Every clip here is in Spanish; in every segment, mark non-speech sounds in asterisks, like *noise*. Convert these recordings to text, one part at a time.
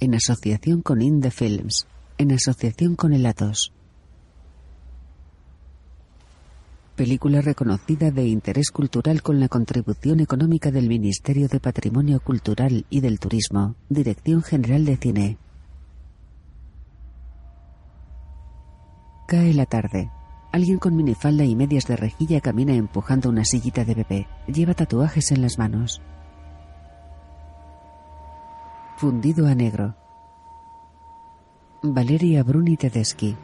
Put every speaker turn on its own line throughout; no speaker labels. en asociación con In The Films, en asociación con el Atos. Película reconocida de interés cultural con la contribución económica del Ministerio de Patrimonio Cultural y del Turismo, Dirección General de Cine. Cae la tarde. Alguien con minifalda y medias de rejilla camina empujando una sillita de bebé. Lleva tatuajes en las manos fundido a negro. Valeria Bruni Tedeschi.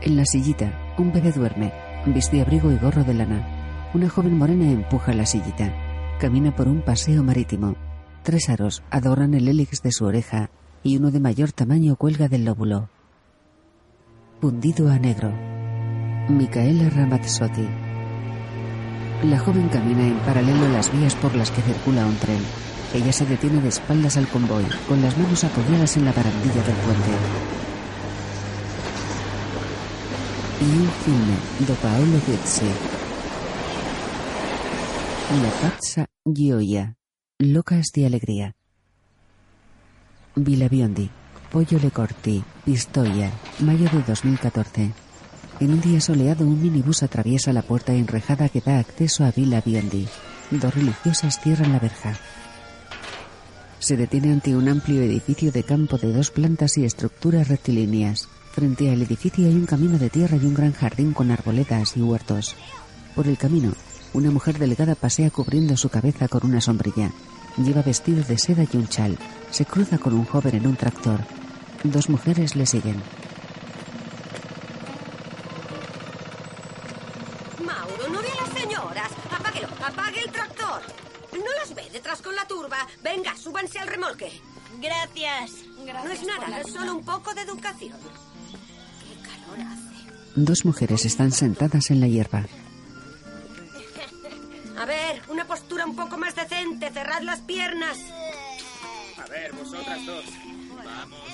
En la sillita, un bebé duerme. Viste abrigo y gorro de lana. Una joven morena empuja la sillita. Camina por un paseo marítimo. Tres aros adornan el hélix de su oreja y uno de mayor tamaño cuelga del lóbulo. Fundido a negro. Micaela Ramazzotti. La joven camina en paralelo a las vías por las que circula un tren. Ella se detiene de espaldas al convoy, con las manos apoyadas en la barandilla del puente. Y un filme de Paolo Guizzi. La pazza gioia, locas de alegría. Villa Biondi, Pollo Le Corti, Pistoia, mayo de 2014. En un día soleado, un minibús atraviesa la puerta enrejada que da acceso a Villa Biondi. Dos religiosas cierran la verja se detiene ante un amplio edificio de campo de dos plantas y estructuras rectilíneas. Frente al edificio hay un camino de tierra y un gran jardín con arboledas y huertos. Por el camino, una mujer delgada pasea cubriendo su cabeza con una sombrilla. Lleva vestido de seda y un chal. Se cruza con un joven en un tractor. Dos mujeres le siguen.
Mauro, no ve a las señoras. Apáguelo, apague el tractor. No las ve detrás con la turba. Venga, súbanse al remolque.
Gracias.
no es nada, es solo un poco de educación. Qué calor hace.
Dos mujeres están sentadas en la hierba.
A ver, una postura un poco más decente. Cerrad las piernas.
A ver, vosotras dos. Vamos.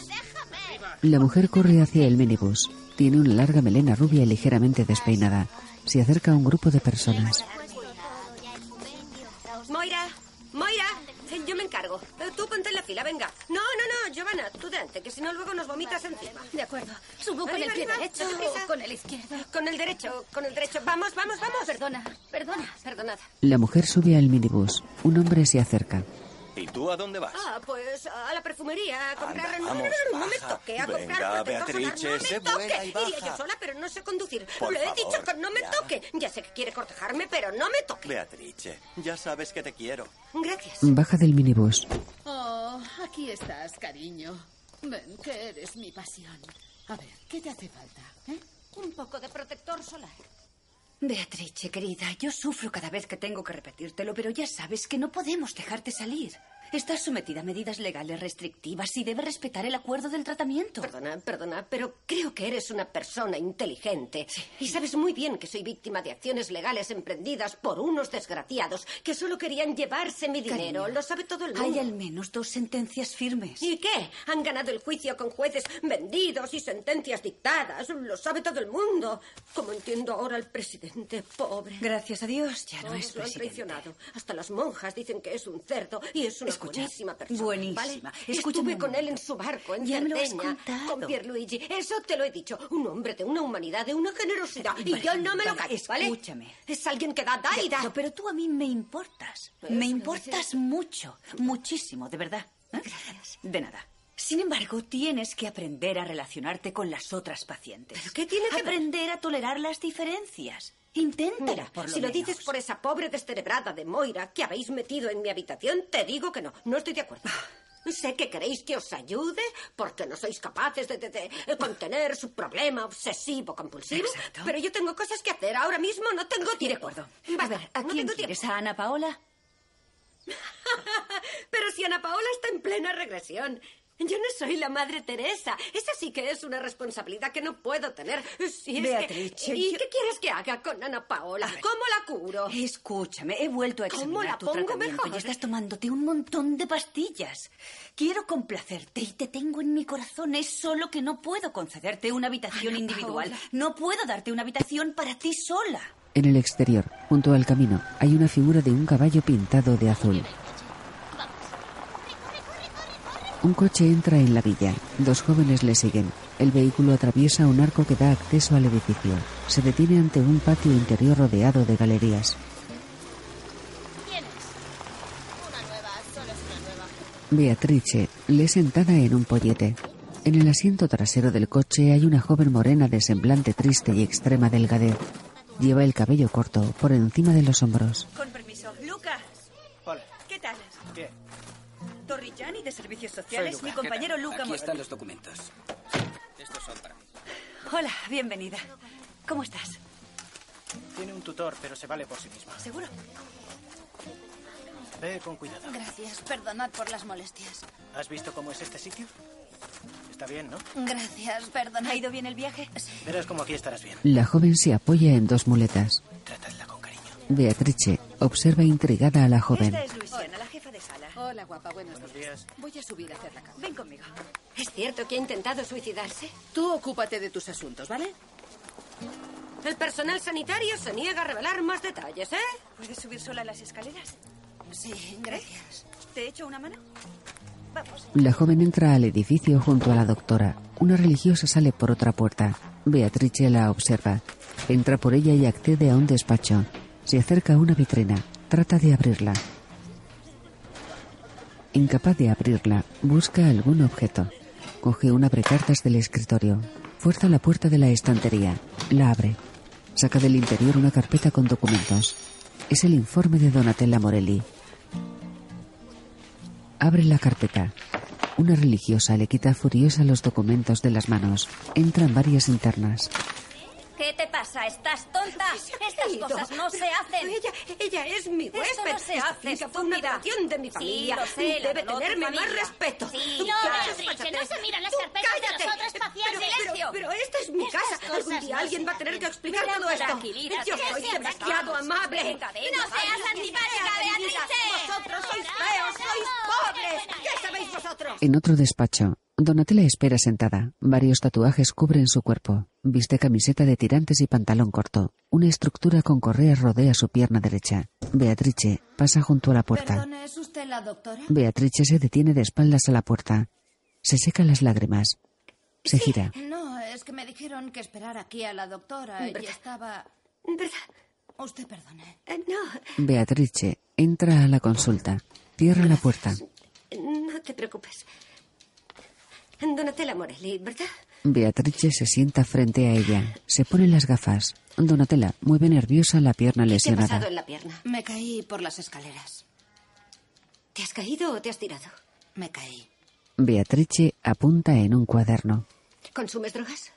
La mujer corre hacia el minibús. Tiene una larga melena rubia y ligeramente despeinada. Se acerca a un grupo de personas.
Moira, Moira, eh, yo me encargo. Eh, Tú ponte en la fila, venga. No, no, no, Giovanna, tú delante, que si no luego nos vomitas encima.
De acuerdo. Subo con
Arriba,
el pie
arriba,
derecho
date prisa.
o con el izquierdo. Ah,
Con el derecho, con el derecho. Vamos, vamos, vamos.
Perdona, perdona.
Perdonad.
La mujer sube al minibús. Un hombre se acerca.
¿Y tú a dónde vas?
Ah, pues a la perfumería, a comprar.
Anda,
no, no,
vamos,
no, no, no me
baja.
toque, a
Venga,
comprar. protector solar.
Beatrice,
no me
sé
toque.
buena y
Iría yo
baja.
sola, pero no sé conducir.
Por
Le he
favor,
dicho que no me
ya.
toque. Ya sé que quiere cortejarme, pero no me toque.
Beatrice, ya sabes que te quiero.
Gracias.
Baja del minibús.
Oh, aquí estás, cariño. Ven, que eres mi pasión. A ver, ¿qué te hace falta? eh?
Un poco de protector solar. Beatrice, querida, yo sufro cada vez que tengo que repetírtelo, pero ya sabes que no podemos dejarte salir. Estás sometida a medidas legales restrictivas y debes respetar el acuerdo del tratamiento. Perdona, perdona, pero creo que eres una persona inteligente. Y sabes muy bien que soy víctima de acciones legales emprendidas por unos desgraciados que solo querían llevarse mi dinero. Lo sabe todo el mundo.
Hay al menos dos sentencias firmes.
¿Y qué? Han ganado el juicio con jueces vendidos y sentencias dictadas. Lo sabe todo el mundo. Como entiendo ahora al presidente, pobre.
Gracias a Dios ya no
Todos
es
lo han
presidente.
traicionado. Hasta las monjas dicen que es un cerdo y es una
Escucha,
buenísima persona.
buenísima.
¿vale? Estuve
Escúchame un
con él
momento.
en su barco, en
Ya me lo has
Cerdeña,
contado.
con Pierluigi. Eso te lo he dicho. Un hombre de una humanidad, de una generosidad. y yo no me lo
vale,
callo, ¿vale?
escúchame.
Es alguien que da, Pues, da y da.
No, pero tú a mí me importas. Me importas mucho, muchísimo, de verdad. ¿Eh? De nada. Sin embargo, tienes que aprender a relacionarte con las otras pacientes.
¿Pero qué tiene que ver?
Aprender a tolerar las diferencias. Inténtala,
Mira,
por lo
si lo
menos.
dices por esa pobre descerebrada de Moira que habéis metido en mi habitación, te digo que no. No estoy de acuerdo.
Ah.
Sé que queréis que os ayude porque no sois capaces de, de- de contener su problema obsesivo-compulsivo.
Exacto.
Pero yo tengo cosas que hacer. Ahora mismo no tengo
De
tiempo.
acuerdo.
Basta,
¿A
no
quién
tengo
quieres?
tiempo.
¿A Ana Paola?
*laughs* Pero si Ana Paola está en plena regresión. Yo no soy la madre Teresa. Esa sí que es una responsabilidad que no puedo tener. Si es que-
Beatrice,
¿Y
yo-
qué quieres que haga con Ana Paola?
A ver.
¿Cómo la curo?
Escúchame, he vuelto a
¿Cómo
examinar
la
tu
pongo
tratamiento
mejor?
y estás tomándote un montón de pastillas. Quiero complacerte y te tengo en mi corazón. Es solo que no puedo concederte una habitación individual. No puedo darte una habitación para ti sola.
En el exterior, junto al camino, hay una figura de un caballo pintado de azul. Un coche entra en la villa. Dos jóvenes le siguen. El vehículo atraviesa un arco que da acceso al edificio. Se detiene ante un patio interior rodeado de galerías.
¿Quién es? Una nueva, solo es una nueva.
Beatrice lee sentada en un pollete. En el asiento trasero del coche hay una joven morena de semblante triste y extrema delgadez. Lleva el cabello corto por encima de los hombros.
Con permiso. Lucas,
Hola,
¿qué tal?
¿qué?
Torrillani de Servicios
Soy
Sociales,
Luca.
mi compañero
¿Qué tal?
Luca
Aquí
Morón.
están los documentos. Estos son para mí.
Hola, bienvenida. ¿Cómo estás?
Tiene un tutor, pero se vale por sí misma.
¿Seguro?
Ve con cuidado.
Gracias, perdonad por las molestias.
¿Has visto cómo es este sitio? Está bien, ¿no?
Gracias,
¿Ha
perdonad.
ido bien el viaje?
Verás como aquí estarás bien.
La joven se apoya en dos muletas.
Tratadla con cariño.
Beatrice observa intrigada a la joven.
Esta es Luisiana, la jefa de sala.
Hola, guapa, buenos,
Buenos
días.
días.
Voy a subir a hacer la cama.
Ven conmigo.
¿Es cierto que ha intentado suicidarse?
Tú ocúpate de tus asuntos, ¿vale?
El personal sanitario se niega a revelar más detalles, ¿eh?
¿Puedes subir sola las escaleras?
Sí, gracias.
¿Te echo una mano? Vamos.
La joven entra al edificio junto a la doctora. Una religiosa sale por otra puerta. Beatrice la observa. Entra por ella y accede a un despacho. Se acerca a una vitrina. Trata de abrirla. Incapaz de abrirla, busca algún objeto. Coge un abrecartas del escritorio. Fuerza la puerta de la estantería. La abre. Saca del interior una carpeta con documentos. Es el informe de Donatella Morelli. Abre la carpeta. Una religiosa le quita furiosa los documentos de las manos. Entran varias internas.
¿Qué te pasa? ¿Estás tonta? Estas
creído?
cosas no se hacen.
Ella, ella es mi
Eso
huésped.
no se
Esta
hace,
chica fue una
estúpida.
traición de mi
Sí,
familia.
lo sé, la
Debe
violó tu
tenerme más
familia.
respeto.
Sí,
Tú
no,
cállate,
Beatriz,
cállate.
no se miran las
Tú
carpetas de
cállate.
los otros pacientes,
Pero- pero-
silencio.
Pero, esta es mi
Estas
casa. Algún
cosas
día
no
alguien
se
va a tener
hacen.
que explicar
Mira,
todo esto.
tranquilízate,
Yo
que
soy
seas
demasiado
acá.
amable.
Venga, venga,
no
vaya,
seas
que
antipática,
seas
Beatriz.
Beatriz.
Vosotros sois
Bravo,
feos,
bravo,
sois
bravo.
pobres.
Qué buena
¿Qué
eres.
sabéis vosotros?
En otro despacho, Donatella espera sentada. Varios tatuajes cubren su cuerpo. Viste camiseta de tirantes y pantalón corto. Una estructura con correas rodea su pierna derecha. Beatrice pasa junto a la puerta.
Perdone, ¿es usted la doctora?
Beatrice se detiene de espaldas a la puerta. Se seca las lágrimas. Se gira.
No, es que me dijeron que esperar aquí a la doctora y estaba...
¿Verdad?
Usted perdone.
Eh, No,
Beatrice entra a la consulta. Cierra la puerta.
No te preocupes. Donatella Morelli, ¿verdad?
Beatrice se sienta frente a ella. Se pone las gafas. Donatella mueve nerviosa la pierna
¿Qué te ha pasado
lesionada.
en la pierna?
Me caí por las escaleras.
¿Te has caído o te has tirado?
Me caí.
Beatrice apunta en un cuaderno.
¿Consumes drogas?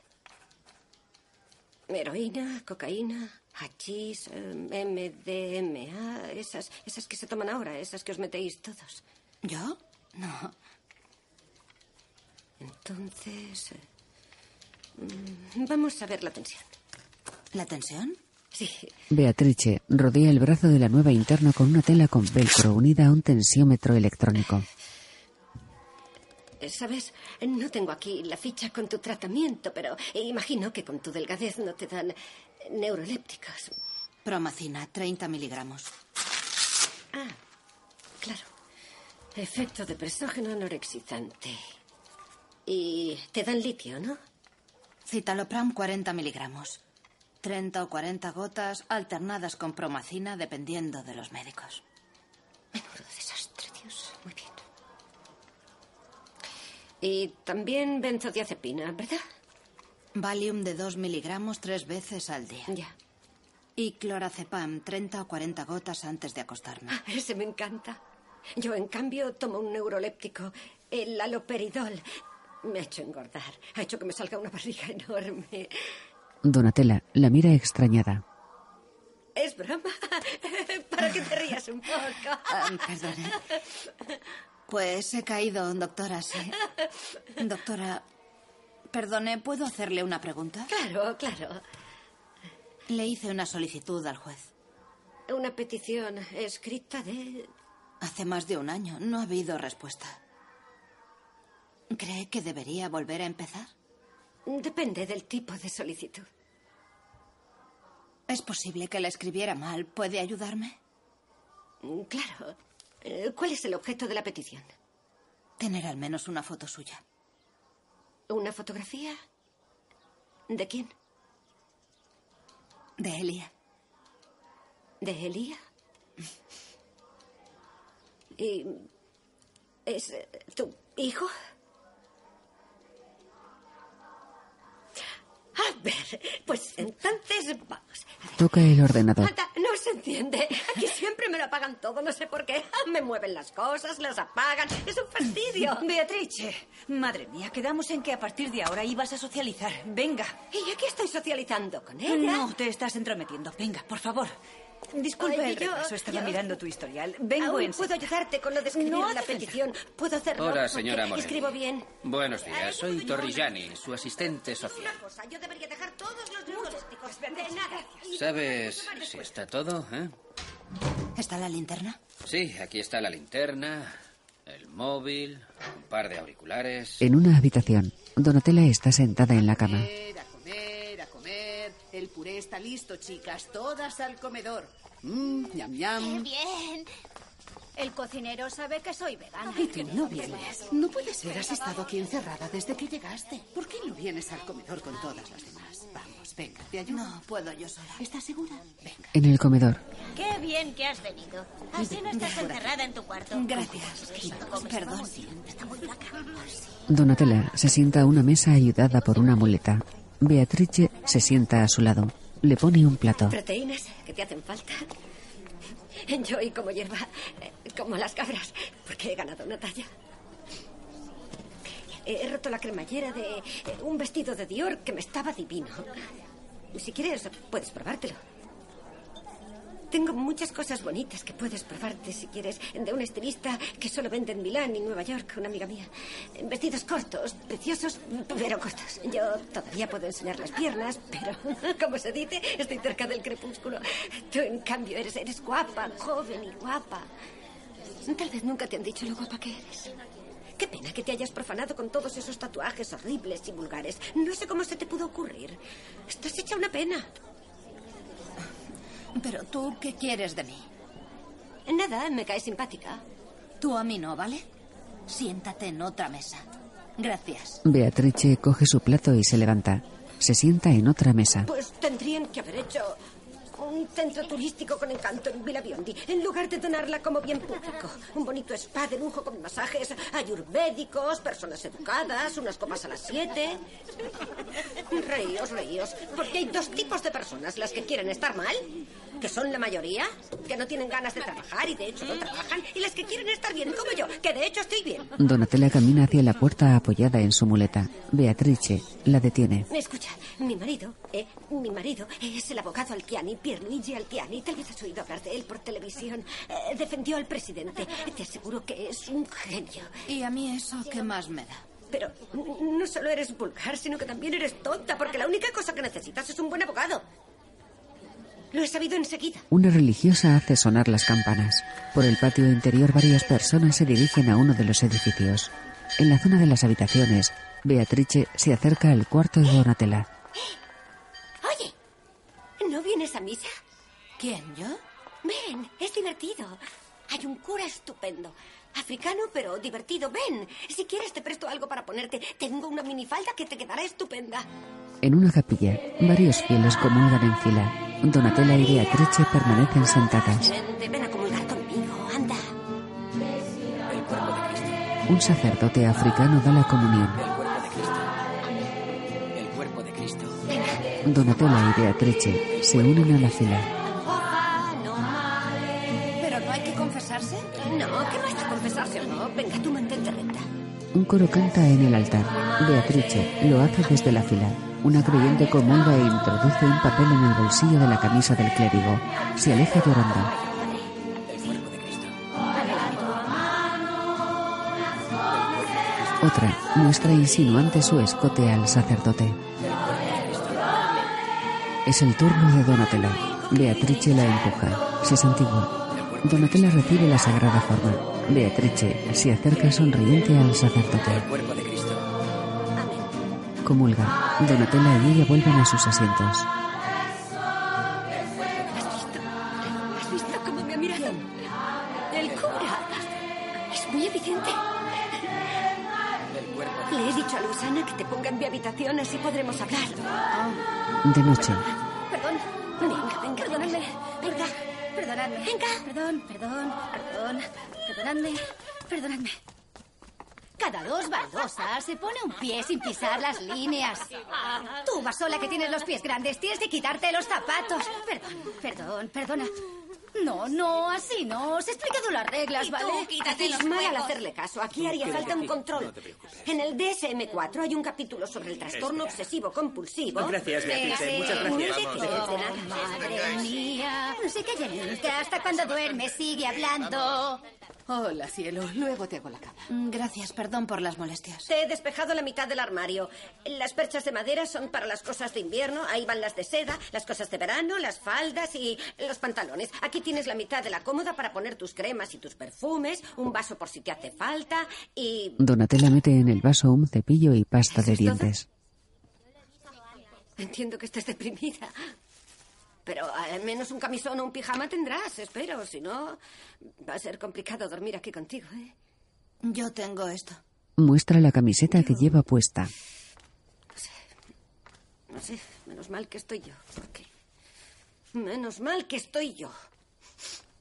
Heroína, cocaína, hachís, eh, MDMA, esas, esas que se toman ahora, esas que os metéis todos.
¿Yo? No.
Entonces. eh, mm, Vamos a ver la tensión.
¿La tensión?
Sí,
Beatrice rodea el brazo de la nueva interna con una tela con velcro unida a un tensiómetro electrónico.
¿Sabes? No tengo aquí la ficha con tu tratamiento, pero imagino que con tu delgadez no te dan neurolépticos.
Promacina, 30 miligramos.
Ah, claro. Efecto depresógeno anorexizante. Y te dan litio, ¿no?
Citalopram, 40 miligramos. 30 o 40 gotas alternadas con promacina dependiendo de los médicos.
Menudo desastre, Dios. Muy bien. Y también benzodiazepina, ¿verdad?
Valium de 2 miligramos tres veces al día.
Ya.
Y clorazepam, 30 o 40 gotas antes de acostarme.
Ah, Ese me encanta. Yo, en cambio, tomo un neuroléptico El aloperidol me ha hecho engordar. Ha hecho que me salga una barriga enorme.
Donatella la mira extrañada.
Es broma. *laughs* Para que te rías un poco.
Ah, perdone. Pues he caído, doctora, sí. Doctora, perdone, ¿puedo hacerle una pregunta?
Claro, claro.
Le hice una solicitud al juez.
Una petición escrita de...
Hace más de un año no ha habido respuesta. ¿Cree que debería volver a empezar?
Depende del tipo de solicitud.
Es posible que la escribiera mal. ¿Puede ayudarme?
Mm, Claro. Eh, ¿Cuál es el objeto de la petición?
Tener al menos una foto suya.
¿Una fotografía? ¿De quién?
De Elia.
¿De Elía? ¿Y es eh, tu hijo? A ver,
Eh.
pues entonces vamos.
Toca el ordenador.
Anda, no se entiende. Aquí siempre me lo apagan todo, no sé por qué. Me mueven las cosas, las apagan. Es un fastidio.
*laughs* Beatrice, madre mía, quedamos en que a partir de ahora ibas a socializar. Venga.
¿Y yo qué estoy socializando con ella?
No te estás entrometiendo. Venga, por favor. Disculpe
Oye,
el
yo-
retraso, estaba
yo-
mirando tu historial. Vengo
Aún
en
puedo ayudarte con lo de escribir
No
la
hace falta.
petición. Puedo hacerlo.
Hola,
porque
señora Morelli.
Escribo bien.
Buenos días, soy Torrijani, su asistente social.
Una cosa, yo debería dejar todos los neuróticos. De nada.
¿Sabes si está todo? eh?
¿Está la linterna?
Sí, aquí está la linterna, el móvil, un par de auriculares.
En una habitación, Donatella está sentada en la cama.
Comer, a comer, a comer. El puré está listo, chicas. Todas al comedor. Mmm, ñam,
¡Qué
ñam.
bien! El cocinero sabe que soy vegana.
¿Y tú no vienes? No puede ser, has estado aquí encerrada desde que llegaste. ¿Por qué no vienes al comedor con todas las demás? Vamos, venga, te ayudo.
No, puedo yo sola.
¿Estás segura? Venga.
En el comedor,
¡Qué bien que has venido! Así no estás encerrada en tu cuarto.
Gracias. Perdón.
Donatella se sienta a una mesa ayudada por una muleta. Beatrice se sienta a su lado. Le pone un plato.
Proteínas que te hacen falta. Yo y como hierba, eh, como las cabras, porque he ganado una talla. He roto la cremallera de eh, un vestido de Dior que me estaba divino. Si quieres, puedes probártelo. Tengo muchas cosas bonitas que puedes probarte si quieres. De un estilista que solo vende en Milán y Nueva York, una amiga mía. Vestidos cortos, preciosos, pero cortos. Yo todavía puedo enseñar las piernas, pero *laughs* como se dice, estoy cerca del crepúsculo. Tú, en cambio, eres, eres guapa, joven y guapa. Tal vez nunca te han dicho lo guapa que eres. Qué pena que te hayas profanado con todos esos tatuajes horribles y vulgares. No sé cómo se te pudo ocurrir. Estás hecha una pena.
Pero tú, ¿qué quieres de mí?
Nada, me caes simpática.
Tú a mí no, ¿vale? Siéntate en otra mesa. Gracias.
Beatrice coge su plato y se levanta. Se sienta en otra mesa.
Pues tendrían que haber hecho un centro turístico con encanto en Villa Biondi, en lugar de donarla como bien público. Un bonito spa de lujo con masajes ayurvédicos, personas educadas, unas copas a las siete. Reíos, reíos, porque hay dos tipos de personas, las que quieren estar mal, que son la mayoría, que no tienen ganas de trabajar y de hecho no trabajan, y las que quieren estar bien como yo, que de hecho estoy bien.
Donatella camina hacia la puerta apoyada en su muleta. Beatrice la detiene.
Escucha, mi marido, eh, mi marido es el abogado Altiani, Pierluigi Altiani. Tal vez has oído hablar de él por televisión. Eh, defendió al presidente. Te aseguro que es un genio.
¿Y a mí eso
Oh,
qué más me da?
Pero n- no solo eres vulgar, sino que también eres tonta, porque la única cosa que necesitas es un buen abogado. Lo he sabido enseguida.
Una religiosa hace sonar las campanas. Por el patio interior varias personas se dirigen a uno de los edificios. En la zona de las habitaciones, Beatrice se acerca al cuarto de Donatella.
Oye, ¿no vienes a misa?
¿Quién, yo?
Ven, es divertido. Hay un cura estupendo. Africano, pero divertido. Ven, si quieres te presto algo para ponerte. Tengo una minifalda que te quedará estupenda.
En una capilla, varios fieles comulgan en fila. Donatella y Beatrice permanecen sentadas.
Vente, ven a comulgar conmigo, anda.
Un sacerdote africano da la comunión.
El cuerpo de Cristo.
Donatella y Beatrice se unen a la fila.
¿Pero no hay que confesarse?
No, ¿qué más da confesarse o no? Venga, tú mantente recta.
Un coro canta en el altar. Beatrice lo hace desde la fila. Una creyente comulga e introduce un papel en el bolsillo de la camisa del clérigo. Se aleja llorando. Otra muestra insinuante su escote al sacerdote. Es el turno de Donatella. Beatrice la empuja. Se santigua. Donatella recibe la sagrada forma. Beatrice se acerca sonriente al sacerdote.
Cuerpo de Cristo.
Comulga. Donatella y ella vuelven a sus asientos.
¿Has visto cómo me ha mirado? El cura. Es muy evidente. Le he dicho a Luisana que te ponga en mi habitación, así podremos hablar.
Ah.
De noche,
Perdón. Venga, venga, perdóname.
Venga, perdonadme. Venga. Perdón, perdón, perdón. Perdonadme, perdonadme.
Cada dos baldosas se pone un pie sin pisar las líneas. Tú, sola que tienes los pies grandes, tienes que quitarte los zapatos. Perdón, perdón, perdona. No, no, así no. Os he explicado las reglas,
Y tú,
¿vale?
quítate los
Hacéis mal al
juegos.
hacerle caso.
Aquí haría falta un control.
No te
en el DSM-4 hay un capítulo sobre el trastorno obsesivo-compulsivo.
Gracias, Beatrice,
Eh,
muchas gracias.
No
Vamos.
sé qué, de nada.
Madre mía. No sé qué nunca. Hasta cuando duerme sigue hablando.
Hola, cielo. Luego te hago la cama.
Gracias, perdón por las molestias.
Te he despejado la mitad del armario. Las perchas de madera son para las cosas de invierno, ahí van las de seda, las cosas de verano, las faldas y los pantalones. Aquí tienes la mitad de la cómoda para poner tus cremas y tus perfumes, un vaso por si te hace falta y...
Donatella mete en el vaso un cepillo y pasta de dientes.
Entiendo que estés deprimida. Pero al menos un camisón o un pijama tendrás, espero. Si no, va a ser complicado dormir aquí contigo, ¿eh?
Yo tengo esto.
Muestra la camiseta que lleva puesta.
No sé, menos mal que estoy yo. Porque... Menos mal que estoy yo.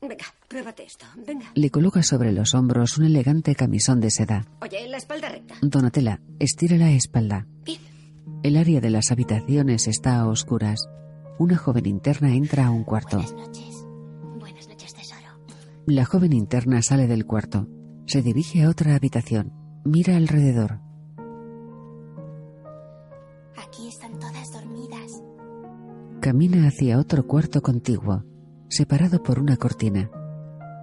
Venga, pruébate esto. Venga.
Le coloca sobre los hombros un elegante camisón de seda.
Oye, la espalda recta.
Donatella estira la espalda. El área de las habitaciones está a oscuras. Una joven interna entra a un cuarto.
Buenas noches, tesoro.
La joven interna sale del cuarto. Se dirige a otra habitación. Mira alrededor.
Aquí están todas dormidas.
Camina hacia otro cuarto contiguo, separado por una cortina.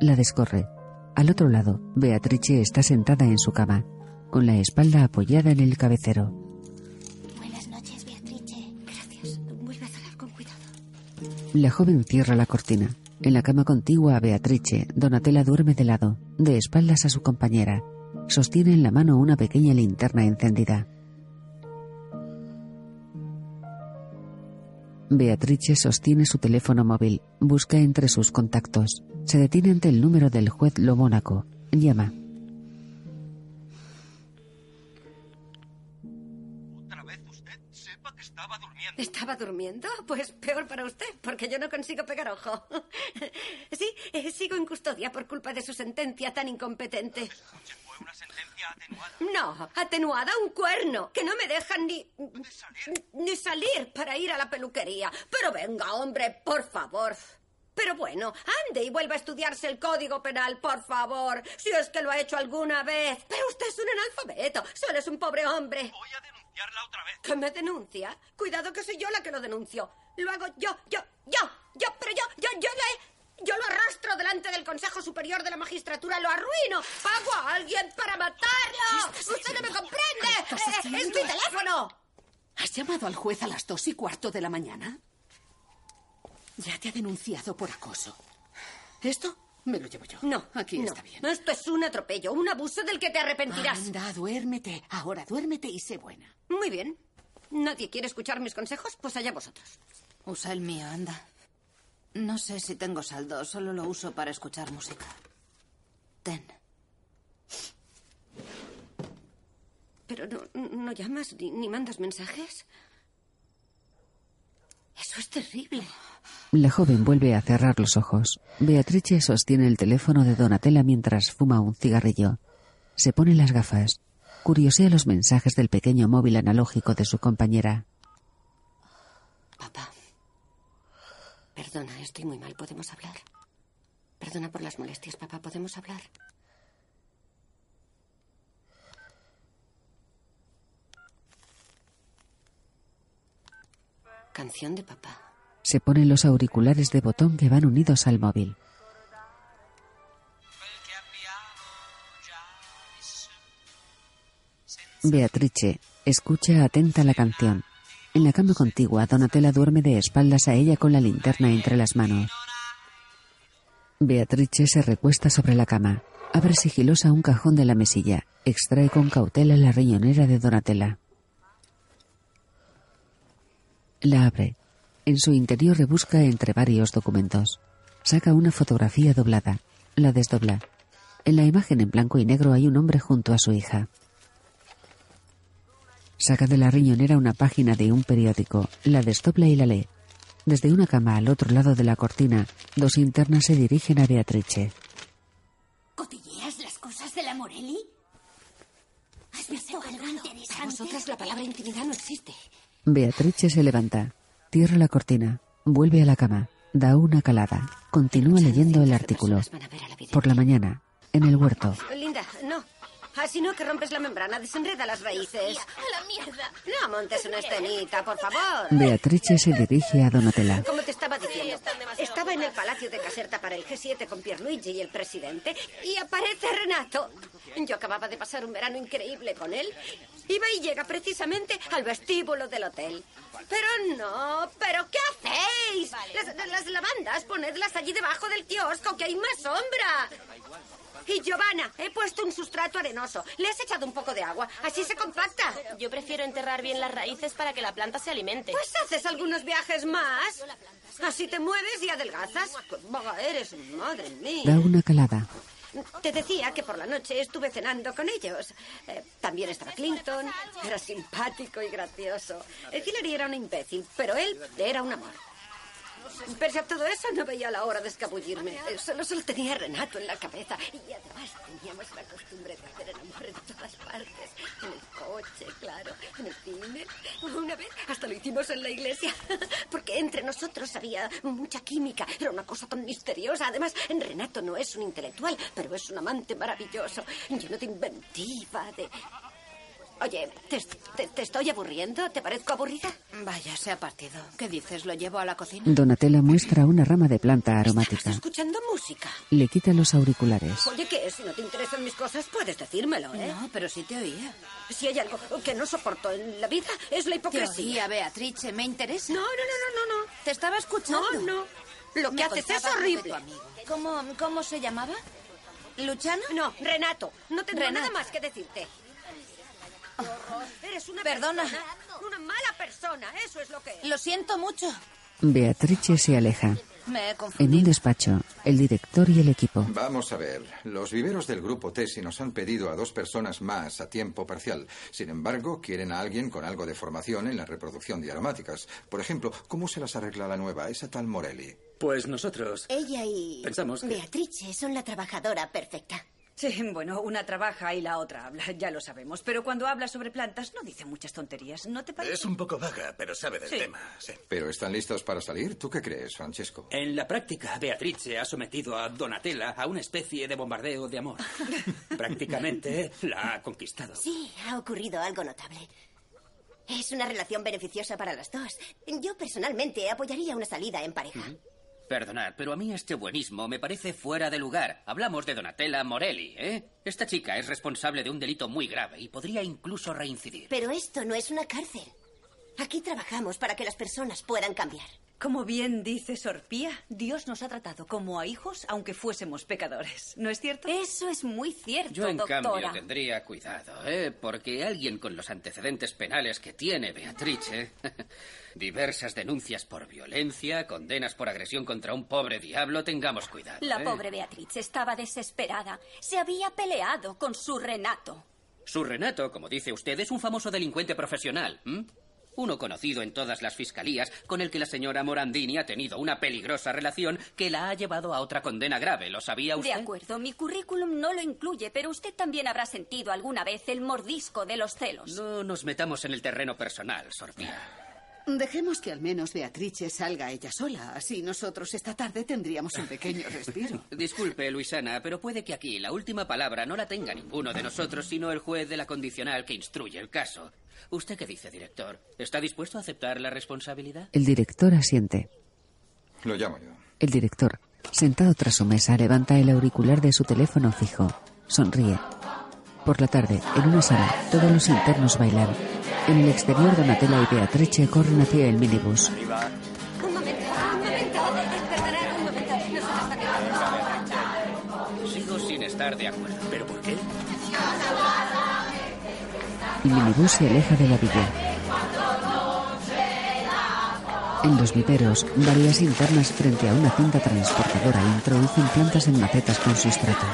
La descorre. Al otro lado, Beatrice está sentada en su cama, con la espalda apoyada en el cabecero.
Buenas noches, Beatrice. Gracias. Vuelve a hablar con cuidado.
La joven cierra la cortina. En la cama contigua a Beatrice, Donatella duerme de lado, de espaldas a su compañera. Sostiene en la mano una pequeña linterna encendida. Beatrice sostiene su teléfono móvil, busca entre sus contactos, se detiene ante el número del juez Lo Mónaco, llama.
¿Estaba durmiendo? Pues peor para usted, porque yo no consigo pegar ojo. *laughs* Sí, eh, sigo en custodia por culpa de su sentencia tan incompetente. No, atenuada, un cuerno, que no me dejan ni, ni salir para ir a la peluquería. Pero venga, hombre, por favor. Pero bueno, ande y vuelva a estudiarse el Código Penal, por favor. Si es que lo ha hecho alguna vez. Pero usted es un analfabeto, solo es un pobre hombre. ¿Que me denuncia? Cuidado que soy yo la que lo denuncio. Lo hago yo, yo, yo, yo, pero yo, yo, yo lo he... Yo lo arrastro delante del Consejo Superior de la Magistratura, lo arruino. Pago a alguien para matarlo. Usted no
¿Qué
me
estás
comprende. Eh, es mi
haciendo?
teléfono.
¿Has llamado al juez a las dos y cuarto de la mañana? Ya te ha denunciado por acoso. ¿Esto? Me lo llevo yo. No, aquí
no.
está bien.
Esto es un atropello, un abuso del que te arrepentirás.
Anda, duérmete. Ahora duérmete y sé buena.
Muy bien. ¿Nadie quiere escuchar mis consejos? Pues allá vosotros.
Usa el mío, anda. No sé si tengo saldo, solo lo uso para escuchar música. Ten.
Pero no, no llamas ni, ni mandas mensajes. Eso es terrible.
La joven vuelve a cerrar los ojos. Beatrice sostiene el teléfono de Donatella mientras fuma un cigarrillo. Se pone las gafas. Curiosea los mensajes del pequeño móvil analógico de su compañera.
Perdona, estoy muy mal. ¿Podemos hablar? Perdona por las molestias, papá. ¿Podemos hablar? Canción de papá.
Se pone los auriculares de botón que van unidos al móvil. Beatrice escucha atenta la canción. En la cama contigua, Donatella duerme de espaldas a ella con la linterna entre las manos. Beatrice se recuesta sobre la cama. Abre sigilosa un cajón de la mesilla. Extrae con cautela la riñonera de Donatella. La abre. En su interior rebusca entre varios documentos. Saca una fotografía doblada. La desdobla. En la imagen en blanco y negro hay un hombre junto a su hija. Saca de la riñonera una página de un periódico, la desdobla y la lee. Desde una cama al otro lado de la cortina, dos internas se dirigen a Beatrice.
¿Cotilleas las cosas de la Morelli? ¿Has visto algo interesante?
A vosotras la palabra intimidad no existe.
Beatrice se levanta, cierra la cortina, vuelve a la cama, da una calada, continúa leyendo el artículo. Por la mañana, en el huerto,
Oh, Linda, no. Así no que rompes la membrana, desenreda las raíces. ¡La mierda! No montes una escenita, por favor.
Beatrice se dirige a Donatella.
Como te estaba diciendo, estaba en el palacio de Caserta para el G7 con Pierluigi y el presidente y aparece Renato. Yo acababa de pasar un verano increíble con él. Iba y llega precisamente al vestíbulo del hotel. Pero no, pero ¿qué hacéis? Las, las lavandas, ponedlas allí debajo del kiosco, que hay más sombra. Y Giovanna, he puesto un sustrato arenoso. Le has echado un poco de agua. Así se compacta.
Yo prefiero enterrar bien las raíces para que la planta se alimente.
Pues haces algunos viajes más. Así te mueves y adelgazas. Qué boba eres, madre mía.
da una calada.
Te decía que por la noche estuve cenando con ellos. Eh, también estaba Clinton. Era simpático y gracioso. Eh, Hillary era un imbécil, pero él era un amor. Pese a todo eso, no veía la hora de escabullirme. Eh, Solo se lo tenía Renato en la cabeza. Y además teníamos la costumbre de hacer el amor en todas partes. En el coche, claro. En el cine. Una vez hasta lo hicimos en la iglesia. *laughs* Porque entre nosotros había mucha química. Era una cosa tan misteriosa. Además, Renato no es un intelectual, pero es un amante maravilloso. Lleno de inventiva, de... Oye, ¿te, te- te estoy aburriendo? ¿Te parezco aburrida?
Vaya, se ha partido. ¿Qué dices? ¿Lo llevo a la cocina?
Donatella muestra una rama de planta aromática.
Escuchando música.
Le quita los auriculares.
Oye, ¿qué es? Si no te interesan mis cosas, puedes decírmelo, ¿eh? No, pero sí te oía. Si hay algo que no soporto en la vida, es la hipocresía.
Te oía, Beatrice, me interesa.
No, no, no, no, no.
Te estaba escuchando.
No, no. Lo que
Me
haces es
contaba algo de tu
horrible.
amigo. ¿Cómo, ¿Cómo se llamaba? ¿Luchano?
No, Renato. No tengo
Renato.
nada más que decirte. Eres una
Perdona.
persona, una mala persona, eso es lo que
Lo siento mucho.
Beatrice se aleja.
Me he
En
confundido.
un despacho, el director y el equipo.
Vamos a ver. Los viveros del grupo Tesi nos han pedido a dos personas más a tiempo parcial. Sin embargo, quieren a alguien con algo de formación en la reproducción de aromáticas. Por ejemplo, ¿cómo se las arregla la nueva, esa tal Morelli?
Pues nosotros.
Ella y.
Pensamos que-
Beatrice son la trabajadora perfecta.
Sí, bueno, una trabaja y la otra habla, ya lo sabemos. Pero cuando habla sobre plantas no dice muchas tonterías, ¿no te parece?
Es
un poco vaga, pero sabe
del Sí. tema,
sí.
¿Pero están listos para salir? ¿Tú qué crees, Francesco?
En la práctica, Beatrice ha sometido a Donatella a una especie de bombardeo de
*laughs*
amor. Prácticamente la ha conquistado.
Sí, ha ocurrido algo notable. Es una relación beneficiosa para las dos. Yo personalmente apoyaría una salida en pareja.
Perdonad, pero a mí este buenismo me parece fuera de lugar. Hablamos de Donatella Morelli, ¿eh? Esta chica es responsable de un delito muy grave y podría incluso reincidir.
Pero esto no es una cárcel. Aquí trabajamos para que las personas puedan cambiar.
Como bien dice Sorpía, Dios nos ha tratado como a hijos, aunque fuésemos pecadores. ¿No es cierto?
Eso es muy cierto,
Yo, en cambio, tendría cuidado, ¿eh? Porque alguien con los antecedentes penales que tiene Beatrice, *laughs* diversas denuncias por violencia, condenas por agresión contra un pobre diablo, tengamos cuidado.
La
¿eh?
pobre Beatriz estaba desesperada. Se había peleado con su Renato.
Su Renato, como dice usted, es un famoso delincuente profesional. ¿m? Uno conocido en todas las fiscalías, con el que la señora Morandini ha tenido una peligrosa relación que la ha llevado a otra condena grave. ¿Lo sabía
De
usted?
acuerdo, mi currículum no lo incluye, pero usted también habrá sentido alguna vez el mordisco de los celos.
No nos metamos en el terreno personal, Sorpía.
Dejemos que al menos Beatrice salga ella sola. Así nosotros esta tarde tendríamos un pequeño respiro.
Disculpe, Luisana, pero puede que aquí la última palabra no la tenga ninguno de nosotros, sino el juez de la condicional que instruye el caso. ¿Usted qué dice, director? ¿Está dispuesto a aceptar la responsabilidad?
El director asiente.
Lo llamo yo.
El director, sentado tras su mesa, levanta el auricular de su teléfono fijo. Sonríe. Por la tarde, en una sala, todos los internos bailan. En el exterior, Donatella y Beatrice corren hacia el minibús.
Un momento, ah, un momento. Perdonad, un momento. Nosotros también vamos.
Sigo sin estar de acuerdo. ¿Pero por qué?
El minibús se aleja de la villa. En los viveros, varias internas frente a una cinta transportadora introducen plantas en macetas con sustrato.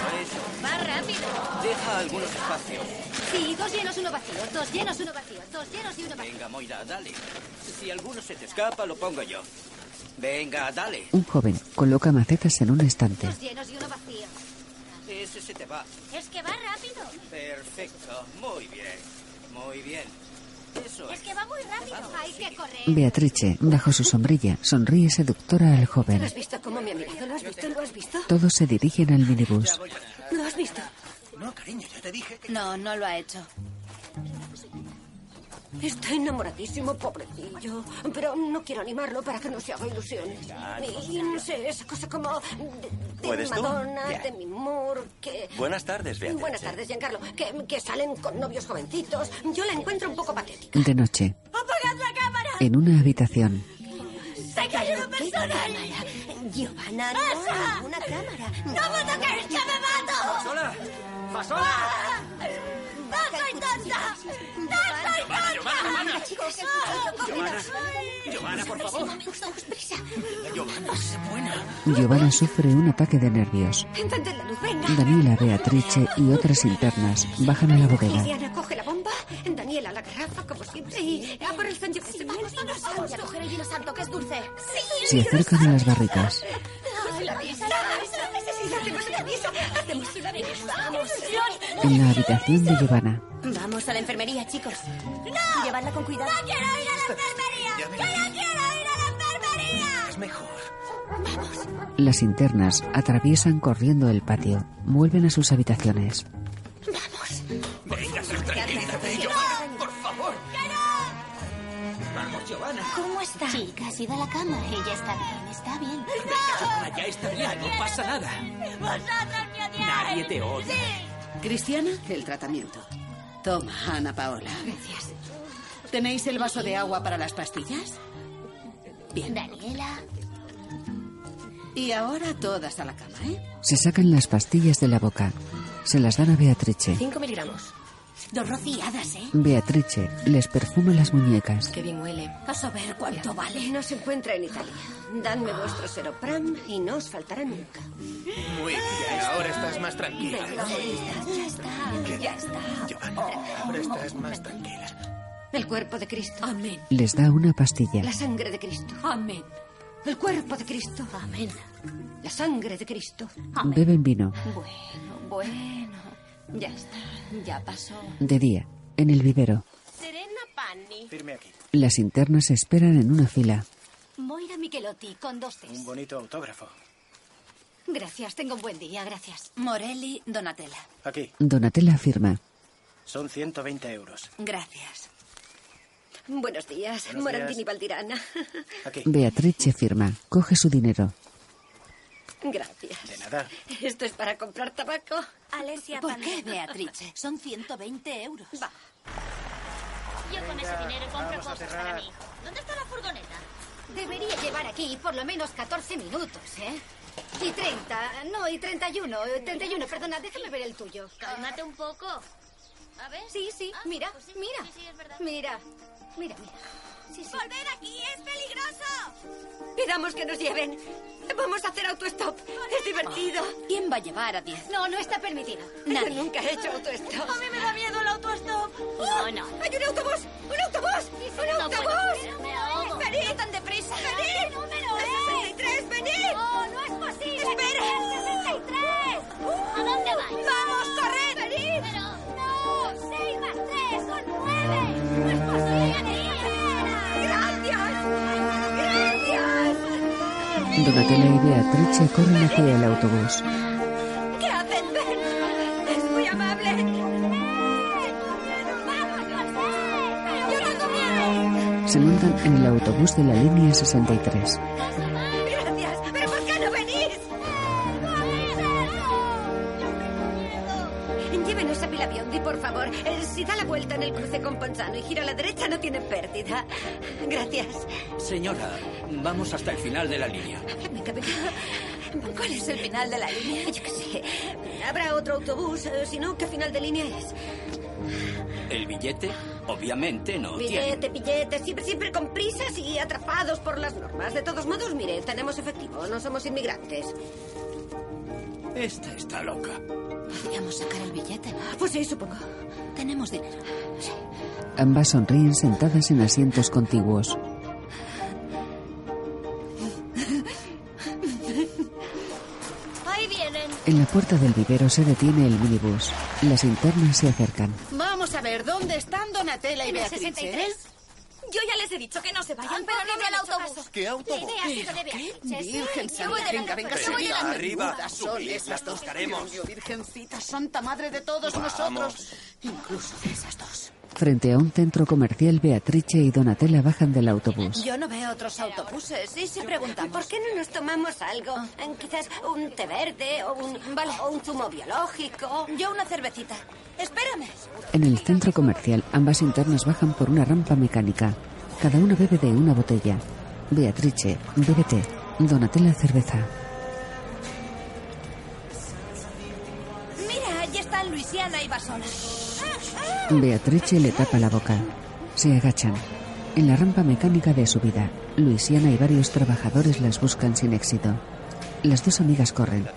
Más rápido.
Deja algunos espacios.
Sí, dos llenos, uno vacío. Dos llenos, uno vacío. Dos llenos y uno vacío.
Venga, Moira, dale. Si alguno se te escapa, lo pongo yo. Venga, dale.
Un joven coloca macetas en un estante.
Dos llenos y uno vacío.
Ese se te va.
Es que va rápido.
Perfecto. Muy bien. Muy bien. Eso
Es que va muy rápido. Hay que correr.
Beatrice, bajo su sombrilla, sonríe seductora al joven.
has visto cómo me ha mirado? ¿Lo has visto? ¿Lo has visto?
Todos se dirigen al minibús.
¿Lo has visto?
No, cariño, ya te dije.
No, no lo ha hecho.
Está enamoradísimo, pobrecillo. Pero no quiero animarlo para que no se haga ilusión. Y no sé, esa cosa como de, de
¿Puedes tú?
Madonna,
Bien.
de mi Moore, que...
Buenas tardes, Beatrice.
Buenas tardes, Giancarlo. Que, que salen con novios jovencitos. Yo la encuentro un poco patética.
De noche,
¡Apagad la cámara!
en una habitación,
¡Se cayó una persona! Giovanna,
¡Pasa!
una cámara. ¡No me toquéis, que me mato!
¡Fasola! ¡Fasola!
¡No soy tonta! ¡No soy
Giovanna, Giovanna,
tonta!
chicos, Giovanna, por favor. Giovanna, sé buena.
Giovanna sufre un ataque de nervios.
Encende la luz, venga.
Daniela, Beatrice y otras internas bajan a la bodega.
Liliana coge la bomba, Daniela la garrafa, como siempre, y a por el santo. Sí, vamos, vamos, vamos.
Voy a coger el hielo santo, que es dulce.
Se acercan a las barricas. En la habitación de Giovanna,
Vamos a la enfermería, chicos. ¡No! Llevadla con cuidado. ¡No quiero ir a la enfermería! ¡Que no quiero ir a la enfermería!
Es mejor.
las internas atraviesan corriendo el patio. Vuelven a sus habitaciones.
Venga, tranquilízate, Giovanna, por favor. Vamos, Giovanna.
¿Cómo está? Chicas, id a la cama. Ella está bien, está bien.
Giovanna, ya está bien, no pasa nada.
¡Vosotros me odiáis!
Nadie te odia.
Cristiana, el tratamiento. Toma, Ana Paola. Gracias. ¿Tenéis el vaso de agua para las pastillas? Bien.
Daniela.
Y ahora todas a la cama, ¿eh?
Se sacan las pastillas de la boca. Se las dan a Beatrice.
Cinco miligramos.
Dos rociadas, ¿eh?
Beatrice les perfuma las muñecas.
Qué bien huele. A saber cuánto vale. No se encuentra en Italia. Dadme vuestro seropram y no os faltará nunca.
Muy bien, ahora estás más tranquila.
Ya está, ya está.
Ahora estás más tranquila.
El cuerpo de Cristo. Amén.
Les da una pastilla.
La sangre de Cristo. Amén. El cuerpo de Cristo. Amén. La sangre de Cristo.
Beben vino.
Bueno, bueno. Ya está. Ya pasó.
De día, en el vivero,
Serena Panni.
Firme aquí.
las internas esperan en una fila.
Moira Michelotti, con dos Ts.
Un bonito autógrafo.
Gracias, tengo un buen día, gracias. Morelli Donatella.
Aquí.
Donatella firma.
Son 120 euros.
Gracias. Buenos días,
Buenos
Morandini
días.
Valdirana. *laughs*
Beatrice firma. Coge su dinero.
Gracias. De nada. Esto es para comprar tabaco.
Alesia,
¿Por qué, Beatrice? Son 120 euros. Va.
Yo con ese dinero compro cosas para mí.
¿Dónde está la furgoneta? Debería llevar aquí por lo menos 14 minutos, ¿eh? Y 30, no, y 31, eh, 31, perdona, déjame ver el tuyo. Cálmate un poco. A ver. Sí, sí, mira, mira. Mira, mira, mira. Sí, sí. ¡Volver aquí es peligroso!
Pidamos que nos lleven. Vamos a hacer autostop. Es divertido.
¿Quién va a llevar a 10? No, no está permitido.
Nadie. nunca he hecho autostop. A mí me da miedo el autostop.
No, no.
¡Hay un autobús! ¡Un autobús! ¡Un
no
autobús!
puedo, me ahogo.
¡Venid!
No tan deprisa.
¡Venid!
¡No me lo
¡El
es!
63! ¡Venid!
¡No, no es posible!
¡Espera! ¡Uh!
¡El 63! ¿A dónde vais?
¡Vamos, corred! ¡Venid!
Pero no, 6 más 3 son 9. No es posible.
¡Gracias!
Donatella y Beatrice corren hacia el autobús.
¿Qué hacen, Bert? Es muy amable.
¡Eh!
Se montan en el autobús de la línea 63.
Gracias. ¿Pero por qué no venís? Llévenos a Pilabiondi, por favor. Eh, Si da la vuelta en el cruce con Ponzano y gira a la derecha, no tiene pérdida. Gracias.
Señora, vamos hasta el final de la línea.
Venga, venga. ¿Cuál es el final de la línea? Yo qué sé. Habrá otro autobús. eh, Si no, ¿qué final de línea es?
El billete, obviamente, no tiene.
Billete, billete, siempre, siempre con prisas y atrapados por las normas. De todos modos, mire, tenemos efectivo, no somos inmigrantes.
Esta está loca.
Podríamos sacar el billete. Pues sí, supongo. Tenemos dinero.
Ambas sonríen sentadas en asientos contiguos.
Ahí vienen.
En la puerta del vivero se detiene el minibús. Las internas se acercan.
Vamos a ver, ¿dónde están Donatella y
En el
Beatrice?
63. Yo ya les he dicho que no se vayan, pero no me al autobús.
¿Qué autobús?
La idea ha sido de
Pero, ¿qué?
Beatrice, sí.
Virgen
Yo voy
Santa, venga,
delante,
venga,
pero yo voy
subid.
delante.
Arriba,
Menudas son
subid,
estas
las
dos. Dios
buscaremos.
mío, Virgencita, Santa Madre de todos
Vamos.
nosotros. Incluso de esas dos.
Frente a un centro comercial, Beatrice y Donatella bajan del autobús.
Yo no veo otros autobuses y se preguntan por qué no nos tomamos algo. Eh, Quizás un té verde o un, o un zumo biológico. Yo una cervecita. Espérame.
En el centro comercial, ambas internas bajan por una rampa mecánica. Cada uno bebe de una botella. Beatrice, bebe té. Donatella, cerveza.
Mira, ya están Luisiana y Basola.
Beatrice le tapa la boca. Se agachan. En la rampa mecánica de subida, Luisiana y varios trabajadores las buscan sin éxito. Las dos amigas corren.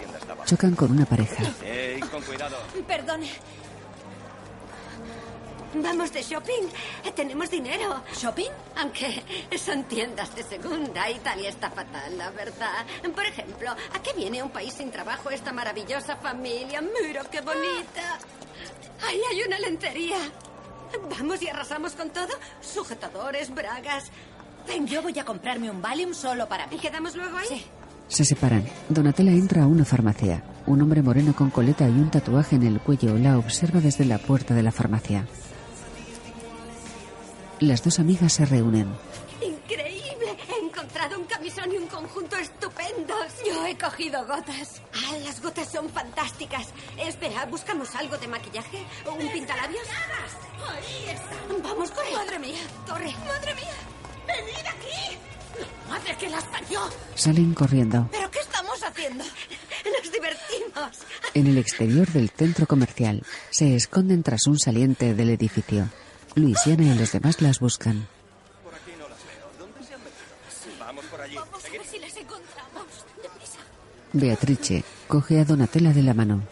Chocan con una pareja.
Eh,
Ey, con cuidado.
Perdone. Vamos de shopping. Tenemos dinero. ¿Shopping? Aunque son tiendas de segunda. Italia está fatal, la verdad. Por ejemplo, ¿a qué viene un país sin trabajo esta maravillosa familia? Mira qué bonita. Ahí hay una lentería. Vamos y arrasamos con todo. Sujetadores, bragas. Ven, yo voy a comprarme un Valium solo para mí. ¿Quedamos luego ahí? Sí.
Se separan. Donatella entra a una farmacia. Un hombre moreno con coleta y un tatuaje en el cuello la observa desde la puerta de la farmacia. Las dos amigas se reúnen.
Increíble. He encontrado un camisón y un conjunto estupendos. Yo he cogido gotas. Ah, las gotas son fantásticas. Espera, buscamos algo de maquillaje o un pintalabios. Ahí está. Vamos, corre. Madre mía, corre. Madre mía, venid aquí. Madre que las parió.
Salen corriendo.
¿Pero qué estamos haciendo? Nos divertimos.
En el exterior del centro comercial, se esconden tras un saliente del edificio. Luisiana y los demás las buscan.
Por aquí no las veo. ¿Dónde se han metido? Vamos por allí.
Vamos a ver si las encontramos. Deprisa.
Beatrice coge a Donatella de la mano.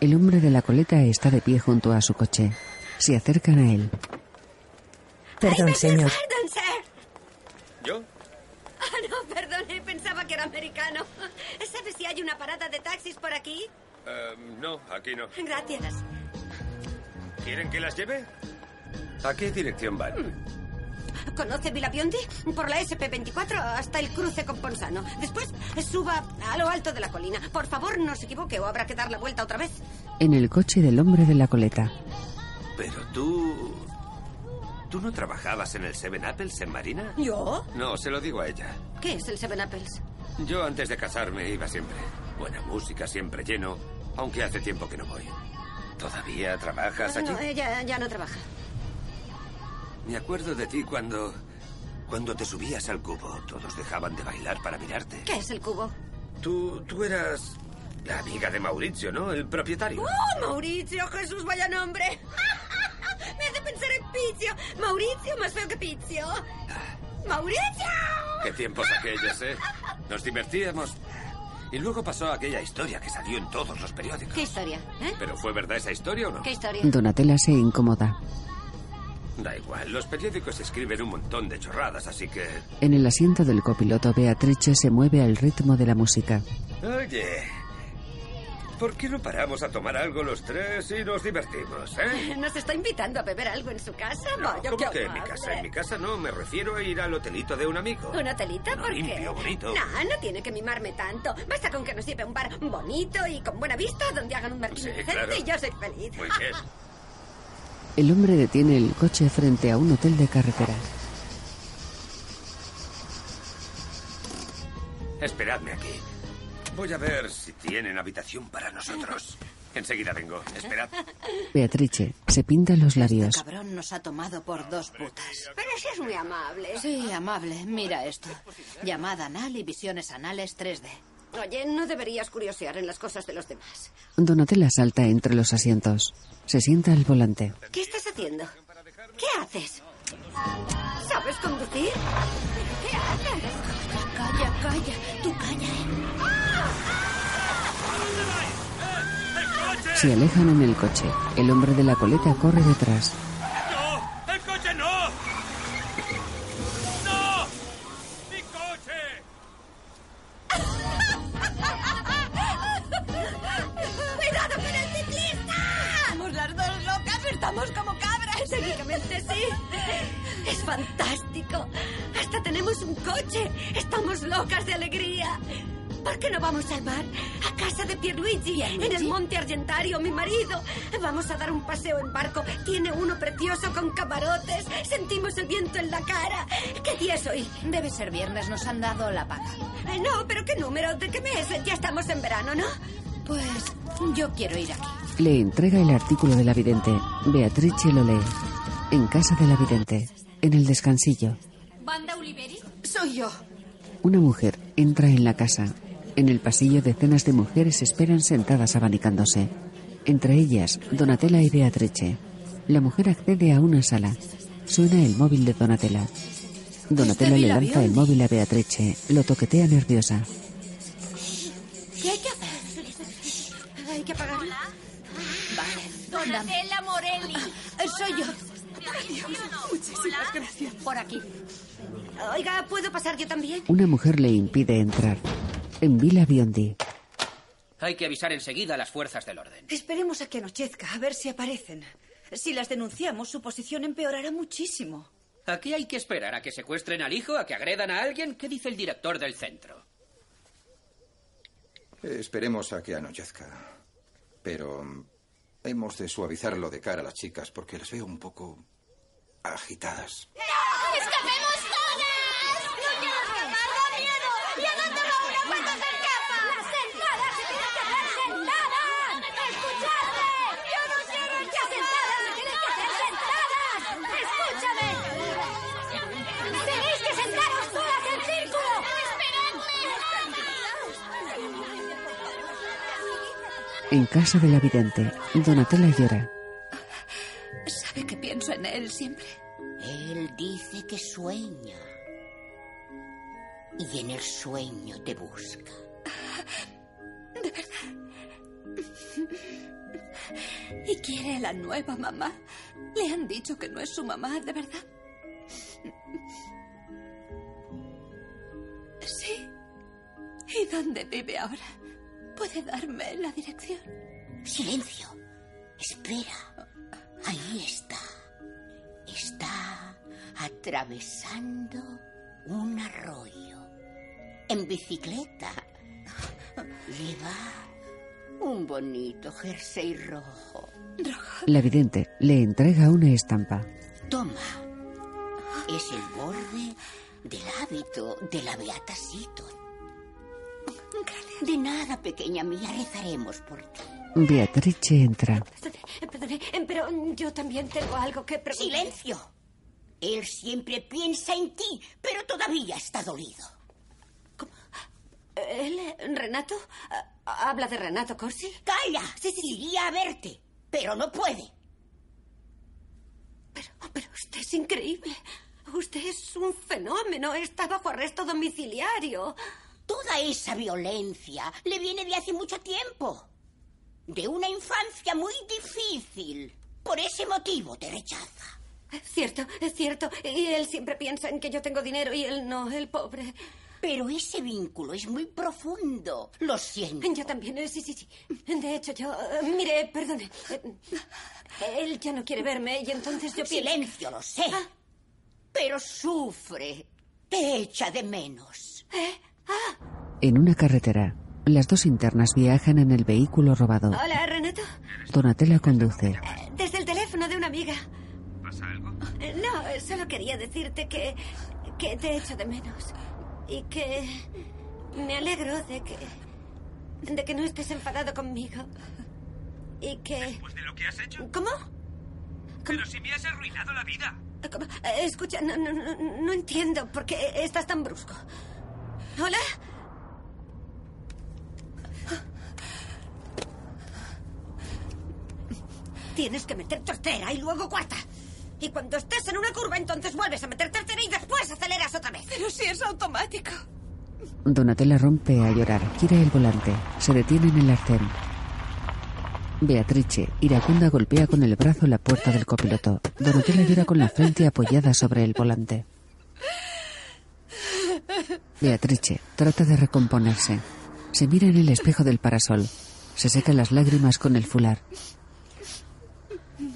El hombre de la coleta está de pie junto a su coche. Se acercan a él.
Perdón, señor.
Perdón, sir.
¿Yo?
Ah, no, perdone, pensaba que era americano. ¿Sabes si hay una parada de taxis por aquí?
Eh, no, aquí no.
Gracias.
¿Quieren que las lleve? ¿A qué dirección van?
Conoce Vilabiondi por la SP24 hasta el cruce con Ponsano. Después suba a lo alto de la colina. Por favor, no se equivoque o habrá que dar la vuelta otra vez.
En el coche del hombre de la coleta.
Pero tú... ¿Tú no trabajabas en el Seven Apples en Marina?
¿Yo?
No, se lo digo a ella.
¿Qué es el Seven Apples?
Yo antes de casarme iba siempre. Buena música, siempre lleno, aunque hace tiempo que no voy. ¿Todavía trabajas allí?
Ah, No, ella ya no trabaja.
Me acuerdo de ti cuando... Cuando te subías al cubo, todos dejaban de bailar para mirarte.
¿Qué es el cubo?
Tú, tú eras la amiga de Mauricio, ¿no? El propietario.
¡Oh, Mauricio! ¡Jesús, vaya nombre! *laughs* Me hace pensar en Pizio. Mauricio, más feo que Pizio. ¡Mauricio!
Qué tiempos aquellos, ¿eh? Nos divertíamos. Y luego pasó aquella historia que salió en todos los periódicos.
¿Qué historia? ¿Eh?
¿Pero fue verdad esa historia o no?
¿Qué historia?
Donatella se incomoda.
Da igual, los periódicos escriben un montón de chorradas, así que...
En el asiento del copiloto, Beatrice se mueve al ritmo de la música.
Oye, ¿Por qué no paramos a tomar algo los tres y nos divertimos, eh?
*laughs* Nos está invitando a beber algo en su casa.
No,
Vaya,
¿cómo
qué
que en mi
amable.
casa? En mi casa no, me refiero a ir al hotelito de un amigo.
¿Una telita?
No,
¿Por qué?
limpio, bonito.
No, no tiene que mimarme tanto. Basta con que nos lleve a un bar bonito y con buena vista donde hagan un martini
Sí,
decente
claro.
y yo soy feliz.
Muy bien.
El hombre detiene el coche frente a un hotel de carretera.
Esperadme aquí. Voy a ver si tienen habitación para
*laughs*
nosotros. Enseguida vengo. Esperad.
Beatrice se pinta los labios.
Este cabrón nos ha tomado por dos putas.
Pero si es muy amable.
Sí, amable. Mira esto. Llamada anal y visiones anales 3D.
Oye, no deberías curiosear en las cosas de los demás.
Donatella salta entre los asientos. Se sienta al volante.
*laughs* ¿Qué estás haciendo? ¿Qué haces? ¿Sabes conducir? ¿Qué haces?
Calla, calla. Tú calla,
eh.
Se alejan en el coche. El hombre de la coleta corre detrás.
¡No! ¡El coche no! ¡No! ¡Mi coche!
¡Cuidado con el ciclista! Estamos las dos locas, estamos como cabras.
Técnicamente sí. Es fantástico. Hasta tenemos un coche. Estamos locas de alegría. ¿Por qué no vamos al mar? A casa de Pierluigi, en el Monte Argentario, mi marido. Vamos a dar un paseo en barco. Tiene uno precioso con camarotes. Sentimos el viento en la cara. ¿Qué día es hoy?
Debe ser viernes, nos han dado la paga.
Eh, no, pero ¿qué número? ¿De qué mes? Ya estamos en verano, ¿no?
Pues yo quiero ir aquí.
Le entrega el artículo de la vidente. Beatrice lo lee. En casa de la vidente. En el descansillo.
¿Banda Oliveri? Soy yo.
Una mujer entra en la casa. En el pasillo decenas de mujeres esperan sentadas abanicándose. Entre ellas, Donatella y Beatrice. La mujer accede a una sala. Suena el móvil de Donatella. Donatella
Este
le
Vila
lanza el
Biondi.
móvil a Beatrice. Lo toquetea nerviosa.
¿Qué hay que hacer? Hay que apagarla. Vale. Donatella Morelli. soy yo.
Muchísimas gracias. Por aquí. Oiga, ¿puedo pasar yo también?
Una mujer le impide entrar. En Villa Biondi.
Hay que avisar enseguida a las fuerzas del orden.
Esperemos a que anochezca, a ver si aparecen. Si las denunciamos, su posición empeorará muchísimo.
¿A qué hay que esperar? ¿A que secuestren al hijo? ¿A que agredan a alguien? ¿Qué dice el director del centro?
Esperemos a que anochezca. Pero mm, hemos de suavizarlo de cara a las chicas porque las veo un poco agitadas.
¡Escapemos todas! ¡No quiero escapar, da miedo! ¡Llévatelo a una cuando se escapa! ¡Las sentadas se tienen que hacer sentadas! ¡Escuchadme! ¡Yo no quiero escapar! ¡Sentadas se tienen que hacer sentadas! ¡Escúchame! ¡Tenéis que sentaros todas en círculo!
En casa de la vidente, Donatella llora.
¿Sabe que pienso en él siempre?
Él dice que sueña. Y en el sueño te busca.
*laughs*
Y quiere la nueva mamá. Le han dicho que no es su mamá, ¿de verdad? Sí. ¿Y dónde vive ahora? ¿Puede darme la dirección?
Silencio. Espera. Ahí está. Está atravesando un arroyo. En bicicleta. Lleva un bonito jersey rojo.
La vidente le entrega una estampa.
Toma. Es el borde del hábito de la Beata Sito. De nada, pequeña mía, rezaremos por ti.
Beatrice entra.
Eh, Perdone, eh, pero mm, yo también tengo algo que preguntar.
¡Silencio! Él siempre piensa en ti, pero todavía está dolido.
¿Él, eh, Renato? Ah, ¿Habla de Renato Corsi?
¡Calla! Iría a verte, pero no puede.
Pero usted es increíble. Usted es un fenómeno. Está bajo arresto domiciliario.
Toda esa violencia le viene de hace mucho tiempo. De una infancia muy difícil. Por ese motivo te rechaza.
Cierto, es cierto. Y él siempre piensa en que yo tengo dinero y él no, el pobre.
Pero ese vínculo es muy profundo. Lo siento.
Yo también, eh, sí, sí, sí. De hecho, yo. eh, Mire, perdone. Eh, Él ya no quiere verme y entonces yo pienso. Ah,
Silencio, lo sé. Pero sufre. Te echa de menos.
¿Eh?
En una carretera, las dos internas viajan en el vehículo robado.
Hola, Renato.
Donatella conduce.
Desde el teléfono de una amiga.
¿Pasa algo?
Eh, No, eh, solo quería decirte que. que te echo de menos. Y que. me alegro de que. de que no estés enfadado conmigo. Y que.
¿De lo que has hecho?
¿Cómo?
Pero si me has arruinado la vida.
¿Cómo? Eh, Escucha, no, no, no, no entiendo por qué estás tan brusco. ¿Hola?
Tienes que meter tercera y luego cuarta.
Y cuando estés en una curva, entonces vuelves a meter tercera y después aceleras otra vez. Pero si es automático.
Donatella rompe a llorar, gira el volante, se detiene en el arcén. Beatrice, iracunda, golpea con el brazo la puerta del copiloto. Donatella llora con la frente apoyada sobre el volante. Beatrice trata de recomponerse. Se mira en el espejo del parasol. Se seca las lágrimas con el fular.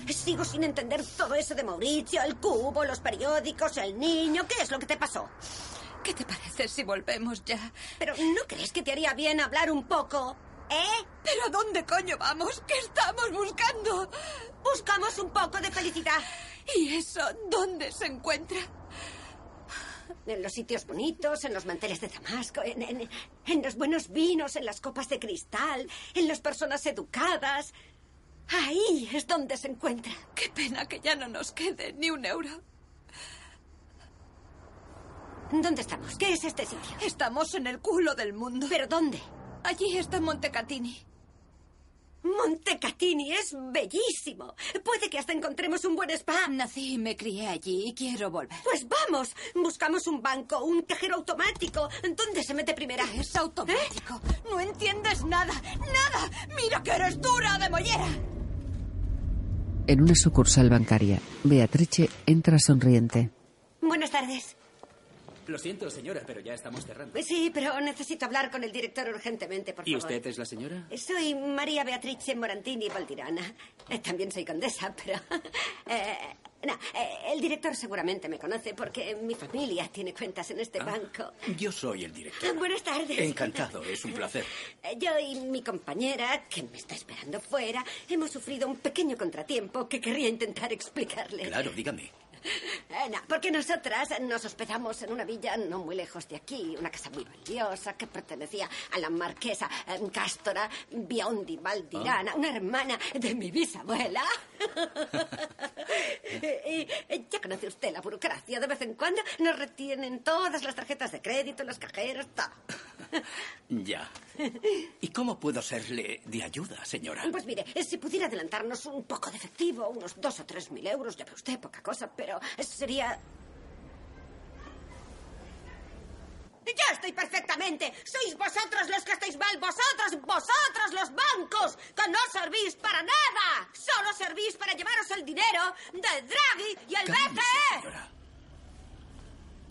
Sigo sin entender todo eso de Mauricio, el cubo, los periódicos, el niño. ¿Qué es lo que te pasó? ¿Qué te parece si volvemos ya? Pero ¿no crees que te haría bien hablar un poco? ¿Eh? ¿Pero a dónde coño vamos? ¿Qué estamos buscando? Buscamos un poco de felicidad. ¿Y eso dónde se encuentra? En los sitios bonitos, en los manteles de Damasco, en, en- en los buenos vinos, en las copas de cristal, en las personas educadas. Ahí es donde se encuentra. Qué pena que ya no nos quede ni un euro. ¿Dónde estamos? ¿Qué es este sitio? Estamos en el culo del mundo. ¿Pero dónde? Allí está Montecatini. Montecatini es bellísimo. Puede que hasta encontremos un buen spa. Nací y me crié allí y quiero volver. Pues vamos. Buscamos un banco, un cajero automático. ¿Dónde se mete primera? Es automático. No entiendes nada. Nada. Mira que eres dura de mollera.
En una sucursal bancaria, Beatrice entra sonriente.
Buenas tardes.
Lo siento, señora, pero ya estamos cerrando.
Sí, pero necesito hablar con el director urgentemente, por favor.
¿Y usted es la señora?
Soy María Beatrice Morantini Valdirana. Eh, También soy condesa, pero... *laughs* eh, no, eh, el director seguramente me conoce porque mi familia tiene cuentas en este banco.
Yo soy el director.
Ah, Buenas tardes.
Encantado, es un placer.
Eh, Yo y mi compañera, que me está esperando fuera, hemos sufrido un pequeño contratiempo que querría intentar explicarle.
Claro, dígame.
Eh, no, porque nosotras nos hospedamos en una villa no muy lejos de aquí, una casa muy valiosa que pertenecía a la marquesa eh, Cástora Biondi Valdirana, una hermana de mi bisabuela. Eh, y, eh, ya conoce usted la burocracia. De vez en cuando nos retienen todas las tarjetas de crédito, los cajeros, todo.
Ya. ¿Y cómo puedo serle de ayuda, señora?
Pues mire, eh, si pudiera adelantarnos un poco de efectivo, unos dos o tres mil euros, ya ve usted, poca cosa, pero sería...
Ya estoy perfectamente. Sois vosotros los que estáis mal. Vosotros, vosotros los bancos. Que no servís para nada. Solo servís para llevaros el dinero de Draghi y el
E.
BCE.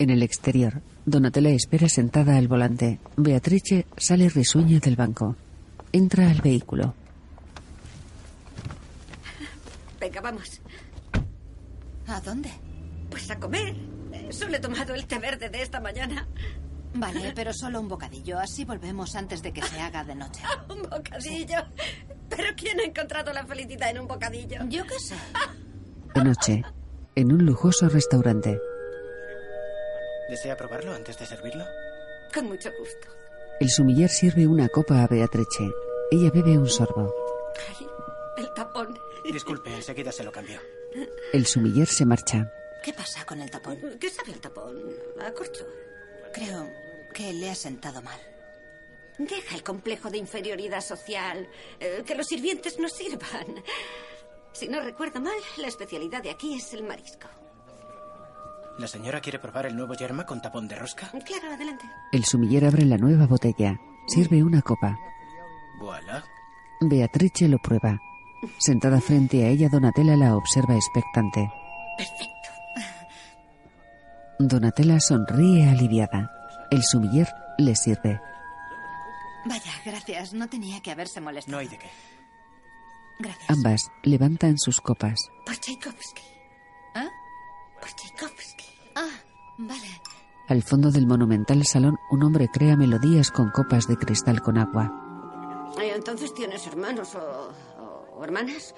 En el exterior, Donatella espera sentada al volante. Beatrice sale risueña del banco. Entra al vehículo.
Venga, vamos.
¿A dónde?
Pues a comer. Eh, Solo he tomado el té verde de esta mañana.
Vale, pero solo un bocadillo. Así volvemos antes de que se haga de noche.
*laughs* Un bocadillo. ¿Pero quién ha encontrado la felicidad en un bocadillo?
Yo
*laughs*
qué sé.
De noche, en un lujoso restaurante,
¿Desea probarlo antes de servirlo?
Con mucho gusto.
el sumiller sirve una copa a Beatrice. Ella bebe un sorbo.
El tapón.
Disculpe, enseguida se lo cambio.
El sumiller se marcha.
¿Qué pasa con el tapón?
¿Qué sabe el tapón? ¿A corcho?
Creo que le ha sentado mal.
Deja el complejo de inferioridad social. eh, que los sirvientes no sirvan. Si no recuerdo mal, la especialidad de aquí es el marisco.
¿La señora quiere probar el nuevo yerma con tapón de rosca?
Claro, adelante.
El sumiller abre la nueva botella. Sirve una copa.
Voilà.
Beatrice lo prueba. Sentada frente a ella, Donatella la observa expectante. Perfecto. Donatella sonríe aliviada. El sumiller le sirve.
Vaya, gracias. No tenía que haberse molestado. No hay de qué.
Ambas levantan sus copas.
Por Tchaikovsky. ¿Ah?
Pues
Por Tchaikovsky. Ah, vale.
Al fondo del monumental salón, un hombre crea melodías con copas de cristal con agua.
Eh, Entonces tienes hermanos o, o- o hermanas.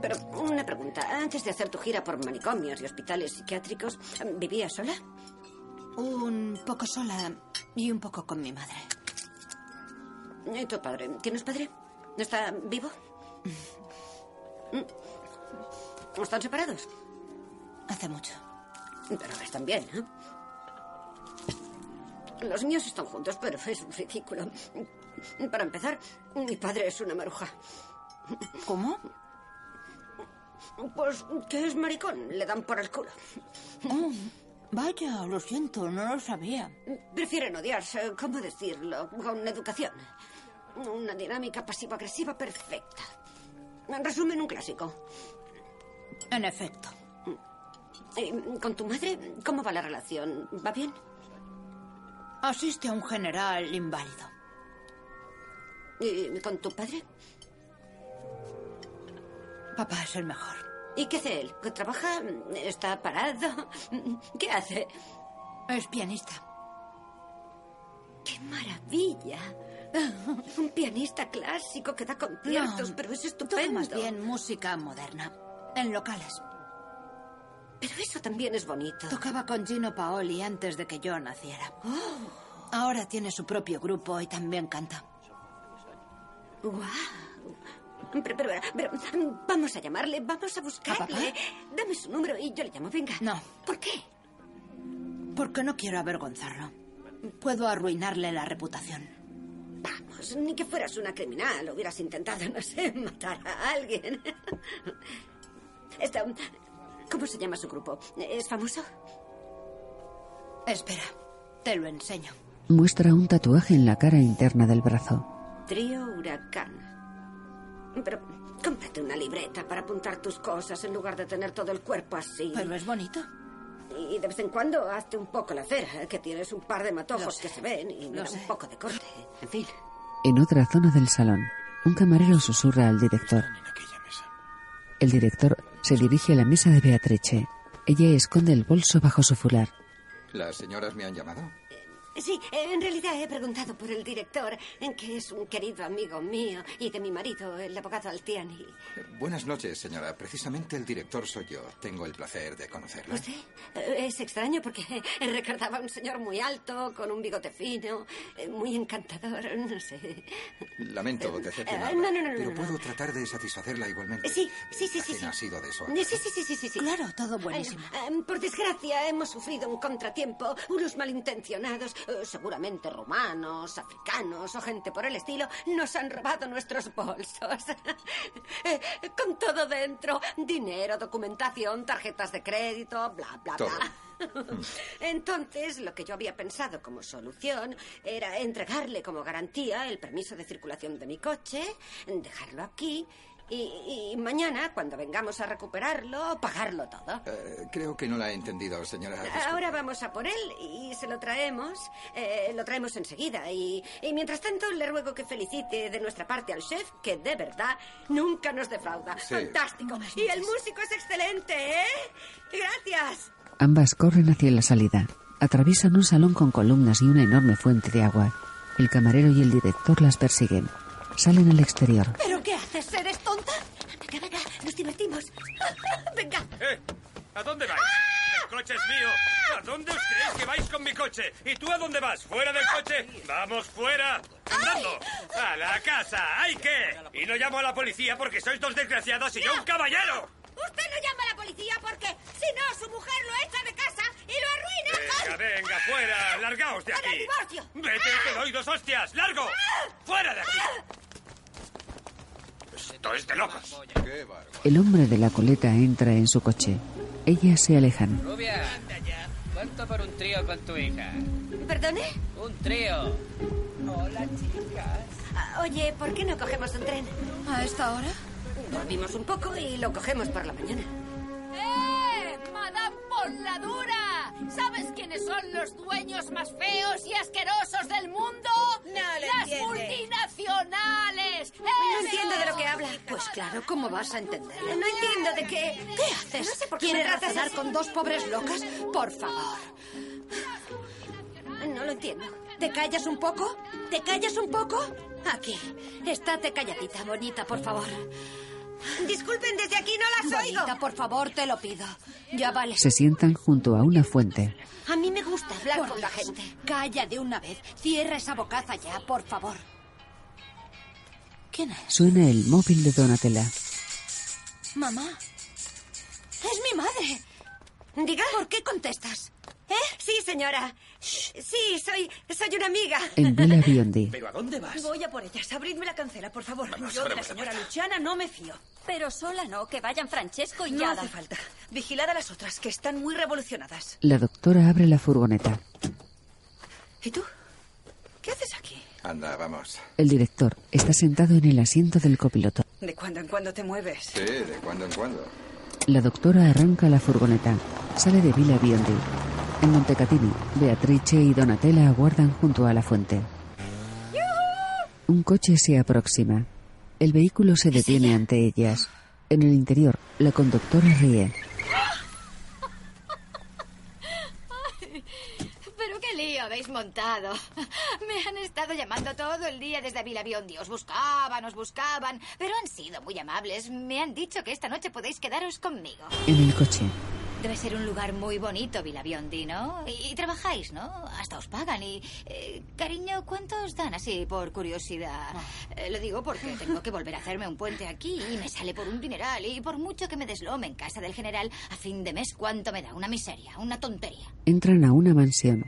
Pero una pregunta. Antes de hacer tu gira por manicomios y hospitales psiquiátricos, ¿vivías sola?
Un poco sola y un poco con mi madre.
¿Y tu padre? ¿Tienes padre? ¿No está vivo? Mm. ¿Están separados?
Hace mucho.
Pero están bien, ¿eh? Los míos están juntos, pero es un ridículo. Para empezar, mi padre es una maruja.
¿Cómo?
Pues que es maricón, le dan por el culo.
Oh, vaya, lo siento, no lo sabía.
Prefieren odiarse, ¿cómo decirlo? Con educación. Una dinámica pasivo-agresiva perfecta. En resumen, un clásico.
En efecto.
¿Y con tu madre cómo va la relación? ¿Va bien?
Asiste a un general inválido.
¿Y con tu padre?
Papá es el mejor.
¿Y qué hace él? ¿Trabaja? ¿Está parado? ¿Qué hace?
Es pianista.
¡Qué maravilla! Un pianista clásico que da conciertos,
No,
pero es
Todo
estupendo.
más bien música moderna. En locales.
Pero eso también es bonito.
Tocaba con Gino Paoli antes de que yo naciera.
Oh.
Ahora tiene su propio grupo y también canta.
Pero, pero, pero, vamos a llamarle, vamos a buscarle. eh, Dame su número y yo le llamo, venga.
No.
¿Por qué?
Porque no quiero avergonzarlo. Puedo arruinarle la reputación.
Pues ni que fueras una criminal, hubieras intentado, no sé, *laughs* matar a alguien. Esta, ¿Cómo se llama su grupo? ¿Es famoso?
Espera, te lo enseño.
Muestra un tatuaje en la cara interna del brazo.
Trío Huracán. Pero cómprate una libreta para apuntar tus cosas en lugar de tener todo el cuerpo así.
Pero es bonito.
Y de vez en cuando hazte un poco la cera, que tienes un par de matojos que se ven y me
lo
da un poco de corte. En fin.
En otra zona del salón, un camarero susurra al director. El director se dirige a la mesa de Beatrice. Ella esconde el bolso bajo su fular.
¿Las señoras me han llamado?
Sí, eh, en realidad he preguntado por el director, eh, que es un querido amigo mío y de mi marido, el abogado Altiani.
Buenas noches, señora. Precisamente el director soy yo. Tengo el placer de conocerla.
¿Usted? Eh, Es extraño porque eh, recordaba a un señor muy alto, con un bigote fino, eh, muy encantador, *laughs* no sé.
Lamento decepcionarla,
Eh, no, no, no, no,
pero
no.
puedo tratar de satisfacerla igualmente.
Sí, sí, sí,
La
sí,
cena
sí.
ha sido de eso.
Sí, sí, sí, sí, sí, sí.
Claro, todo buenísimo.
Eh, eh, por desgracia, hemos sufrido un contratiempo, unos malintencionados, eh, seguramente rumanos, africanos o gente por el estilo, nos han robado nuestros bolsos. *laughs* Eh, con todo dentro, dinero, documentación, tarjetas de crédito, bla, bla,
Todo.
bla. Entonces, lo que yo había pensado como solución era entregarle como garantía el permiso de circulación de mi coche, dejarlo aquí y, y mañana, cuando vengamos a recuperarlo, pagarlo todo.
Eh, creo que no la he entendido, señora.
Ahora vamos a por él y se lo traemos, eh, lo traemos enseguida. Y, y mientras tanto, le ruego que felicite de nuestra parte al chef, que de verdad nunca nos defrauda.
Sí.
Fantástico. Y el músico es excelente, ¿eh? Gracias.
Ambas corren hacia la salida. Atraviesan un salón con columnas y una enorme fuente de agua. El camarero y el director las persiguen. Salen al exterior.
¿Pero qué haces? ¿Eres tonta? Venga, venga, nos divertimos. Venga.
¡Eh! ¿A dónde vais? ¡El coche es mío! ¿A dónde os creéis que vais con mi coche? ¿Y tú a dónde vas? ¡Fuera del coche! ¡Vamos fuera! ¡Andando! ¡A la casa! ¡Hay que! Y no llamo a la policía porque sois dos desgraciados y yo un caballero.
Usted no llama a la policía porque si no, su mujer lo echa de casa y lo arruina
Venga, venga, fuera. Largaos de aquí. Vete, te doy dos hostias. Largo. Fuera de aquí. Pues Esto es de locos.
El hombre de la coleta entra en su coche. Ellas se alejan.
Rubia, ¿cuánto por un trío con tu hija?
¿Perdone?
Un trío.
Hola, chicas. Ah, oye, ¿por qué no cogemos un tren?
¿A esta hora?
Dormimos un poco y lo cogemos por la mañana.
¡Eh! ¡Madame por la dura!
son los dueños más feos y asquerosos del mundo?
lo
¡Las
entiende.
multinacionales!
No
¡Eso!
entiendo de lo que habla.
Pues claro, ¿cómo vas a entenderlo?
No entiendo de qué. ¿Qué haces?
No sé por qué
¿Quieres
me tratas
razonar
así.
con dos pobres locas? Por favor.
No lo entiendo. ¿Te callas un poco? ¿Te callas un poco? Aquí. Estate calladita, bonita, por favor.
Disculpen, desde aquí no las oigo.
Por favor, te lo pido. Ya vale.
Se sientan junto a una fuente.
A mí me gusta hablar con la gente. Calla de una vez. Cierra esa bocaza ya, por favor.
¿Quién es?
Suena el móvil de Donatella.
Mamá. Es mi madre.
Diga. ¿Por qué contestas? ¿Eh? Sí, señora. Shh, Sí, soy, soy una amiga.
En Villa Biondi.
¿Pero a dónde vas?
Voy a por ellas. Abridme la cancela, por favor.
Vamos,
Yo de la
abramos la
señora
puerta.
Luchana no me fío.
Pero sola no, que vayan Francesco y
No
Yada.
hace falta. Vigilad a las otras, que están muy revolucionadas.
La doctora abre la furgoneta.
¿Y tú? ¿Qué haces aquí?
Anda, vamos.
El director está sentado en el asiento del copiloto.
De cuando en cuando te mueves.
Sí, de cuando en cuando.
La doctora arranca la furgoneta. Sale de Villa Biondi. En Montecatini, Beatrice y Donatella aguardan junto a la fuente. Un coche se aproxima. El vehículo se detiene ante ellas. En el interior, la conductora ríe.
Ay, Pero qué lío habéis montado. Me han estado llamando todo el día desde Vila Biondi. Os buscaban, os buscaban, pero han sido muy amables. Me han dicho que esta noche podéis quedaros conmigo.
En el coche,
Debe ser un lugar muy bonito, Vila Biondi, ¿no? Y, y trabajáis, ¿no? Hasta os pagan. Y, eh, cariño, ¿cuánto os dan así por curiosidad? Eh, lo digo porque tengo que volver a hacerme un puente aquí y me sale por un dineral. Y por mucho que me deslome en casa del general, a fin de mes, ¿cuánto me da? Una miseria, una tontería.
entran a una mansión.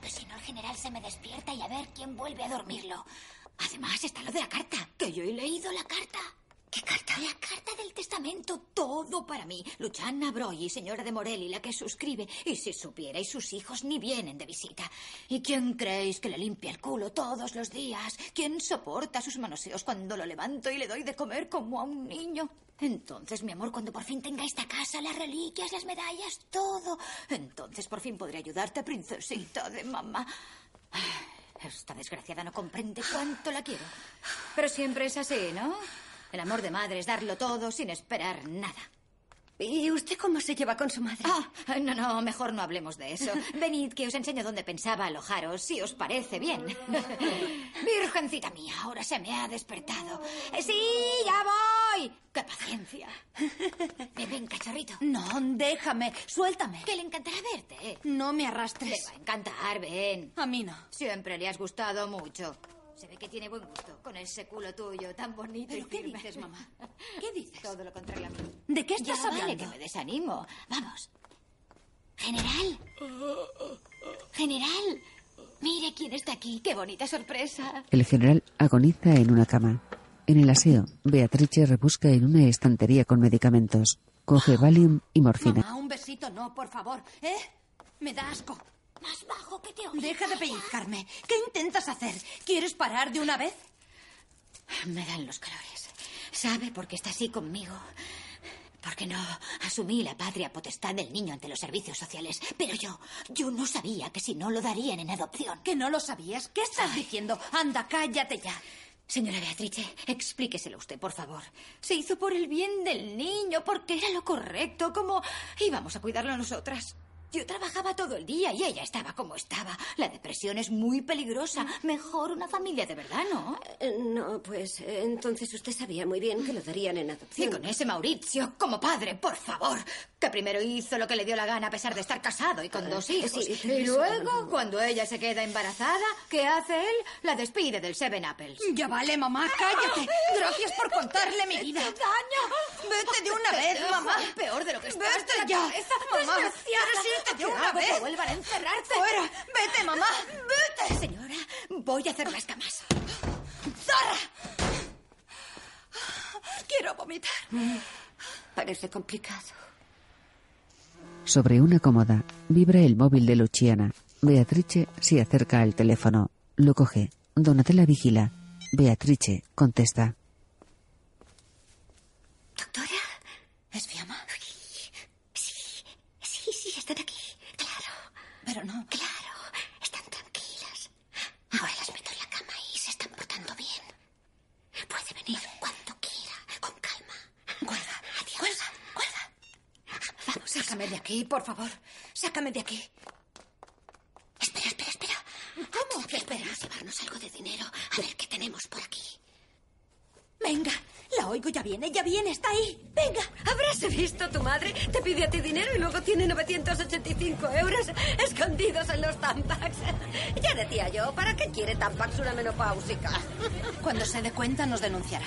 Que si no, el general se me despierta y a ver quién vuelve a dormirlo. Además, está lo de la carta. Que yo he leído la carta. ¿Qué carta? La carta del testamento. Todo para mí. Luchana Broyi, señora de Morelli, la que suscribe. Y si supiera, y sus hijos ni vienen de visita. ¿Y quién creéis que le limpia el culo todos los días? ¿Quién soporta sus manoseos cuando lo levanto y le doy de comer como a un niño? Entonces, mi amor, cuando por fin tenga esta casa, las reliquias, las medallas, todo, entonces por fin podré ayudarte, princesita de mamá. Esta desgraciada no comprende cuánto la quiero. Pero siempre es así, ¿no? El amor de madre es darlo todo sin esperar nada. ¿Y usted cómo se lleva con su madre? Ah, no, no, mejor no hablemos de
*laughs*
eso. Venid, que os enseño dónde pensaba alojaros, si os parece
*laughs*
bien. Virgencita mía, ahora se me ha despertado. Eh, ¡Sí, ya voy! ¡Qué paciencia!
*laughs*
Ven, ven, cachorrito.
No, déjame, suéltame.
Que le encantará verte.
No me
Le
arrastres.
va a encantar, ven.
A mí no.
Siempre le has gustado mucho. Se ve que tiene buen gusto con ese culo tuyo tan bonito. ¿Pero qué dices, mamá? ¿Qué dices? Todo lo contrario a mí.
¿De qué
Ya
estás
vale,
hablando?
que me desanimo. Vamos. General. General. Mire quién está aquí. Qué bonita sorpresa.
El general agoniza en una cama. En el aseo, Beatrice rebusca en una estantería con medicamentos. Coge Valium y
Mamá,
morfina.
un besito no, por favor. ¿Eh? Me da asco.
Más bajo que te
Deja de pellizcarme. ¿Qué intentas hacer? ¿Quieres parar de una vez?
Me dan los calores. ¿Sabe por qué está así conmigo? Porque no asumí la patria potestad del niño ante los servicios sociales. Pero yo, yo no sabía que si no lo darían en adopción.
¿Que no lo sabías? ¿Qué estás diciendo? Anda, cállate ya.
Señora Beatrice, explíqueselo usted, por favor. Se hizo por el bien del niño, porque era lo correcto, como íbamos a cuidarlo nosotras. Yo trabajaba todo el día y ella estaba como estaba. La depresión es muy peligrosa. Mejor una familia de verdad, ¿no?
Eh, No, pues eh, entonces usted sabía muy bien que lo darían en adopción.
Y con ese Mauricio como padre, por favor, que primero hizo lo que le dio la gana a pesar de estar casado y con dos
Eh,
hijos.
sí,
y
eso,
luego, cuando ella se queda embarazada, ¿qué hace él? La despide del Seven Apples.
Ya vale, mamá, cállate. Gracias por contarle mi vida.
Este daño! Este
Vete de una vez, mamá.
Peor de lo que estás.
Vete
de la
ya.
cabeza,
Mamá,
desgraciada.
pero sí, vete de
Te
una
hago que
vez.
vuelvan a encerrarte.
Fuera. Vete, mamá.
Vete. Señora, voy a hacer las camas.
¡Zorra! Quiero vomitar.
Parece complicado.
Sobre una cómoda, vibra el móvil de Luciana. Beatrice se acerca al teléfono. Lo coge. Donatella vigila. Beatrice contesta.
¿Doctora?
¿Es mi ama?
Sí, sí, sí, están aquí. Claro.
Sácame de aquí, por favor. Sácame de aquí. Espera, espera, espera. ¿Cómo? espera. llevarnos algo de dinero. A ver qué tenemos por aquí. Venga, la oigo, ya viene, ya viene, está ahí. Venga.
Habrás visto a tu madre. Te pide a ti dinero y luego tiene 985 euros escondidos en los tampax.
Ya decía yo, ¿para qué quiere Tampax una menopáusica?
Cuando se dé cuenta nos denunciará.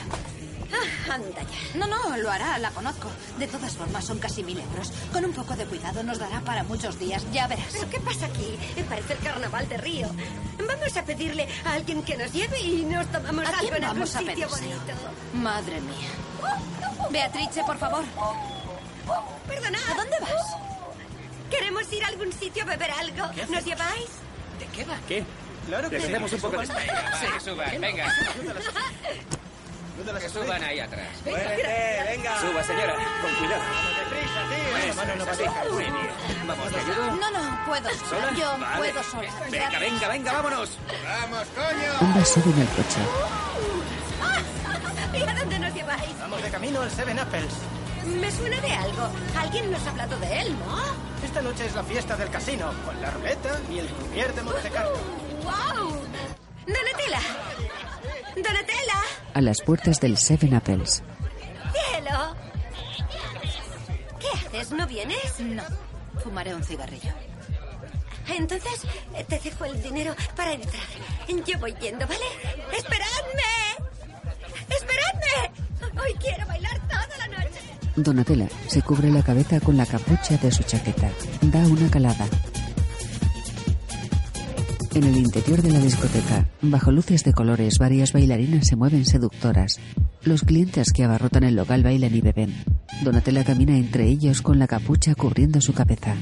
Ah,
anda ya. No, no, lo hará, la conozco. De todas formas, son casi mil euros. Con un poco de cuidado nos dará para muchos días, ya verás.
¿Pero qué pasa aquí? Eh, Parece el carnaval de Río. Vamos a pedirle a alguien que nos lleve y nos tomamos
¿A
algo
quién
en algún
vamos a
sitio
pedírselo?
bonito.
Madre mía. Beatrice, por favor.
Perdona. ¿A dónde vas? Queremos ir a algún sitio a beber algo. ¿Nos lleváis?
¿De qué va?
¿Qué?
Claro
Les damos un poco de
Venga, va, que suban, venga.
*laughs*
Que suban ahí atrás. eh,
Suba, señora, con cuidado. Eso
mano
es,
no
así.
baja.
Muy bien. Vamos, ¿te ayudo?
No, no, puedo.
¿Sola?
Yo
Vale.
puedo sola.
Venga,
Gracias.
venga, venga, vámonos. ¡Vamos, coño!
Ambas suben al coche.
*laughs* ¿Y a dónde nos lleváis?
Vamos de camino al Seven Apples.
Me suena de algo. Alguien nos ha hablado de él, ¿no?
Esta noche es la fiesta del casino, con la ruleta y el crupier de Montecarlo.
¡Wow! ¡Donatella! ¡Donatella!
A las puertas del Seven Apples.
¡Cielo! ¿Qué haces? ¿No vienes?
No. Fumaré un cigarrillo.
Entonces, eh, te dejo el dinero para entrar. Yo voy yendo, ¿vale? ¡Esperadme! ¡Esperadme! Hoy quiero bailar toda la noche.
Donatella se cubre la cabeza con la capucha de su chaqueta. Da una calada. En el interior de la discoteca, bajo luces de colores, varias bailarinas se mueven seductoras. Los clientes que abarrotan el local bailan y beben. Donatella camina entre ellos con la capucha cubriendo su cabeza.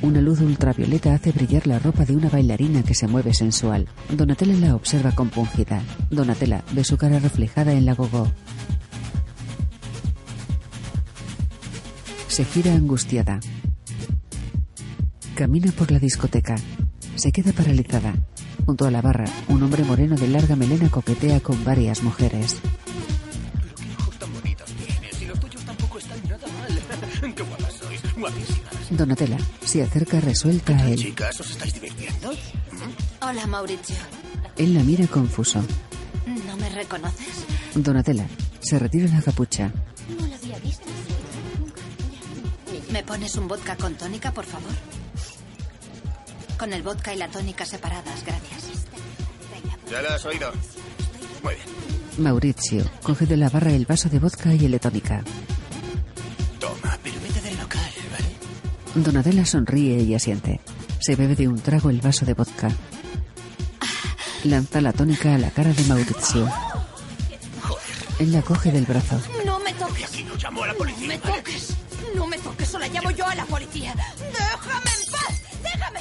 Una luz ultravioleta hace brillar la ropa de una bailarina que se mueve sensual. Donatella la observa compungida. Donatella ve su cara reflejada en la gogó. Se gira angustiada. Camina por la discoteca. Se queda paralizada. Junto a la barra, un hombre moreno de larga melena coquetea con varias mujeres.
Si los tuyos tampoco están nada mal. *laughs* Qué guapas sois, guapísimas.
Donatella se acerca resuelta a él.
Chicas, ¿os estáis divirtiendo?
Hola, Mauricio.
Él la mira confuso.
¿No me reconoces?
Donatella se retira la capucha.
No lo había visto. ¿Me pones un vodka con tónica, por favor? Con el vodka y la tónica separadas, gracias.
Ya la has oído. Muy bien.
Mauricio coge de la barra el vaso de vodka y el de tónica.
Toma, pero vete del local, ¿vale?
Donatella sonríe y asiente. Se bebe de un trago el vaso de vodka. Lanza la tónica a la cara de Mauricio. Él la coge del brazo.
No me toques. aquí no llamo a la policía. No me toques. No me toques o la llamo yo a la policía. Déjame en paz. Déjame.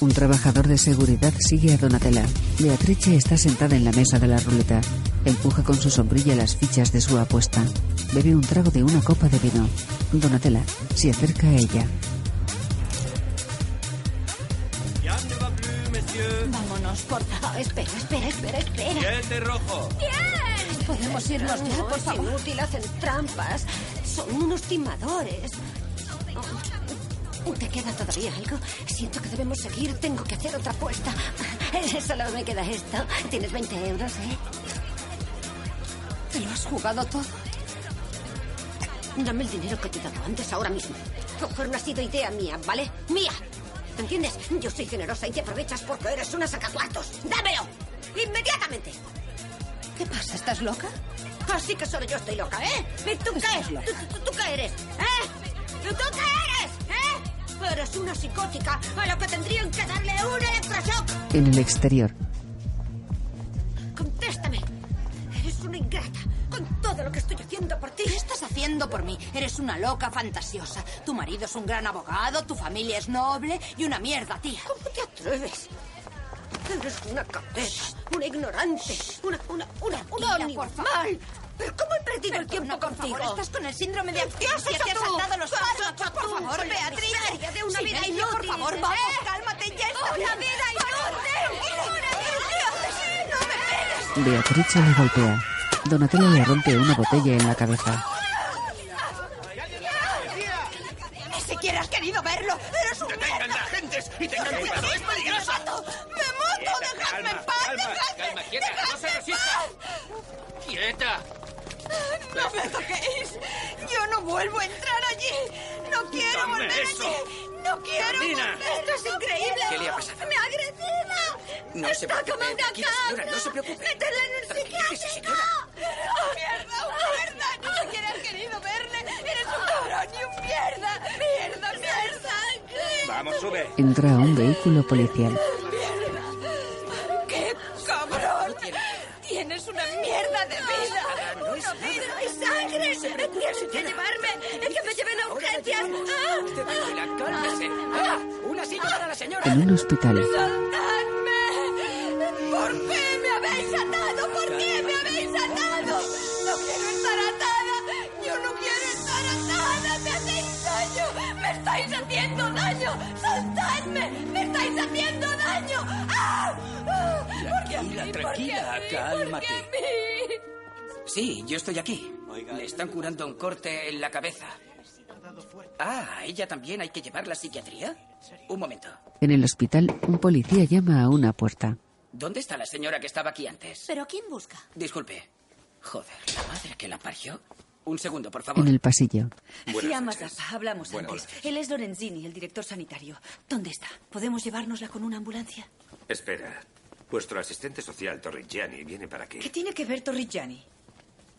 Un trabajador de seguridad sigue a Donatella. Beatrice está sentada en la mesa de la ruleta. Empuja con su sombrilla las fichas de su apuesta. Bebe un trago de una copa de vino. Donatella se acerca a ella.
Vámonos, por favor. Espera, espera, espera, espera.
Siete rojo.
¡Bien! Podemos irnos ya, por
es
favor.
inútil, hacen trampas. Son unos timadores. Oh, ¿Te queda todavía algo? Siento que debemos seguir. Tengo que hacer otra apuesta. *laughs* Solo me queda esto. Tienes 20 euros, ¿eh?
¿Te lo has jugado todo?
Dame el dinero que te he dado antes ahora mismo. Coger no ha sido idea mía, ¿vale? ¡Mía! ¿Entiendes? Yo soy generosa y te aprovechas porque eres una sacacuartos. ¡Dámelo! ¡Inmediatamente!
¿Qué pasa? ¿Estás loca?
Así que solo yo estoy loca, ¿eh? ¿Y tú qué? ¿Tú, tú, tú qué eres? ¿Eh? ¿Y tú qué eres? ¿Eh? Eres una psicótica a la que tendrían que darle un electroshock.
En el exterior,
Contéstame. Eres una ingrata. Con todo lo que estoy haciendo por ti.
¿Qué estás haciendo por mí? Eres una loca fantasiosa. Tu marido es un gran abogado, tu familia es noble y una mierda, tía.
¿Cómo te atreves? Eres una cabeza, una ignorante, una, una, una, una animal. ¿Pero cómo he perdido el tiempo contigo?
estás con el síndrome de
¿Qué has
abstinencia,
hecho
te has
tú?
saltado los
¿Qué has
pasos.
hecho
Por
tú?
favor,
Soy la miseria
Beatriz,
de una vida
Silencio, por
inútil,
favor,
¿eh?
vamos, cálmate ya.
¡Una vida inútil! ¡Una vida
Beatrice le golpea. Donatello le rompe una botella en la cabeza.
Ni siquiera has querido verlo. Eres un ¡Detengan mierda. agentes! ¡Y tengan cuidado! ¡Es peligroso! ¡Me mato! ¡Me mato! ¡Dejadme en paz! ¡Dejadme!
Calma, quieta, no se resista. Quieta.
¡No me toquéis! ¡Yo no vuelvo a entrar allí! ¡No quiero
Dame
volver
eso.
allí! ¡No quiero
Camina.
volver! ¡Esto es increíble!
¿Qué le ha pasado?
¡Me ha agredido!
No se
¡Está
preocupe,
como una
tranquila, señora,
cabra.
no se preocupe.
¡Métela en un psiquiátrico! ¡Oh, mierda! ¡Un mierda! ¡Ni siquiera has querido verle! ¡Eres un cabrón y un mierda! ¡Mierda, mierda! ¿Qué?
Vamos, sube.
Entra a un vehículo policial.
¡Mierda! ¡Qué cabrón! ¡Tienes una mierda de vida!
No es
¡Una
nada.
vida! ¡Hay sangre! ¡Tienen que llevarme! ¡Es que me lleven a urgencias! ¡Ah!
Tranquila, cálmese. Ah, una silla para la señora.
En un hospital.
¡Soltadme! ¿Por qué me habéis atado? ¿Por qué me habéis atado? No quiero estar atada. Yo no quiero estar atada. Me hacéis daño. Me estáis haciendo daño. Soltadme. Me estáis haciendo daño. ¡Ah! ¡Ah! ¿Por qué a mí?
Tranquila,
¿Por qué
tranquila,
a mí? ¿Por qué
cálmate.
a mí?
Sí, yo estoy aquí. Le
eh.
están curando un corte en la cabeza. Ah, ¿a ella también hay que llevarla a psiquiatría? Un momento.
En el hospital, un policía llama a una puerta.
¿Dónde está la señora que estaba aquí antes?
¿Pero quién busca?
Disculpe. Joder, la madre que la parió. Un segundo, por favor.
En el pasillo.
Llamas a hablamos
Buenas
antes. Él es Lorenzini, el director sanitario. ¿Dónde está? ¿Podemos llevárnosla con una ambulancia?
Espera. Vuestro asistente social, Torrigiani, viene para
¿Qué
aquí.
tiene que ver Torrigiani?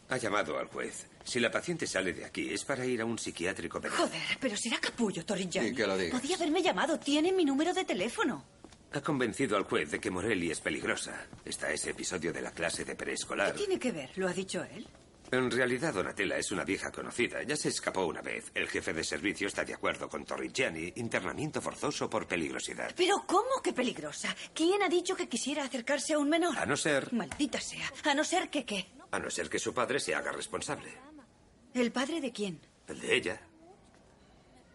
Ha llamado al juez. Si la paciente sale de aquí, es para ir a un psiquiátrico penal.
Joder, pero será capullo Torrigiani.
Y que lo diga.
Podía haberme llamado. Tiene mi número de teléfono.
Ha convencido al juez de que Morelli es peligrosa. Está ese episodio de la clase de preescolar.
¿Qué tiene que ver? ¿Lo ha dicho él?
En realidad, Donatella es una vieja conocida. Ya se escapó una vez. El jefe de servicio está de acuerdo con Torrigiani. Internamiento forzoso por peligrosidad.
Pero ¿cómo que peligrosa? ¿Quién ha dicho que quisiera acercarse a un menor?
A Ah, no ser.
Maldita sea. A no ser que qué.
A no ser que su padre se haga responsable.
¿El padre de quién?
El de ella.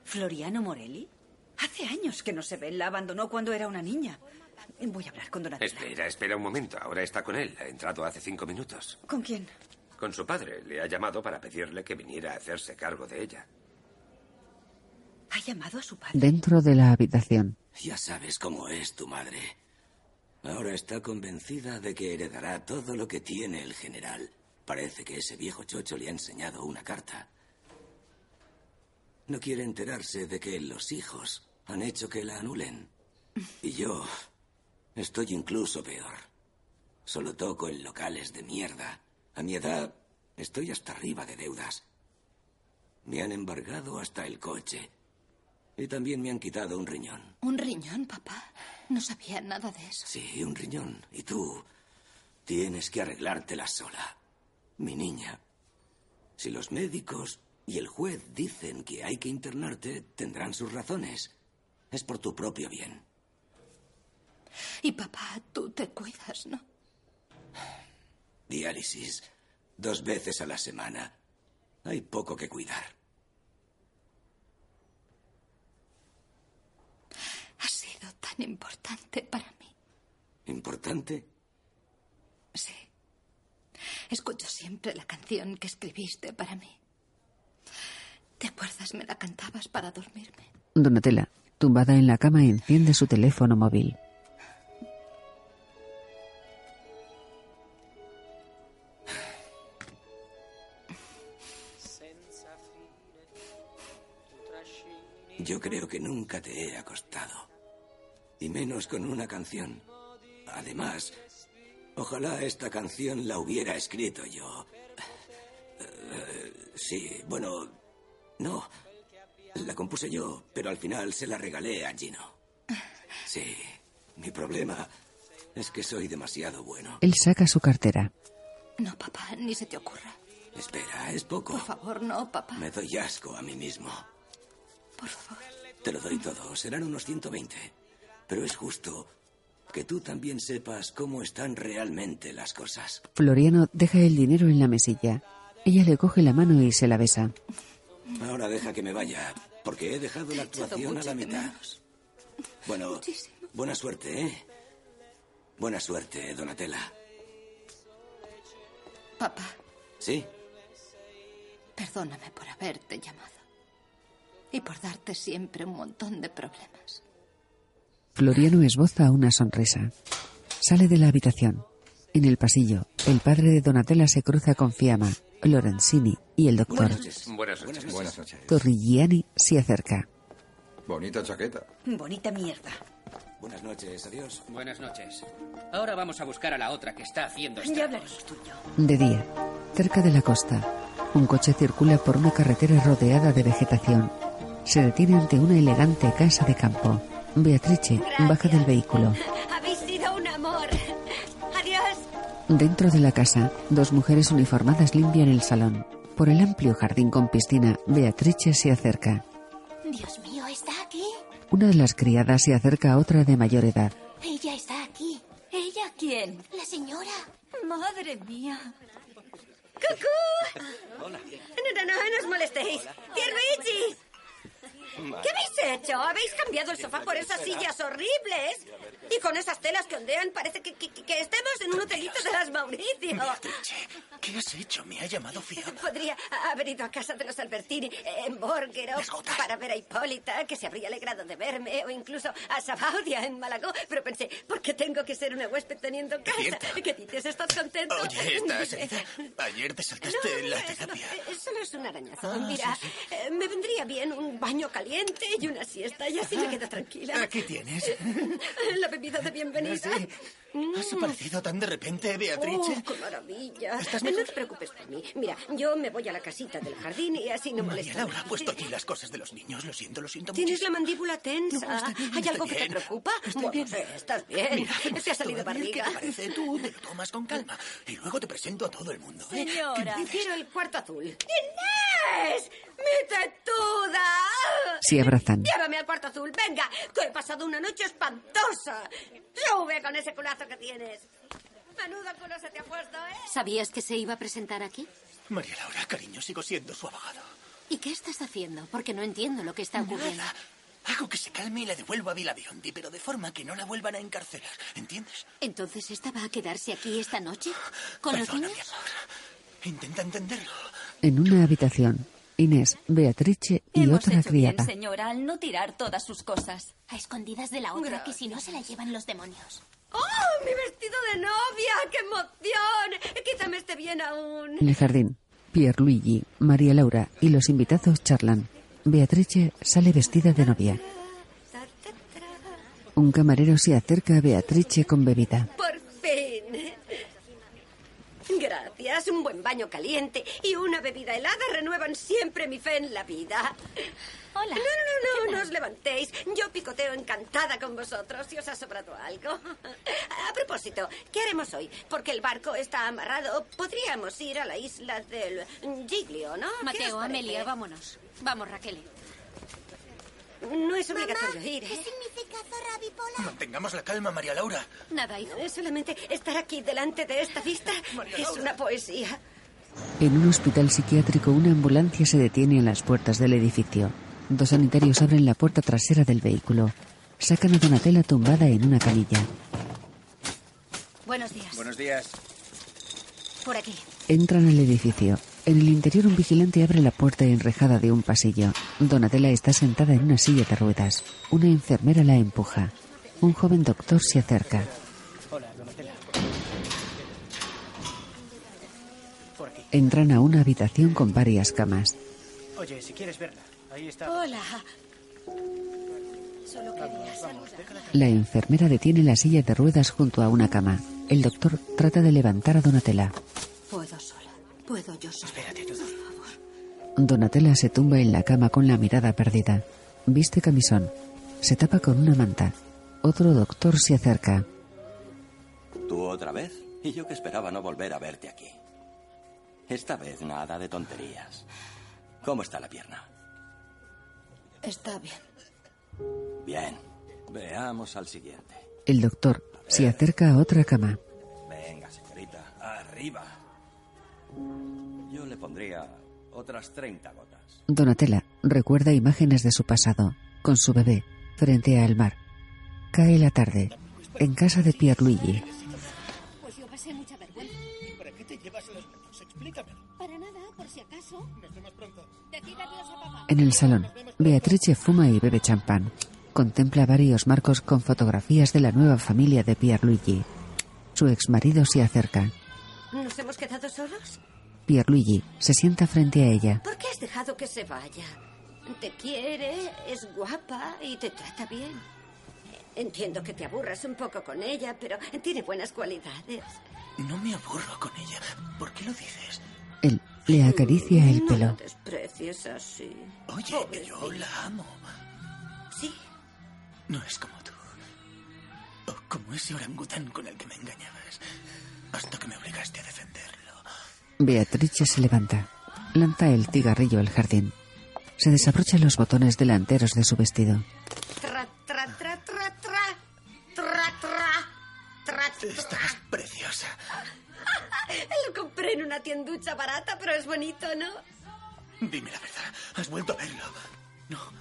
¿Floriano Morelli? Hace años que no se ven. La abandonó cuando era una niña. Voy a hablar con Donatello.
Espera, espera un momento. Ahora está con él. Ha entrado hace cinco minutos.
¿Con quién?
Con su padre. Le ha llamado para pedirle que viniera a hacerse cargo de ella.
¿Ha llamado a su padre?
Dentro de la habitación.
Ya sabes cómo es tu madre. Ahora está convencida de que heredará todo lo que tiene el general. Parece que ese viejo chocho le ha enseñado una carta. No quiere enterarse de que los hijos han hecho que la anulen. Y yo estoy incluso peor. Solo toco en locales de mierda. A mi edad estoy hasta arriba de deudas. Me han embargado hasta el coche. Y también me han quitado un riñón.
Un riñón, papá. No sabía nada de eso.
Sí, un riñón. Y tú tienes que arreglártela sola, mi niña. Si los médicos y el juez dicen que hay que internarte, tendrán sus razones. Es por tu propio bien.
Y papá, tú te cuidas, ¿no?
Diálisis, dos veces a la semana. Hay poco que cuidar.
Ha sido tan importante para mí.
¿Importante?
Sí. Escucho siempre la canción que escribiste para mí. ¿Te acuerdas? Me la cantabas para dormirme.
Donatella, tumbada en la cama, enciende su teléfono móvil.
Yo creo que nunca te he acostado. Y menos con una canción. Además, ojalá esta canción la hubiera escrito yo. Eh, sí, bueno, no. La compuse yo, pero al final se la regalé a Gino. Sí, mi problema es que soy demasiado bueno.
Él saca su cartera.
No, papá, ni se te ocurra.
Espera, es poco.
Por favor, no, papá.
Me doy asco a mí mismo. Por favor. Te lo doy todo. Serán unos 120. Pero es justo que tú también sepas cómo están realmente las cosas.
Floriano deja el dinero en la mesilla. Ella le coge la mano y se la besa.
Ahora deja que me vaya, porque he dejado la actuación a la mitad. Bueno, buena suerte, ¿eh? Buena suerte, Donatella.
Papá,
Sí,
perdóname por haberte llamado. Y por darte siempre un montón de problemas.
Floriano esboza una sonrisa. Sale de la habitación. En el pasillo, el padre de Donatella se cruza con Fiamma, Lorenzini y el doctor.
Buenas noches.
Buenas noches.
Torrigiani se acerca.
Bonita chaqueta.
Bonita mierda.
Buenas noches, adiós.
Buenas noches. Ahora vamos a buscar a la otra que está haciendo esto.
Ya hablaremos.
De día, cerca de la costa, un coche circula por una carretera rodeada de vegetación. Se detiene ante una elegante casa de campo. Beatrice baja del vehículo.
Habéis sido un amor. Adiós.
Dentro de la casa, dos mujeres uniformadas limpian el salón. Por el amplio jardín con piscina, Beatrice se acerca.
Dios mío, está aquí.
Una de las criadas se acerca a otra de mayor edad.
Ella está aquí. ¿Ella quién? La señora. Madre mía.
¡Cucú! No, no, no, no os molestéis. ¡Pierluigi! ¿Qué habéis hecho? ¿Habéis cambiado el sofá por esas sillas horribles? Y con esas telas que ondean parece que, que- que estemos en un hotelito de las Mauricio.
¿Qué has hecho? Me ha llamado Fiamma.
Podría haber ido a casa de los Albertini, eh, en Borghero, para ver a Hipólita, que se habría alegrado de verme, o incluso a Sabaudia, en Malagó. Pero pensé, ¿por qué tengo que ser una huésped teniendo casa?
Cierto.
¿Qué dices? ¿Estás contento?
Oye, estás
*laughs*
herida. Ayer te saltaste en la terapia.
Eh, Solo es un arañazo.
Ah,
Mira,
sí,
eh, me vendría bien un baño caliente y una siesta y así me quedo tranquila.
Aquí Ah, tienes.
*laughs* La bebida de bienvenida. Mm.
Sí. Ah, ¿Has aparecido tan de repente, Beatrice?
Oh, ¡Qué maravilla! No te preocupes por mí. Mira, yo me voy a la casita del jardín y así no
María
molesta.
Laura ha puesto aquí las cosas de los niños. Lo siento, lo siento mucho.
Tienes la mandíbula tensa.
No, está bien,
¿Hay
está
algo que
bien.
te preocupa?
Estoy
Bueno,
bien.
sí, estás bien.
Mira, hacemos
te ha
esto,
salido
a ver qué
barriga.
te parece. Tú te lo tomas con calma. Y luego te presento a todo el mundo. ¿eh?
Señora,
¿Qué
quiero el cuarto azul. ¡Inés! ¡Mi tetuda!
Se abrazan.
Llévame al cuarto azul, venga, que he pasado una noche espantosa. Sube con ese culazo que tienes. Menudo culo se te ha puesto, ¿eh?
¿Sabías que se iba a presentar aquí?
María Laura, cariño, sigo siendo su abogado.
¿Y qué estás haciendo? Porque no entiendo lo que está ocurriendo.
Hago que se calme y la devuelva a Vila Biondi, pero de forma que no la vuelvan a encarcelar. ¿Entiendes?
Entonces, ¿esta va a quedarse aquí esta noche? ¿Con los
Perdona, mi
niños?
Intenta entenderlo.
En una habitación, Inés, Beatrice y
Hemos
otra
hecho bien,
criada.
señora, al no tirar todas sus cosas.
A escondidas de la otra, que si no se la llevan los demonios.
¡Oh, mi vestido de novia! ¡Qué emoción! Quítame este bien aún.
En el jardín, Pierluigi, María Laura y los invitados charlan. Beatrice sale vestida de novia. Un camarero se acerca a Beatrice con bebida.
Por fin. Gracias, un buen baño caliente y una bebida helada renuevan siempre mi fe en la vida. Hola. No, no, no, no os levantéis. Yo picoteo encantada con vosotros si os ha sobrado algo. A propósito, ¿qué haremos hoy? Porque el barco está amarrado. Podríamos ir a la isla del Giglio, ¿no? ¿Qué os
Mateo,
parece?
Amelia, vámonos. Vamos, Raquel.
No es obligatorio ir, ¿eh?
Mantengamos la calma, María Laura.
Nada, hijo. Solamente estar aquí delante de esta vista es una poesía.
En un hospital psiquiátrico, una ambulancia se detiene en las puertas del edificio. Dos sanitarios abren la puerta trasera del vehículo. Sacan a Donatella tumbada en una canilla.
Buenos días.
Buenos días.
Por aquí.
Entran al edificio. En el interior, un vigilante abre la puerta enrejada de un pasillo. Donatella está sentada en una silla de ruedas. Una enfermera la empuja. Un joven doctor se acerca.
Hola, Donatella. Por aquí.
Entran a una habitación con varias camas.
Oye, si quieres verla, ahí está.
Hola.
Solo quería saludar.
La enfermera detiene la silla de ruedas junto a una cama. El doctor trata de levantar a Donatella.
Puedo sola. Puedo yo sola. Espérate,
Donatella se tumba en la cama con la mirada perdida. Viste camisón. Se tapa con una manta. Otro doctor se acerca.
¿Tú otra vez? Y yo que esperaba no volver a verte aquí. Esta vez nada de tonterías. ¿Cómo está la pierna?
Está bien.
Bien. Veamos al siguiente.
El doctor se acerca a otra cama.
Venga, señorita, arriba. Yo le pondría otras 30 gotas.
Donatella recuerda imágenes de su pasado, con su bebé, frente al mar. Cae la tarde, en casa de Pierluigi.
pasé mucha vergüenza.
¿Y para qué te llevas las manos? Explícamelo.
Para nada, por si acaso.
Nos vemos pronto.
Decid adiós a papá.
En el salón, Beatrice fuma y bebe champán. Contempla varios marcos con fotografías de la nueva familia de Pierluigi. Su exmarido se acerca.
¿Nos hemos quedado solos?
Pierluigi se sienta frente a ella.
¿Por qué has dejado que se vaya? Te quiere, es guapa y te trata bien. Entiendo que te aburras un poco con ella, pero tiene buenas cualidades.
No me aburro con ella. ¿Por qué lo dices?
Él le acaricia el
No
pelo.
la desprecies así.
Oye, que yo la amo.
Sí.
No es como tú. O como ese orangután con el que me engañabas. Hasta que me obligaste a defenderlo.
Beatrice se levanta. Lanza el cigarrillo al jardín. Se desabrocha los botones delanteros de su vestido.
Tra, tra, tra, tra, tra. Tra, tra. Tra, tra.
Estás preciosa.
*laughs* Lo compré en una tienducha barata, pero es bonito, ¿no?
Dime la verdad. ¿Has vuelto a verlo?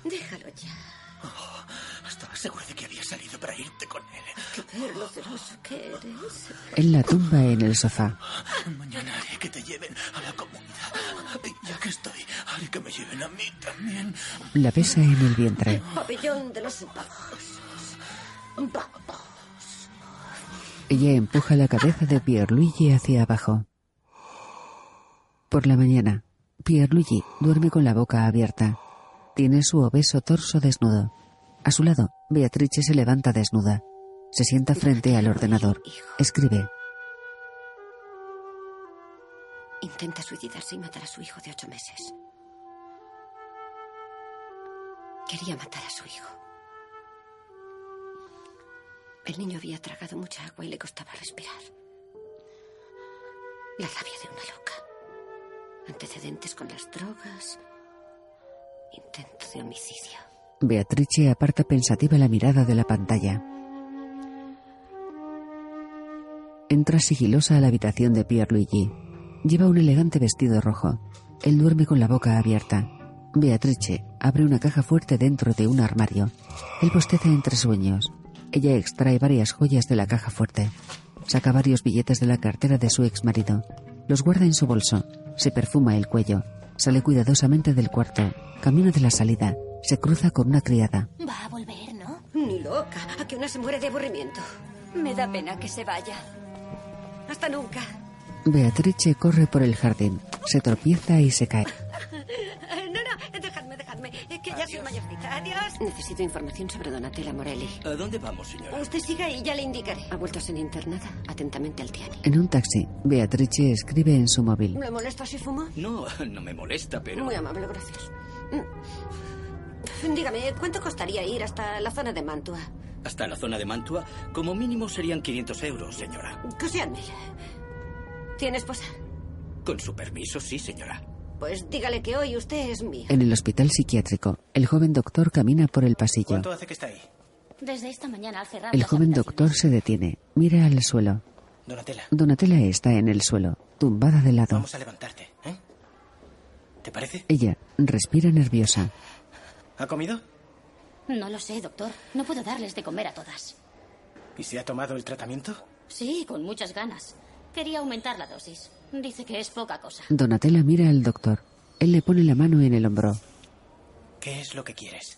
Déjalo ya.
Oh, estaba seguro de que había salido para irte con él.
Qué ver lo celoso que eres.
Él la tumba en el sofá.
Mañana haré que te lleven a la comunidad. Y Ya que estoy, haré que me lleven a mí también.
La besa en el vientre.
Pabellón de los babosos. Babos.
Ella empuja la cabeza de Pierluigi hacia abajo. Por la mañana, Pierluigi duerme con la boca abierta. Tiene su obeso torso desnudo. A su lado, Beatrice se levanta desnuda. Se sienta frente al ordenador. Escribe.
Intenta suicidarse y matar a su hijo de ocho meses. Quería matar a su hijo. El niño había tragado mucha agua y le costaba respirar. La rabia de una loca. Antecedentes con las drogas. Intento de homicidio.
Beatrice aparta pensativa la mirada de la pantalla. Entra sigilosa a la habitación de Pierluigi. Lleva un elegante vestido rojo. Él duerme con la boca abierta. Beatrice abre una caja fuerte dentro de un armario. Él bosteza entre sueños. Ella extrae varias joyas de la caja fuerte. Saca varios billetes de la cartera de su exmarido. Los guarda en su bolso. Se perfuma el cuello. Sale cuidadosamente del cuarto. Camino de la salida. Se cruza con una criada.
Va a volver, ¿no? Ni loca. A que una se muere de aburrimiento. Me da pena que se vaya. Hasta nunca.
Beatrice corre por el jardín. Se tropieza y se cae.
No, no, dejadme, dejadme. Es que ya soy mayorcita. Adiós. Necesito información sobre Donatella Morelli.
¿A dónde vamos, señora?
Usted siga y ya le indicaré. Ha vuelto a ser internada. Atentamente al Tiani.
En un taxi, Beatrice escribe en su móvil.
¿Le molesta si fumo?
No, no me molesta, pero...
Muy amable, gracias. Mm. Dígame, ¿cuánto costaría ir hasta la zona de Mantua?
Hasta la zona de Mantua, como mínimo serían 500 euros, señora.
Que sean mil. ¿Tiene esposa?
Con su permiso, sí, señora.
Pues dígale que hoy usted es mía.
En el hospital psiquiátrico, el joven doctor camina por el pasillo.
¿Cuánto hace que está ahí?
Desde esta mañana al cerrar.
El
las
joven
habitaciones-
doctor se detiene, mira al suelo.
Donatella.
Donatella está en el suelo, tumbada de lado.
Vamos a levantarte, ¿eh? ¿Te parece?
Ella respira nerviosa.
¿Ha comido?
No lo sé, doctor. No puedo darles de comer a todas.
¿Y se ha tomado el tratamiento?
Sí, con muchas ganas. Quería aumentar la dosis. Dice que es poca cosa.
Donatella mira al doctor. Él le pone la mano en el hombro.
¿Qué es lo que quieres?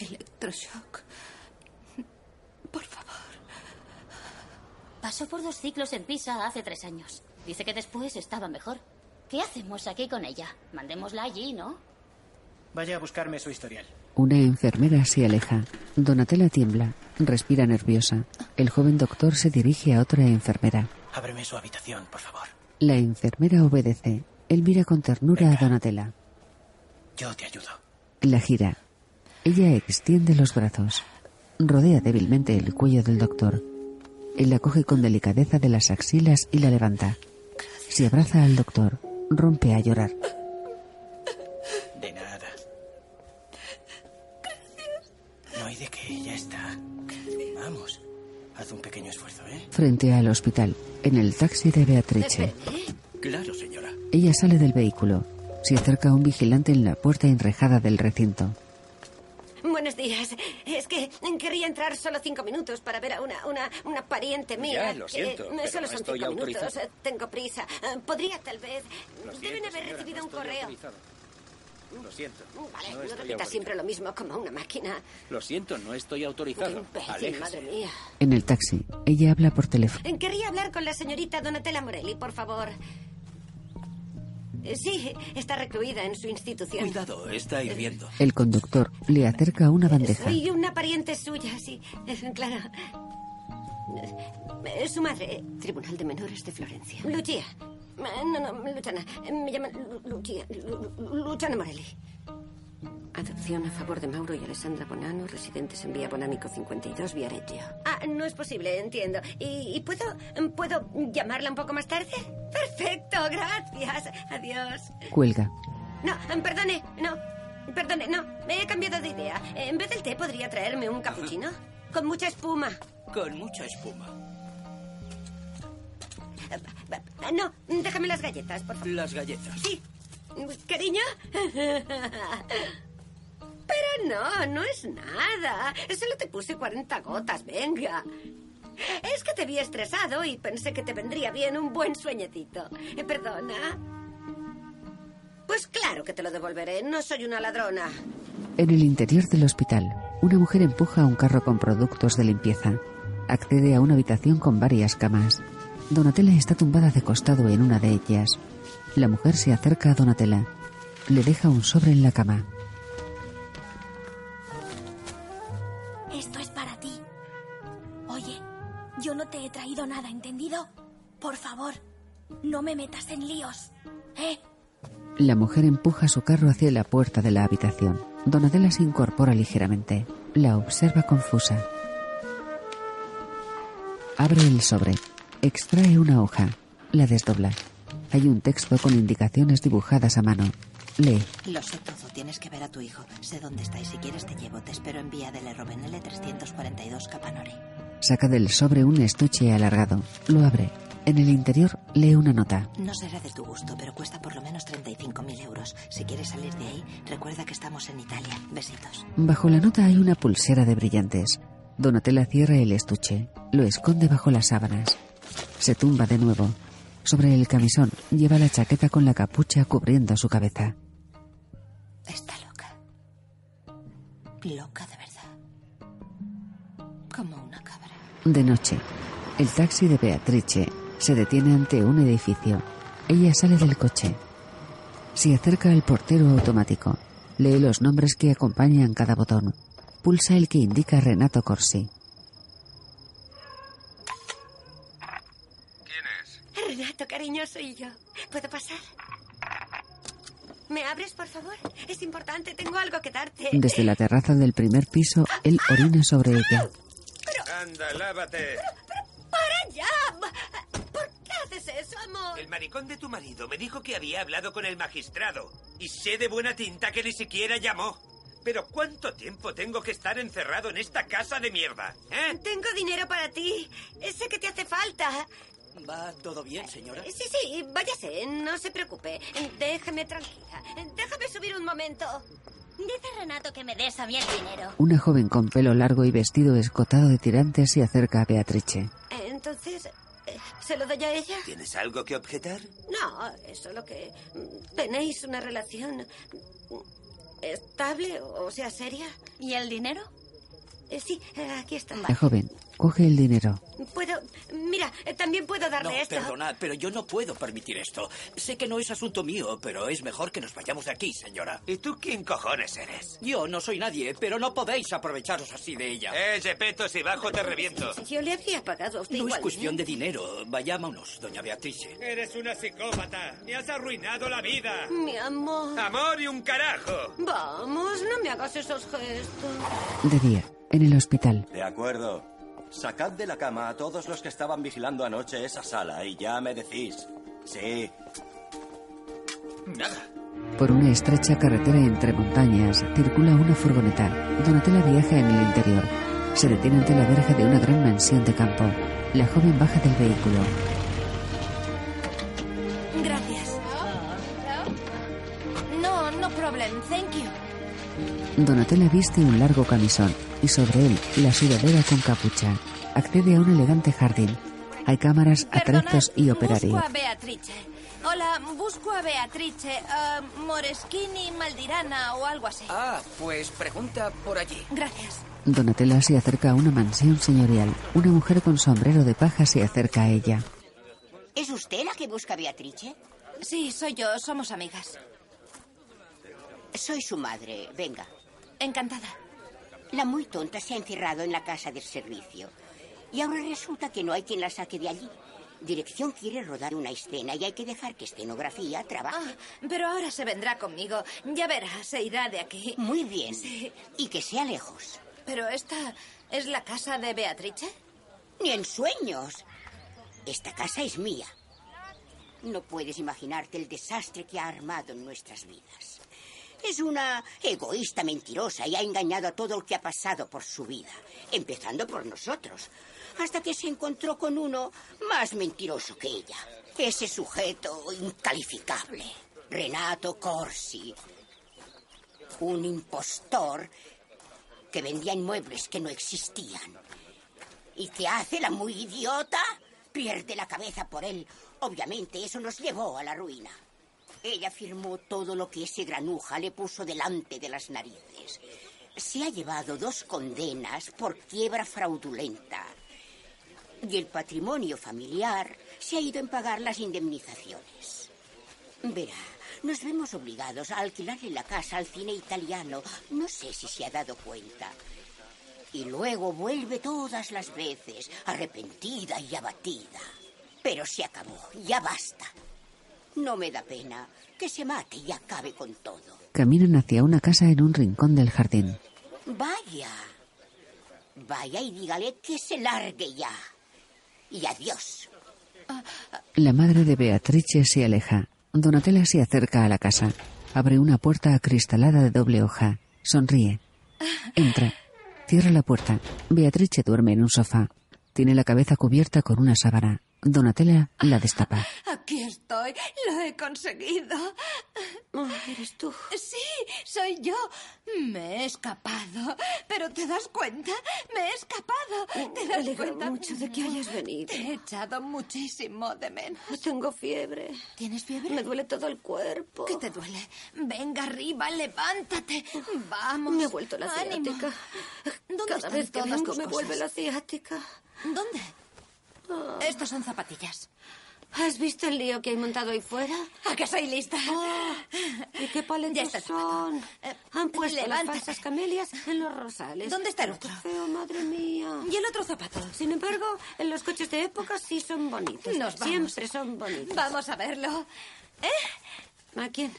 Electroshock. Por favor. Pasó por dos ciclos en Pisa hace tres años. Dice que después estaba mejor. ¿Qué hacemos aquí con ella? Mandémosla allí, ¿no?
Vaya a buscarme su historial.
Una enfermera se aleja. Donatella tiembla, respira nerviosa. El joven doctor se dirige a otra enfermera.
Ábreme su habitación, por favor.
La enfermera obedece. Él mira con ternura a Donatella.
Yo te ayudo.
La gira. Ella extiende los brazos. Rodea débilmente el cuello del doctor. Él la coge con delicadeza de las axilas y la levanta. Se abraza al doctor. Rompe a llorar.
De nada. Gracias. No hay de qué, ya está. Vamos. Haz un pequeño esfuerzo, ¿eh?
Frente al hospital, en el taxi de Beatrice.
Claro, señora.
Ella sale del vehículo. Se acerca a un vigilante en la puerta enrejada del recinto.
Buenas buenos días. Es que querría entrar solo cinco minutos para ver a una, una, una pariente mía.
Ya, lo
que-
siento,
eh,
pero
solo
no
son
estoy
cinco minutos.
autorizado.
eh, Tengo prisa. Eh, Podría tal vez.
Lo
Deben
siento,
haber
señora,
recibido
no
un
estoy
correo.
autorizado. Lo siento. no
Vale, no,
estoy
repita
autorizado.
siempre lo mismo como una máquina.
Lo siento, no estoy
Qué
autorizado.
imbécil, madre
Aléjese.
mía.
En el taxi, ella habla por teléfono.
Eh, Querría hablar con la señorita Donatella Morelli, por favor. Eh, Sí, está recluida en su institución.
Cuidado, está hirviendo.
El conductor le acerca una bandeja.
Soy una pariente suya, sí, eh, claro. Eh, Su madre, Tribunal de Menores de Florencia. Lucia. Eh, No, no, Luchana. Eh, Me llaman Lu- Lucia. Lu- Lu- Luchana Morelli. Adopción a favor de Mauro y Alessandra Bonano, residentes en Vía Bonámico 52, Viareggio. Ah, no es posible, entiendo. ¿Y, y puedo, em, puedo llamarla un poco más tarde? Perfecto, gracias. Adiós.
Cuelga.
No, em, perdone, no. Perdone, no. Me he cambiado de idea. En vez del té, ¿podría traerme un capuchino? Con mucha espuma.
Con mucha espuma.
Ah, No, déjame las galletas, por favor.
Las galletas.
Sí. ¿Cariño? *laughs* Pero no, no es nada. Solo te puse 40 gotas, venga. Es que te vi estresado y pensé que te vendría bien un buen sueñecito. Eh, Perdona. Pues claro que te lo devolveré. No soy una ladrona.
En el interior del hospital, una mujer empuja un carro con productos de limpieza. Accede a una habitación con varias camas. Donatella está tumbada de costado en una de ellas. La mujer se acerca a Donatella. Le deja un sobre en la cama.
Esto es para ti. Oye, yo no te he traído nada, ¿entendido? Por favor, no me metas en líos. ¿Eh?
La mujer empuja su carro hacia la puerta de la habitación. Donatella se incorpora ligeramente. La observa confusa. Abre el sobre. Extrae una hoja. La desdobla. Hay un texto con indicaciones dibujadas a mano. Lee.
Lo sé todo, tienes que ver a tu hijo. Sé dónde está y si quieres te llevo. Te espero en vía de Le Robenelle 342 Capanore.
Saca del sobre un estuche alargado. Lo abre. En el interior lee una nota.
No será de tu gusto, pero cuesta por lo menos 35.000 euros. Si quieres salir de ahí, recuerda que estamos en Italia. Besitos.
Bajo la nota hay una pulsera de brillantes. Donatella cierra el estuche, lo esconde bajo las sábanas. Se tumba de nuevo. Sobre el camisón lleva la chaqueta con la capucha cubriendo su cabeza.
Loca de verdad. Como una cabra.
De noche, el taxi de Beatrice se detiene ante un edificio. Ella sale del coche. Se acerca al portero automático. Lee los nombres que acompañan cada botón. Pulsa el que indica Renato Corsi.
Renato, cariño, soy yo. ¿Puedo pasar? ¿Me abres, por favor? Es importante, tengo algo que darte.
Desde la terraza del primer piso, él orina sobre ella.
Anda, lávate.
¡Para ya! ¿Por qué haces eso, amor?
El maricón de tu marido me dijo que había hablado con el magistrado. Y sé de buena tinta que ni siquiera llamó. Pero ¿cuánto tiempo tengo que estar encerrado en esta casa de mierda?
Tengo dinero para ti. Sé que te hace falta. Eh,
¿Va todo bien, señora?
Sí, sí, váyase, no se preocupe. Déjeme tranquila. Déjame subir un momento.
Dice Renato que me des a mí el dinero.
Una joven con pelo largo y vestido escotado de tirantes se acerca a Beatrice.
Entonces, eh, ¿se lo doy a ella?
¿Tienes algo que objetar?
No, es solo que mm, tenéis una relación mm, estable, o sea, seria. ¿Y el dinero? Sí, eh, aquí está.
La joven coge el dinero.
Puedo, mira, eh, también puedo darle
No,
esto.
perdonad, pero yo no puedo permitir esto. Sé que no es asunto mío, pero es mejor que nos vayamos de aquí, señora.
¿Y tú quién cojones eres?
Yo no soy nadie, pero no podéis aprovecharos así de ella.
Eh, Gepetto, si bajo te reviento.
Yo le habría pagado a usted ¿eh?
No es
igualmente.
cuestión de dinero. Vayámonos, doña Beatrice.
Eres una psicópata. Me has arruinado la vida.
Mi amor.
Amor y un carajo.
Vamos, no me hagas esos gestos.
De día, en el hospital,
De acuerdo. Sacad de la cama a todos los que estaban vigilando anoche esa sala y ya me decís. Sí.
Nada.
por una estrecha carretera entre montañas, circula una furgoneta. Donatella viaja en el interior. Se detiene ante la verja de una gran mansión de campo. La joven baja del vehículo.
Gracias. No, no problem, thank you.
Donatella viste un largo camisón y sobre él la sudadera con capucha. Accede a un elegante jardín. Hay cámaras, atrezos y
Busco
operarios.
a Beatrice. Hola, busco a Beatrice. ah, Moreschini, Maldirana o algo así.
Ah, pues pregunta por allí.
Gracias.
Donatella se acerca a una mansión señorial. Una mujer con sombrero de paja se acerca a ella.
¿Es usted la que busca a Beatrice? Sí, soy yo. Somos amigas.
Soy su madre, venga.
Encantada.
La muy tonta se ha encerrado en la casa del servicio. Y ahora resulta que no hay quien la saque de allí. Dirección quiere rodar una escena y hay que dejar que escenografía trabaje.
Ah, Pero ahora se vendrá conmigo. Ya verá, se irá de aquí.
Muy bien.
Sí.
Y que sea lejos.
¿Pero esta es la casa de Beatrice?
Ni en sueños. Esta casa es mía. No puedes imaginarte el desastre que ha armado en nuestras vidas. Es una egoísta mentirosa y ha engañado a todo el que ha pasado por su vida, empezando por nosotros, hasta que se encontró con uno más mentiroso que ella. Ese sujeto incalificable, Renato Corsi. Un impostor que vendía inmuebles que no existían. ¿Y qué hace la muy idiota? Pierde la cabeza por él. Obviamente eso nos llevó a la ruina. Ella firmó todo lo que ese granuja le puso delante de las narices. Se ha llevado dos condenas por quiebra fraudulenta. Y el patrimonio familiar se ha ido en pagar las indemnizaciones. Verá, nos vemos obligados a alquilarle la casa al cine italiano. No sé si se ha dado cuenta. Y luego vuelve todas las veces, arrepentida y abatida. Pero se acabó, ya basta. No me da pena que se mate y acabe con todo.
Caminan hacia una casa en un rincón del jardín.
Vaya. Vaya y dígale que se largue ya. Y adiós.
La madre de Beatrice se aleja. Donatella se acerca a la casa. Abre una puerta acristalada de doble hoja. Sonríe. Entra. Cierra la puerta. Beatrice duerme en un sofá. Tiene la cabeza cubierta con una sábana. Donatella la destapa.
Aquí estoy. Lo he conseguido.
Oh,
¿Eres tú?
Sí, soy yo. Me he escapado. Pero ¿te das cuenta? Me he escapado. ¿Te
Uh, me
das
alegro
cuenta?
mucho de que hayas venido.
Te he echado muchísimo de menos.
Tengo fiebre.
¿Tienes fiebre?
Me duele todo el cuerpo.
¿Qué te duele? Venga arriba, levántate. Vamos.
Me ha vuelto la
Ánimo.
ciática.
¿Dónde
Cada
están
vez que
todas
vengo
tus
me
cosas?
vuelve la ciática.
¿Dónde? Estos son zapatillas.
Ah. ¿Has visto el lío que hay montado ahí fuera?
¿A que soy lista?
¿Y Ah, qué palentos son? Han puesto
Eh, levántate.
las falsas camelias en los rosales.
¿Dónde está el otro?
Feo, madre mía.
¿Y el otro zapato?
Sin embargo, en los coches de época sí son bonitos.
Nos vamos.
Siempre son bonitos.
Vamos a verlo.
¿A quién?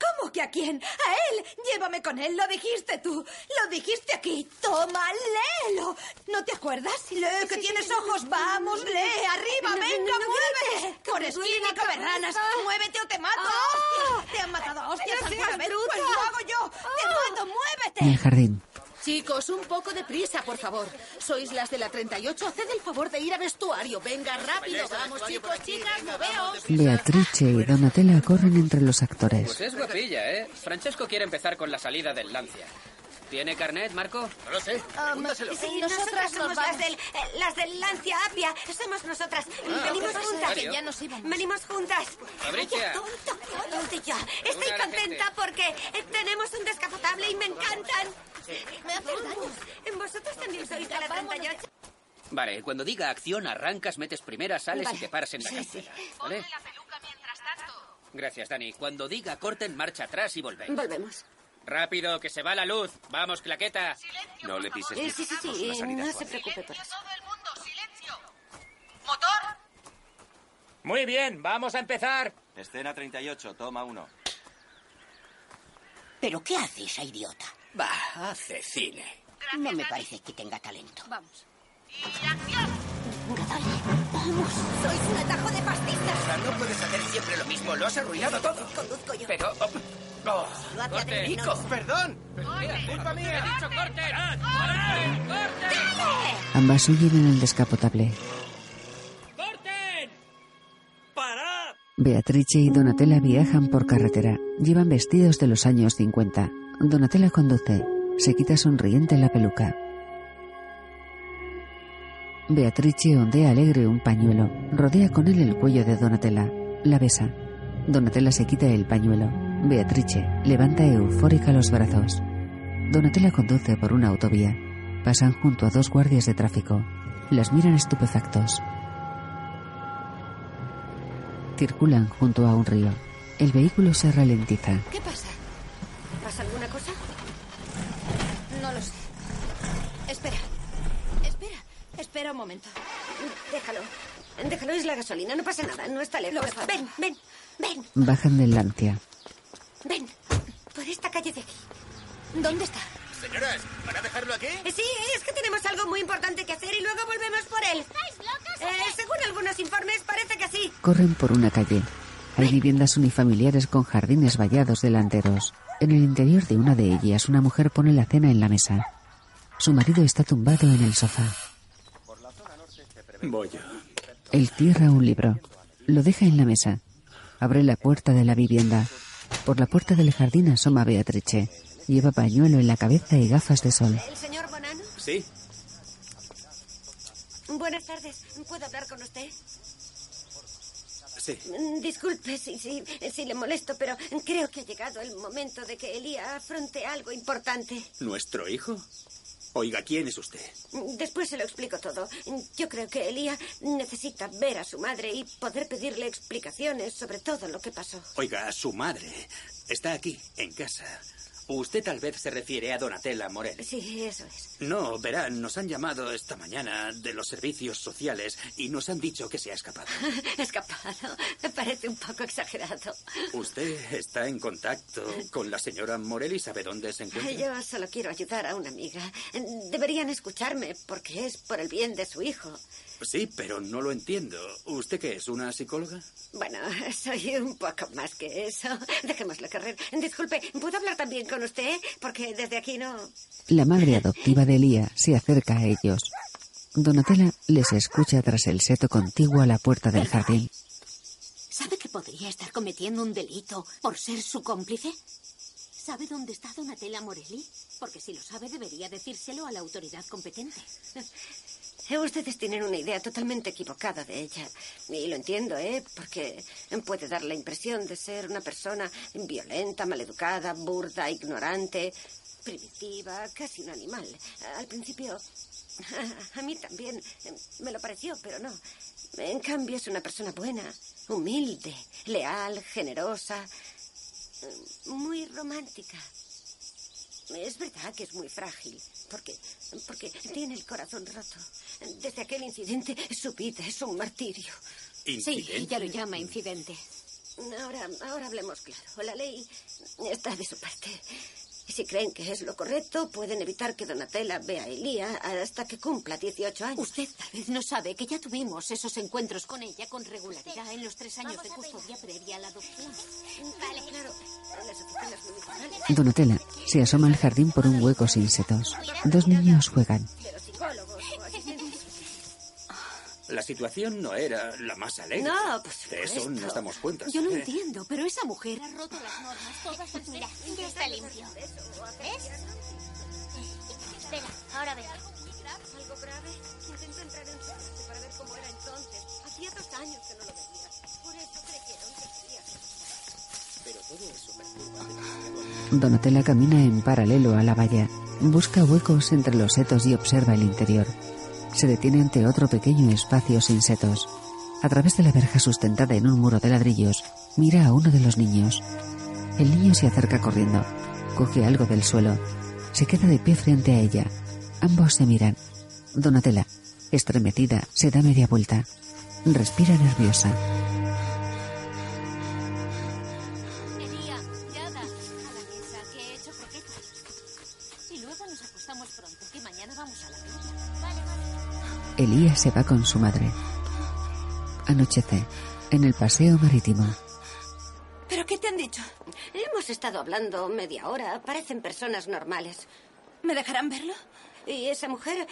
¿Cómo que a quién? ¡A él! Llévame con él, lo dijiste tú. Lo dijiste aquí. Toma, léelo. ¿No te acuerdas? Lee que tienes ojos. Vamos, lee. Arriba,
No, no,
venga,
no, no,
muévete.
que
Con
me duele
esquina,
la
coberranas.
cabeza.
Muévete o te mato.
Ah.
¡Hostias! Te han matado a hostias
No seas Ah.
alguna vez.
bruta.
Pues lo hago yo. Te mato, muévete.
En el jardín.
Chicos, un poco de prisa, por favor. Sois las de la 38. Haced el favor de ir a vestuario. Venga, rápido. Vamos, chicos, chicas, moveos.
Beatrice y Donatella corren entre los actores.
Pues es guapilla, ¿eh? Francesco quiere empezar con la salida del Lancia. ¿Tiene carnet, Marco? No lo sé.
Um,
Sí, nosotras somos las del, eh, las del Lancia Apia. Somos nosotras.
Ah,
Venimos
pasa?
juntas.
Que ya nos íbamos.
Venimos juntas.
Fabricia.
Ay, tonto, cállate ya. Estoy
Una a la
contenta
gente.
porque eh, tenemos un descapotable y me encantan. Me hacen daño. ¿En vosotros también sois de la 38?
Vale, cuando diga acción, arrancas, metes primera, sales y te paras en la cancela. ¿Vale? Gracias, Dani. Cuando diga corten, marcha atrás y volvéis.
Volvemos.
Rápido, que se va la luz. Vamos, claqueta.
No le pises
Eh, sí, sí, sí. eh, No se preocupe por eso.
Muy bien, vamos a empezar.
Escena 38, toma uno.
¿Pero qué hace esa idiota?
Va, hace cine.
No me parece que tenga talento.
Vamos.
Vamos.
Sois un atajo de pastistas.
no puedes hacer siempre lo mismo. Lo has arruinado todo. Conduzco yo. Pero... oh, oh,
Lo hace
corte.
adrede, no
Nico,
lo sé.
perdón. Culpa mía. He dicho corte. ¡Corte!
Ambas huyen en el descapotable. Beatrice y Donatella viajan por carretera. Llevan vestidos de los años 50. Donatella conduce. Se quita sonriente la peluca. Beatrice ondea alegre un pañuelo. Rodea con él el cuello de Donatella. La besa. Donatella se quita el pañuelo. Beatrice levanta eufórica los brazos. Donatella conduce por una autovía. Pasan junto a dos guardias de tráfico. Las miran estupefactos. Circulan junto a un río. El vehículo se ralentiza.
¿Qué pasa? ¿Pasa alguna cosa? No lo sé. Espera. Espera. Espera un momento.
Déjalo. Déjalo, es la gasolina, no pasa nada, no está lejos. Ven, ven, ven,
Bajan del Lancia.
ven. Por esta calle de aquí. ¿Dónde está? Eh,
Señoras, ¿van a dejarlo aquí?
Sí, es que tenemos algo muy importante que hacer y luego volvemos por él. ¿Estáis locos? según algunos informes, parece que sí.
Corren por una calle. Hay viviendas unifamiliares con jardines vallados delanteros. En el interior de una de ellas, una mujer pone la cena en la mesa. Su marido está tumbado en el sofá.
Voy yo.
Él cierra un libro. Lo deja en la mesa. Abre la puerta de la vivienda. Por la puerta del jardín asoma Beatrice. Lleva pañuelo en la cabeza y gafas de sol.
¿El señor Bonano?
Sí.
Buenas tardes, ¿puedo hablar con usted?
Sí.
Mm, Disculpe si, si, si le molesto, pero creo que ha llegado el momento de que Elía afronte algo importante.
¿Nuestro hijo? Oiga, ¿quién es usted?
Después se lo explico todo. Yo creo que Elía necesita ver a su madre y poder pedirle explicaciones sobre todo lo que pasó.
Oiga, su madre está aquí, en casa. Usted tal vez se refiere a Donatella Morel.
Sí, eso es.
No, verán, nos han llamado esta mañana de los servicios sociales y nos han dicho que se ha
*laughs*
escapado.
Escapado. Me parece un poco exagerado.
¿Usted está en contacto con la señora Morel y sabe dónde se encuentra?
Yo solo quiero ayudar a una amiga. Deberían escucharme porque es por el bien de su hijo.
Sí, pero no lo entiendo. ¿Usted qué es, una psicóloga?
Bueno, *laughs* soy un poco más que eso. Dejémoslo correr. Disculpe, ¿puedo hablar también con usted? Porque desde aquí no.
La madre adoptiva de Elía se acerca a ellos. Donatella les escucha tras el seto contiguo a la puerta del jardín.
¿Sabe que podría estar cometiendo un delito por ser su cómplice? ¿Sabe dónde está Donatella Morelli? Porque si lo sabe, debería decírselo a la autoridad competente. *laughs*
Eh, Ustedes tienen una idea totalmente equivocada de ella. Y lo entiendo, ¿eh? Porque puede dar la impresión de ser una persona violenta, maleducada, burda, ignorante, primitiva, casi un animal. Al principio, *laughs* a mí también eh, me lo pareció, pero no. En cambio, es una persona buena, humilde, leal, generosa, eh, muy romántica. Es verdad que es muy frágil, porque, porque tiene el corazón roto. Desde aquel incidente, su vida es un martirio.
Sí, ella lo llama incidente.
Ahora, ahora hablemos claro. La ley está de su parte. Si creen que es lo correcto, pueden evitar que Donatella vea a Elía hasta que cumpla 18 años.
Usted tal vez no sabe que ya tuvimos esos encuentros con ella con regularidad en los tres años de custodia previa a la adopción.
Vale, claro. Las oficinas municipales.
Donatella se asoma al jardín por un hueco sin setos. Dos niños juegan.
De los psicólogos o asistentes.
La situación no era la más alegre.
No, por supuesto.
De eso nos damos cuenta.
Yo no
Eh,
entiendo, pero esa mujer ha roto las normas.
Todas las- Mira, ya está limpio. ¿Ves? Espera, ahora veo.
Algo grave. Intento entrar en su mente para ver cómo era entonces. Hacía dos años que no lo veía. Por eso creyeron que sería.
Pero todo eso
Donatella camina en paralelo a la valla. Busca huecos entre los setos y observa el interior. Se detiene ante otro pequeño espacio sin setos. A través de la verja sustentada en un muro de ladrillos, mira a uno de los niños. El niño se acerca corriendo. Coge algo del suelo. Se queda de pie frente a ella. Ambos se miran. Donatella, estremecida, se da media vuelta. Respira nerviosa.
Elía, Yada, a la mesa que he hecho croquetas. Y luego nos acostamos pronto, que mañana vamos a la playa. Vale, vale.
Elías se va con su madre. Anochece, en el paseo marítimo.
¿Pero qué te han dicho?
Hemos estado hablando media hora. Parecen personas normales.
¿Me dejarán verlo? Y esa mujer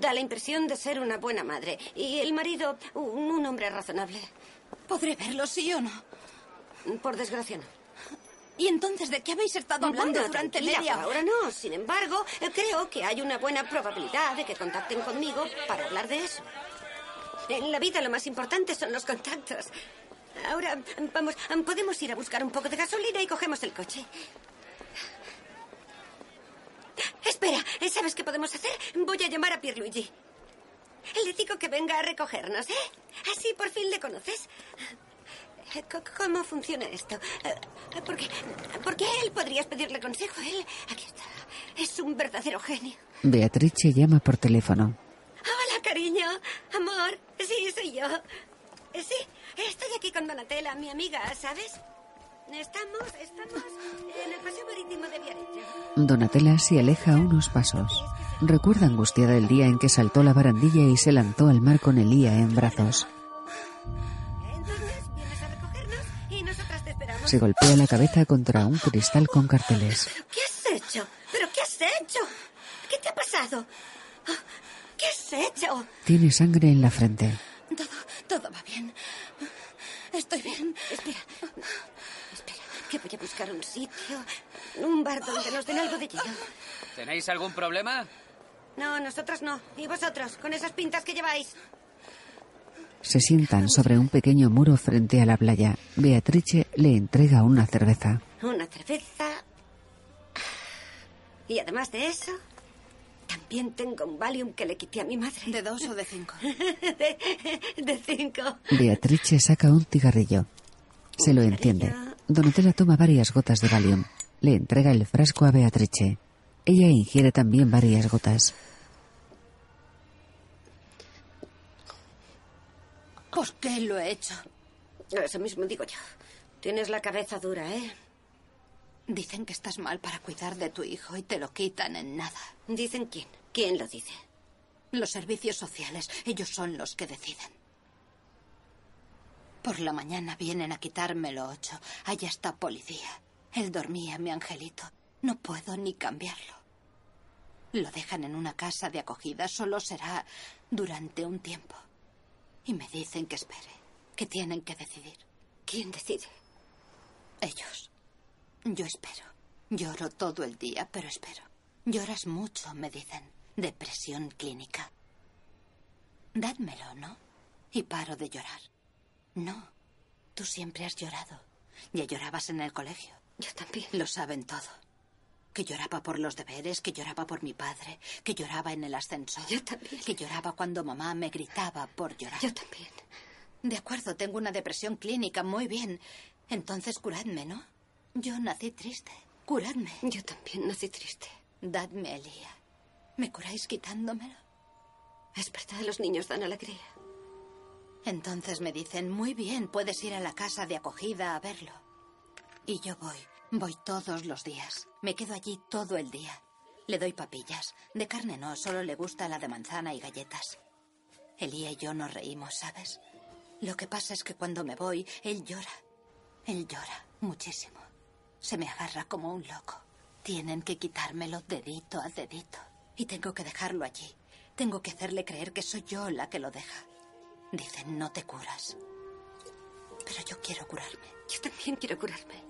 da la impresión de ser una buena madre. Y el marido, un, un hombre razonable.
¿Podré verlo, sí o no?
Por desgracia, no.
¿Y entonces de qué habéis estado hablando
Bueno,
durante
tranquila,
media
por
hora?
ahora no. Sin embargo, eh, creo que hay una buena probabilidad de que contacten conmigo para hablar de eso. En la vida lo más importante son los contactos. Ahora, vamos, podemos ir a buscar un poco de gasolina y cogemos el coche. Espera, ¿sabes qué podemos hacer? Voy a llamar a Pierluigi. Le digo que venga a recogernos, ¿eh? Así por fin le conoces. Eh, co- ¿Cómo funciona esto? Eh, Porque, porque a él podrías pedirle consejo. Él, aquí está. Es un verdadero genio.
Beatrice llama por teléfono.
Hola, cariño. Amor. Sí, soy yo. Eh, Sí, estoy aquí con Donatella, mi amiga, ¿sabes? Estamos, estamos en el paseo marítimo de Viareggio.
Donatella se aleja a unos pasos. Recuerda angustiada el día en que saltó la barandilla y se lanzó al mar con Elía en brazos.
Y nosotras te esperamos.
Se golpea la cabeza contra un cristal con carteles.
¿Qué has hecho? ¿Pero qué has hecho? ¿Qué te ha pasado? Ah, ¿Qué has hecho?
Tiene sangre en la frente.
Todo, todo va bien. Estoy bien. Espera.
Que voy a buscar un sitio, un bar donde nos den algo de hielo.
¿Tenéis algún problema?
No, nosotros no. ¿Y vosotros? Con esas pintas que lleváis.
Se sientan sobre un pequeño muro frente a la playa. Beatrice le entrega una cerveza.
Una cerveza. Y además de eso, también tengo un Valium que le quité a mi madre. ¿De dos o de cinco? de, *laughs* de cinco.
Beatrice saca un cigarrillo. Se lo enciende. Donatella toma varias gotas de Valium. Le entrega el frasco a Beatrice. Ella ingiere también varias gotas.
¿Por qué Pues lo he hecho? Eso mismo digo yo. Tienes la cabeza dura, ¿eh?
Dicen que estás mal para cuidar de tu hijo y te lo quitan en nada.
¿Dicen quién? ¿Quién lo dice?
Los servicios sociales. Ellos son los que deciden. Por la mañana vienen a quitármelo ocho. Allá está policía. Él dormía, mi angelito. No puedo ni cambiarlo. Lo dejan en una casa de acogida. Solo será durante un tiempo. Y me dicen que espere. Que tienen que decidir.
¿Quién decide?
Ellos. Yo espero. Lloro todo el día, pero espero. Lloras mucho, me dicen. Depresión clínica. Dádmelo, ¿no? Y paro de llorar. No. Tú siempre has llorado. Ya llorabas en el colegio.
Yo también.
Lo saben todo. Que lloraba por los deberes, que lloraba por mi padre, que lloraba en el ascensor. Yo también. Que lloraba cuando mamá me gritaba por llorar. Yo
también.
De acuerdo, tengo una depresión clínica, muy bien. Entonces curadme, ¿no? Yo nací triste. Curadme.
Yo también nací triste.
Dadme Elía. ¿Me curáis quitándomelo?
Es verdad, los niños dan alegría.
Entonces me dicen, muy bien, puedes ir a la casa de acogida a verlo. Y yo voy, voy todos los días. Me quedo allí todo el día. Le doy papillas. De carne no, solo le gusta la de manzana y galletas. Elía y yo nos reímos, ¿sabes? Lo que pasa es que cuando me voy, él llora. Él llora muchísimo. Se me agarra como un loco. Tienen que quitármelo dedito a dedito. Y tengo que dejarlo allí. Tengo que hacerle creer que soy yo la que lo deja. Dicen, no te curas. Pero yo quiero curarme.
Yo también quiero curarme.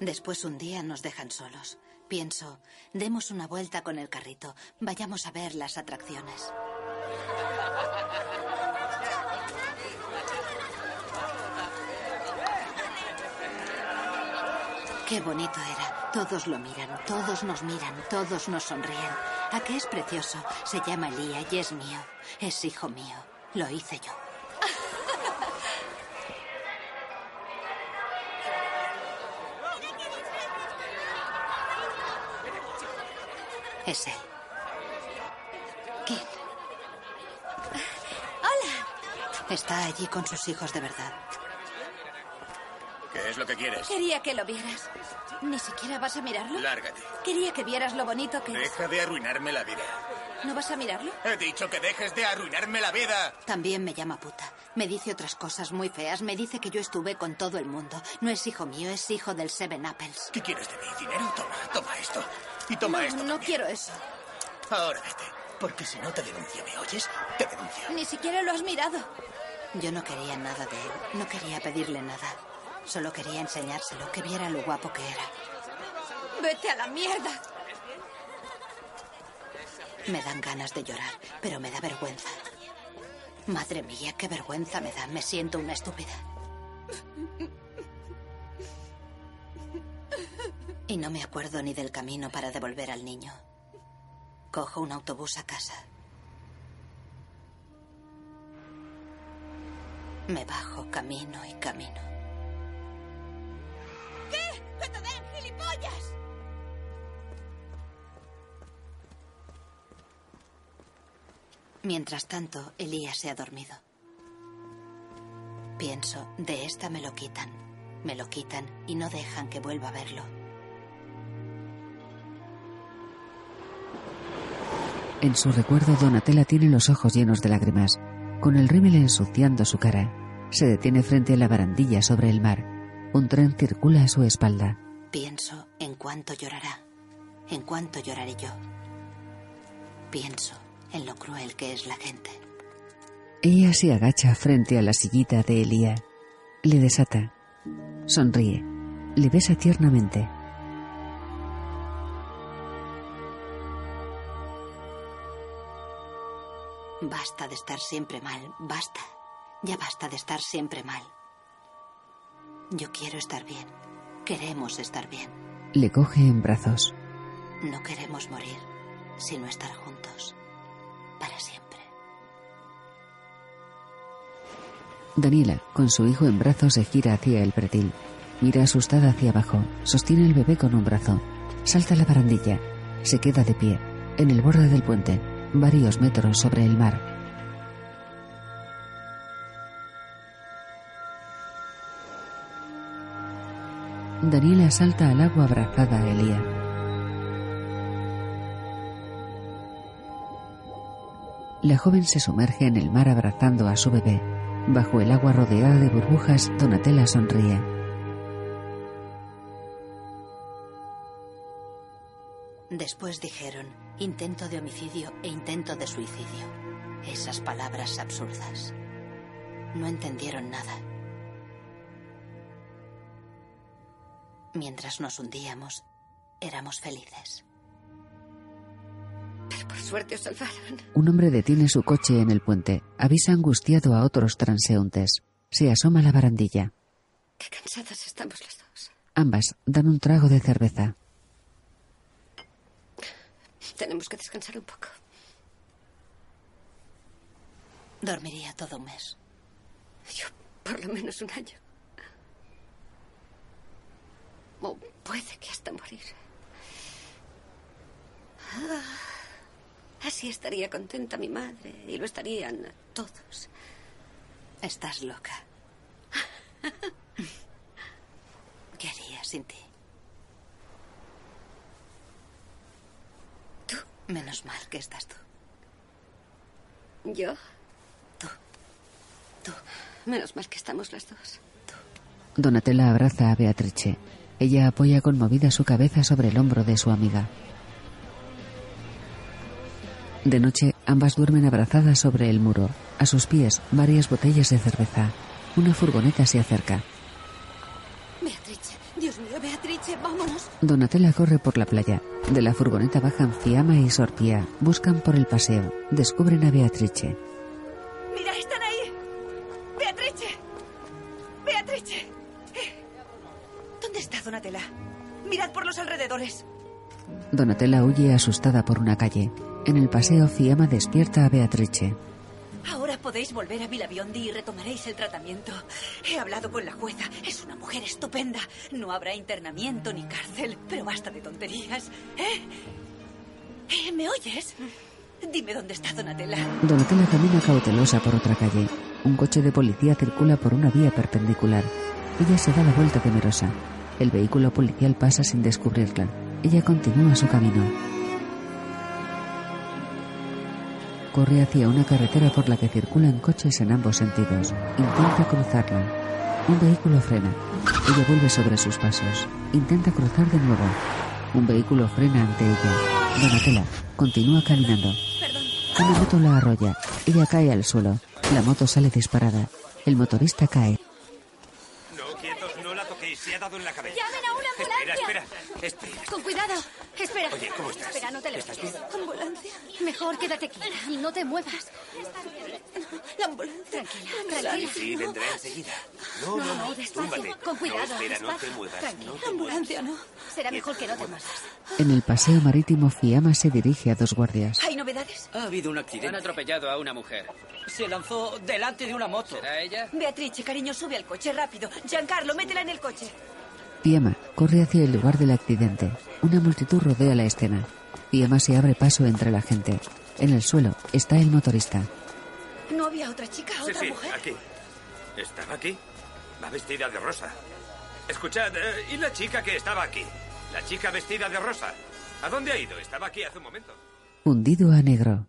Después un día nos dejan solos. Pienso, demos una vuelta con el carrito, vayamos a ver las atracciones. Qué bonito era. Todos lo miran, todos nos miran, todos nos sonríen. ¿A qué es precioso? Se llama Lía y es mío. Es hijo mío. Lo hice yo. Es él.
Hola.
Está allí con sus hijos de verdad.
¿Qué es lo que quieres?
Eh,
Quería que lo vieras. ¿Ni siquiera vas a mirarlo?
Lárgate.
Quería que vieras lo bonito que es.
Deja de arruinarme la vida.
¿No vas a mirarlo?
He dicho que dejes de arruinarme la vida.
También me llama puta. Me dice otras cosas muy feas. Me dice que yo estuve con todo el mundo. No es hijo mío, es hijo del Seven Apples.
¿Qué quieres de mí? ¿Dinero? Toma, toma esto.
Y toma
no,
esto.
no quiero eso.
Ahora vete. Porque si no te denuncio, ¿me oyes? Te denuncio.
Ni siquiera lo has mirado. Yo no quería nada de él. No quería pedirle nada. Solo quería enseñárselo, que viera lo guapo que era.
Vete a la mierda.
Me dan ganas de llorar, pero me da vergüenza. Madre mía, qué vergüenza me da. Me siento una estúpida. Y no me acuerdo ni del camino para devolver al niño. Cojo un autobús a casa. Me bajo, camino y camino.
¿Qué? ¡Que te den gilipollas!
Mientras tanto, Elías se ha dormido. Pienso, de esta me lo quitan. Me lo quitan y no dejan que vuelva a verlo.
En su recuerdo, Donatella tiene los ojos llenos de lágrimas, con el rímel ensuciando su cara. Se detiene frente a la barandilla sobre el mar. Un tren circula a su espalda.
Pienso en cuánto llorará, en cuánto lloraré yo. Pienso en lo cruel que es la gente.
Ella se agacha frente a la sillita de Elía. Le desata. Sonríe. Le besa tiernamente.
Basta de estar siempre mal, basta. Ya basta de estar siempre mal. Yo quiero estar bien. Queremos estar bien.
Le coge en brazos.
No queremos morir, sino estar juntos. Para siempre.
Daniela, con su hijo en brazos, se gira hacia el pretil. Mira asustada hacia abajo. Sostiene el bebé con un brazo. Salta la barandilla. Se queda de pie, en el borde del puente, varios metros sobre el mar. Daniela salta al agua abrazada a Elía. La joven se sumerge en el mar abrazando a su bebé. Bajo el agua rodeada de burbujas, Donatella sonríe.
Después dijeron intento de homicidio e intento de suicidio. Esas palabras absurdas. No entendieron nada. Mientras nos hundíamos, éramos felices.
Pero por suerte os salvaron.
Un hombre detiene su coche en el puente. Avisa angustiado a otros transeúntes. Se asoma a la barandilla.
Qué cansadas estamos las dos.
Ambas dan un trago de cerveza.
Tenemos que descansar un poco.
Dormiría todo un mes.
Yo, por lo menos un año. O puede que hasta morir. Ah, así estaría contenta mi madre y lo estarían todos.
Estás loca. *laughs* ¿Qué haría sin ti? Tú. Menos mal que estás tú.
¿Yo? Tú. Tú. Menos mal que estamos las dos.
Donatella abraza a Beatrice. Ella apoya conmovida su cabeza sobre el hombro de su amiga. De noche, ambas duermen abrazadas sobre el muro. A sus pies, varias botellas de cerveza. Una furgoneta se acerca.
Beatrice, Dios mío, Beatrice, vámonos.
Donatella corre por la playa. De la furgoneta bajan Fiamma y Sorpía. Buscan por el paseo. Descubren a Beatrice.
Mira, están ahí. Beatrice. Beatrice. Eh, ¿Dónde está Donatella? Mirad por los alrededores.
Donatella huye asustada por una calle. En el paseo, Fiamma despierta a Beatrice.
Ahora podéis volver a Vilaviondi y retomaréis el tratamiento. He hablado con la jueza. Es una mujer estupenda. No habrá internamiento ni cárcel, pero basta de tonterías. ¿Eh? ¿Eh, ¿Me oyes? Dime dónde está Donatella.
Donatella camina cautelosa por otra calle. Un coche de policía circula por una vía perpendicular. Ella se da la vuelta temerosa. El vehículo policial pasa sin descubrirla. Ella continúa su camino. Corre hacia una carretera por la que circulan coches en ambos sentidos. Intenta cruzarla. Un vehículo frena. Ella vuelve sobre sus pasos. Intenta cruzar de nuevo. Un vehículo frena ante ella. Donatella continúa caminando. Una moto la arrolla. Ella cae al suelo. La moto sale disparada. El motorista cae.
No, quietos, no la toquéis. Se ha dado en la cabeza.
¡Llamen a una
Espera,
ambulancia!
espera, espera.
Con cuidado. Espera.
Oye, ¿cómo estás?
Espera, no te
¿Estás
levantes. ¿Ambulancia? Mejor quédate quieta y no te muevas. La ambulancia. Tranquila,
Sí,
tranquila.
sí, vendrá enseguida. No, no,
No,
no,
no, despacio.
túmbate.
Con cuidado,
No, espera, no te
despacio.
muevas.
Tranquila.
No te ambulancia,
no. Será mejor que no te muevas.
En el paseo marítimo, Fiamma se dirige a dos guardias.
¿Hay novedades? Ha habido un accidente. Han atropellado a una mujer. Se lanzó delante de una moto. ¿Será ella?
Beatrice, cariño, sube al coche rápido. Giancarlo, métela en el coche.
Fiamma corre hacia el lugar del accidente. Una multitud rodea la escena. Fiamma se abre paso entre la gente. En el suelo está el motorista.
¿No había otra chica,
Sí,
otra
sí,
mujer?
aquí. ¿Estaba aquí? Va vestida de rosa. Escuchad, eh, ¿y la chica que estaba aquí? La chica vestida de rosa. ¿A dónde ha ido? Estaba aquí hace un momento.
Hundido a negro.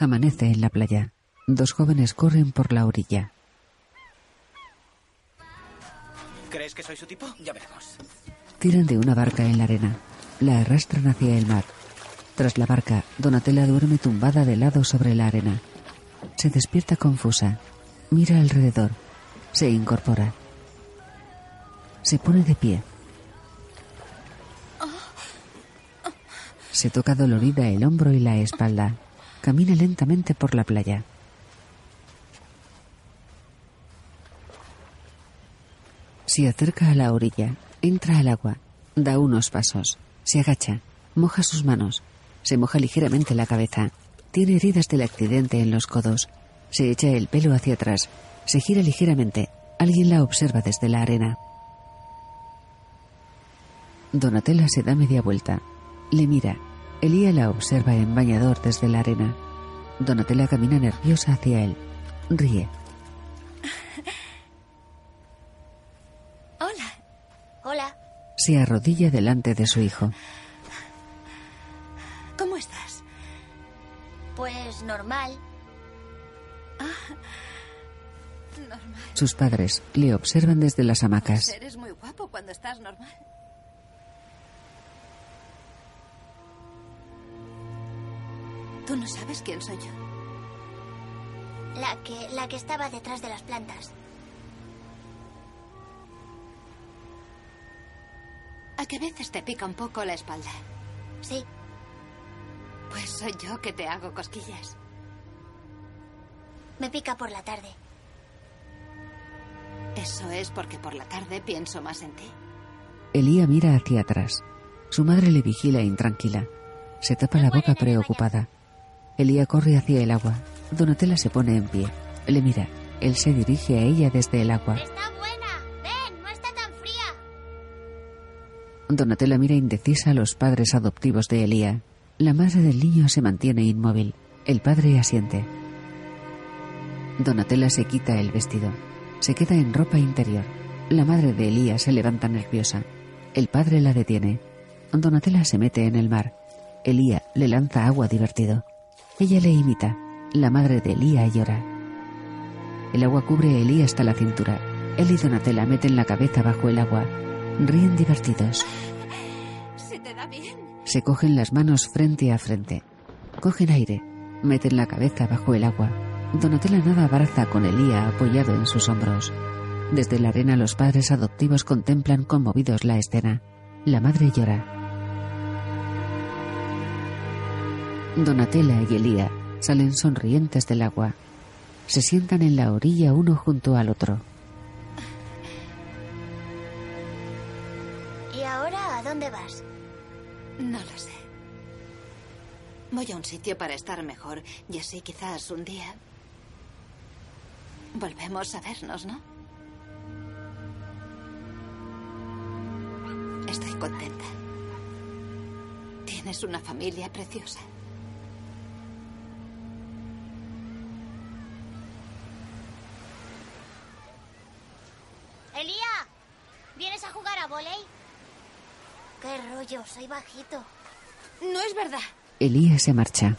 Amanece en la playa. Dos jóvenes corren por la orilla.
¿Crees que soy su tipo? Ya veremos.
Tiran de una barca en la arena. La arrastran hacia el mar. Tras la barca, Donatella duerme tumbada de lado sobre la arena. Se despierta confusa. Mira alrededor. Se incorpora. Se pone de pie. Se toca dolorida el hombro y la espalda. Camina lentamente por la playa. Se acerca a la orilla, entra al agua, da unos pasos, se agacha, moja sus manos, se moja ligeramente la cabeza, tiene heridas del accidente en los codos, se echa el pelo hacia atrás, se gira ligeramente, alguien la observa desde la arena. Donatella se da media vuelta, le mira, Elía la observa en bañador desde la arena. Donatella camina nerviosa hacia él, ríe.
Hola. Hola.
Se arrodilla delante de su hijo.
¿Cómo estás? Pues normal. Ah,
Normal.
Sus padres le observan desde las hamacas.
Pues Eres muy guapo cuando estás normal. Tú no sabes quién soy yo.
La que, la que estaba detrás de las plantas.
A que a veces te pica un poco la espalda.
Sí.
Pues soy yo que te hago cosquillas.
Me pica por la tarde.
Eso es porque por la tarde pienso más en ti.
Elía mira hacia atrás. Su madre le vigila intranquila. Se tapa la boca preocupada. Elía corre hacia el agua. Donatella se pone en pie. Le mira. Él se dirige a ella desde el agua.
Está buena. Ven, no está tan fría.
Donatella mira indecisa a los padres adoptivos de Elía. La madre del niño se mantiene inmóvil. El padre asiente. Donatella se quita el vestido. Se queda en ropa interior. La madre de Elía se levanta nerviosa. El padre la detiene. Donatella se mete en el mar. Elía le lanza agua divertido. Ella le imita. La madre de Elía llora. El agua cubre a Elía hasta la cintura. Él y Donatella meten la cabeza bajo el agua. Ríen divertidos.
Se te da bien.
Se cogen las manos frente a frente. Cogen aire. Meten la cabeza bajo el agua. Donatella nada abraza con Elía apoyado en sus hombros. Desde la arena los padres adoptivos contemplan conmovidos la escena. La madre llora. Donatella y Elía salen sonrientes del agua. Se sientan en la orilla uno junto al otro.
¿Y ahora a dónde vas?
No lo sé. Voy a un sitio para estar mejor y así quizás un día volvemos a vernos, ¿no? Estoy contenta. Tienes una familia preciosa.
Elía, ¿vienes a jugar a volei? Qué rollo, soy bajito.
No es verdad.
Elía se marcha.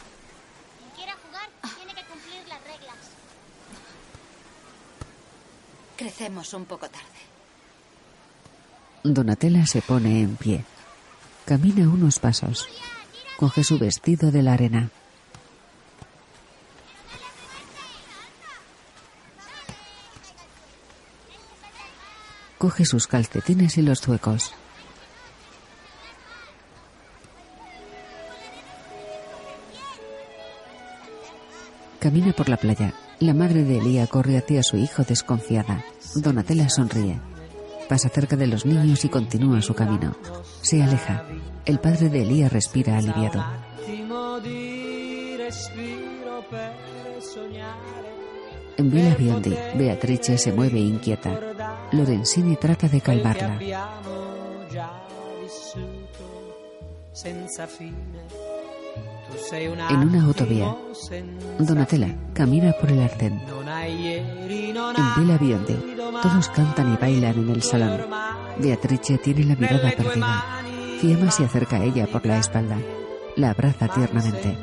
Quien quiera jugar tiene que cumplir las reglas.
Crecemos un poco tarde.
Donatella se pone en pie. Camina unos pasos. Coge su vestido de la arena. Coge sus calcetines y los zuecos. Camina por la playa. La madre de Elía corre hacia su hijo desconfiada. Donatella sonríe. Pasa cerca de los niños y continúa su camino. Se aleja. El padre de Elía respira aliviado.
attimo di respiro per sognare.
En Villa Biondi, Beatrice se mueve inquieta. Lorenzini trata de
che
calmarla.
abbiamo già vissuto senza fine. Tu sei un
En una
attimo
autovía,
senza
Donatella camina por el arcén.
Non hai ieri, non
En Villa Biondi, todos cantan y bailan en el salón. Beatrice tiene la mirada perdida. Fiamma se acerca a ella por la espalda. La abraza tiernamente.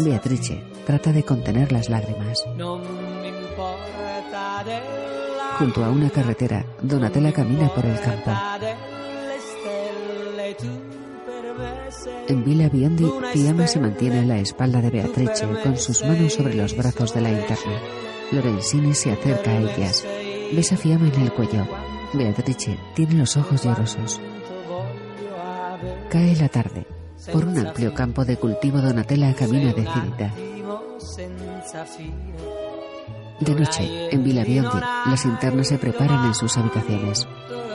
Beatrice trata de contener las lágrimas.
non mi importa della
Junto a una carretera, Donatella camina por el campo.
delle stelle tu per me sei
En Villa Biondi, Fiamma se mantiene en la espalda de Beatrice con sus manos sobre los brazos de la interna. Lorenzini se acerca a ellas. Besa a Fiamma en el cuello. Beatrice tiene los ojos llorosos. Cae la tarde. Por un amplio campo de cultivo, Donatella camina decidida.
vivo senza fine
De noche, en Villa Biondi, las internas se preparan en sus habitaciones.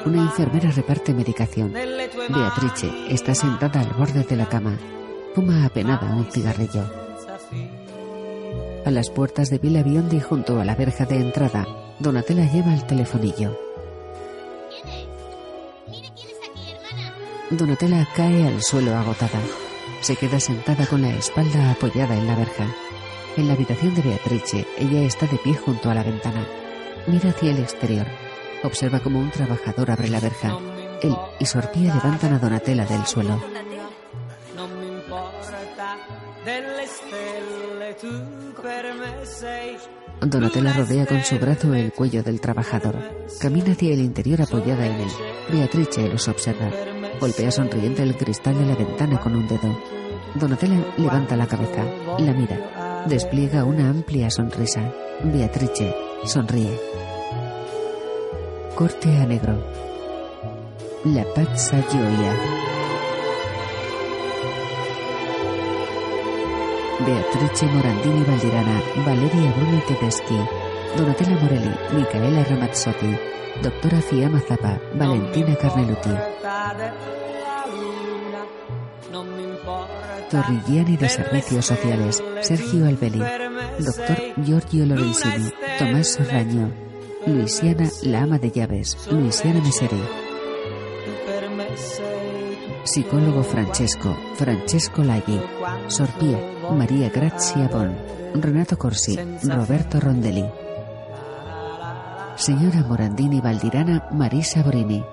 Una enfermera reparte medicación. Beatrice está sentada al borde de la cama. Fuma apenada un cigarrillo. A las puertas de Villa Biondi, junto a la verja de entrada, Donatella lleva el telefonillo. Donatella cae al suelo agotada. Se queda sentada con la espalda apoyada en la verja. En la habitación de Beatrice, ella está de pie junto a la ventana. Mira hacia el exterior. Observa cómo un trabajador abre la verja. Él y Sorpía levantan a Donatella del suelo.
non mi importa delle stelle tu per me sei
Donatella rodea con su brazo el cuello del trabajador. Camina hacia el interior apoyada en él. Beatrice los observa. Golpea sonriente el cristal de la ventana con un dedo. Donatella levanta la cabeza, la mira, despliega una amplia sonrisa. Beatrice sonríe. Corte a negro. La pazza gioia. Beatrice Morandini Valdirana, Valeria Bruni Tedeschi, Donatella Morelli, Micaela Ramazzotti, Doctora Fiamma Zappa, Valentina Carneluti,
porta della luna non mi importa
Torrigiani de Servicios Sociales, Sergio Albelli, Doctor Giorgio Lorenzini, Tomás Sorraño, Luisiana La Ama de Llaves, Luisiana Meseri,
tu per me sei
Psicólogo Francesco, Francesco Laghi, Sorpía, María Grazia Bon, Renato Corsi, Roberto Rondelli. Señora Morandini Valdirana, Marisa Borini,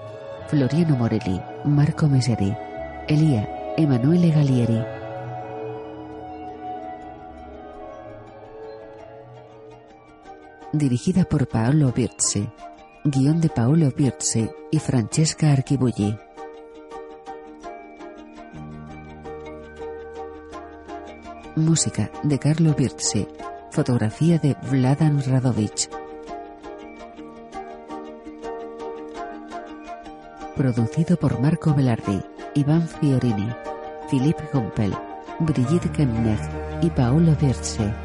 Floriano Morelli, Marco Meseri, Elía, Emanuele Gallieri. Dirigida por Paolo Birzi. Guión de Paolo Birzi y Francesca Archibulli. Música de Carlo Birzi. Fotografía de Vladan Radovich. Producido por Marco Velardi, Iván Fiorini, Philippe Gompel, Brigitte Kemner y Paolo Birzi.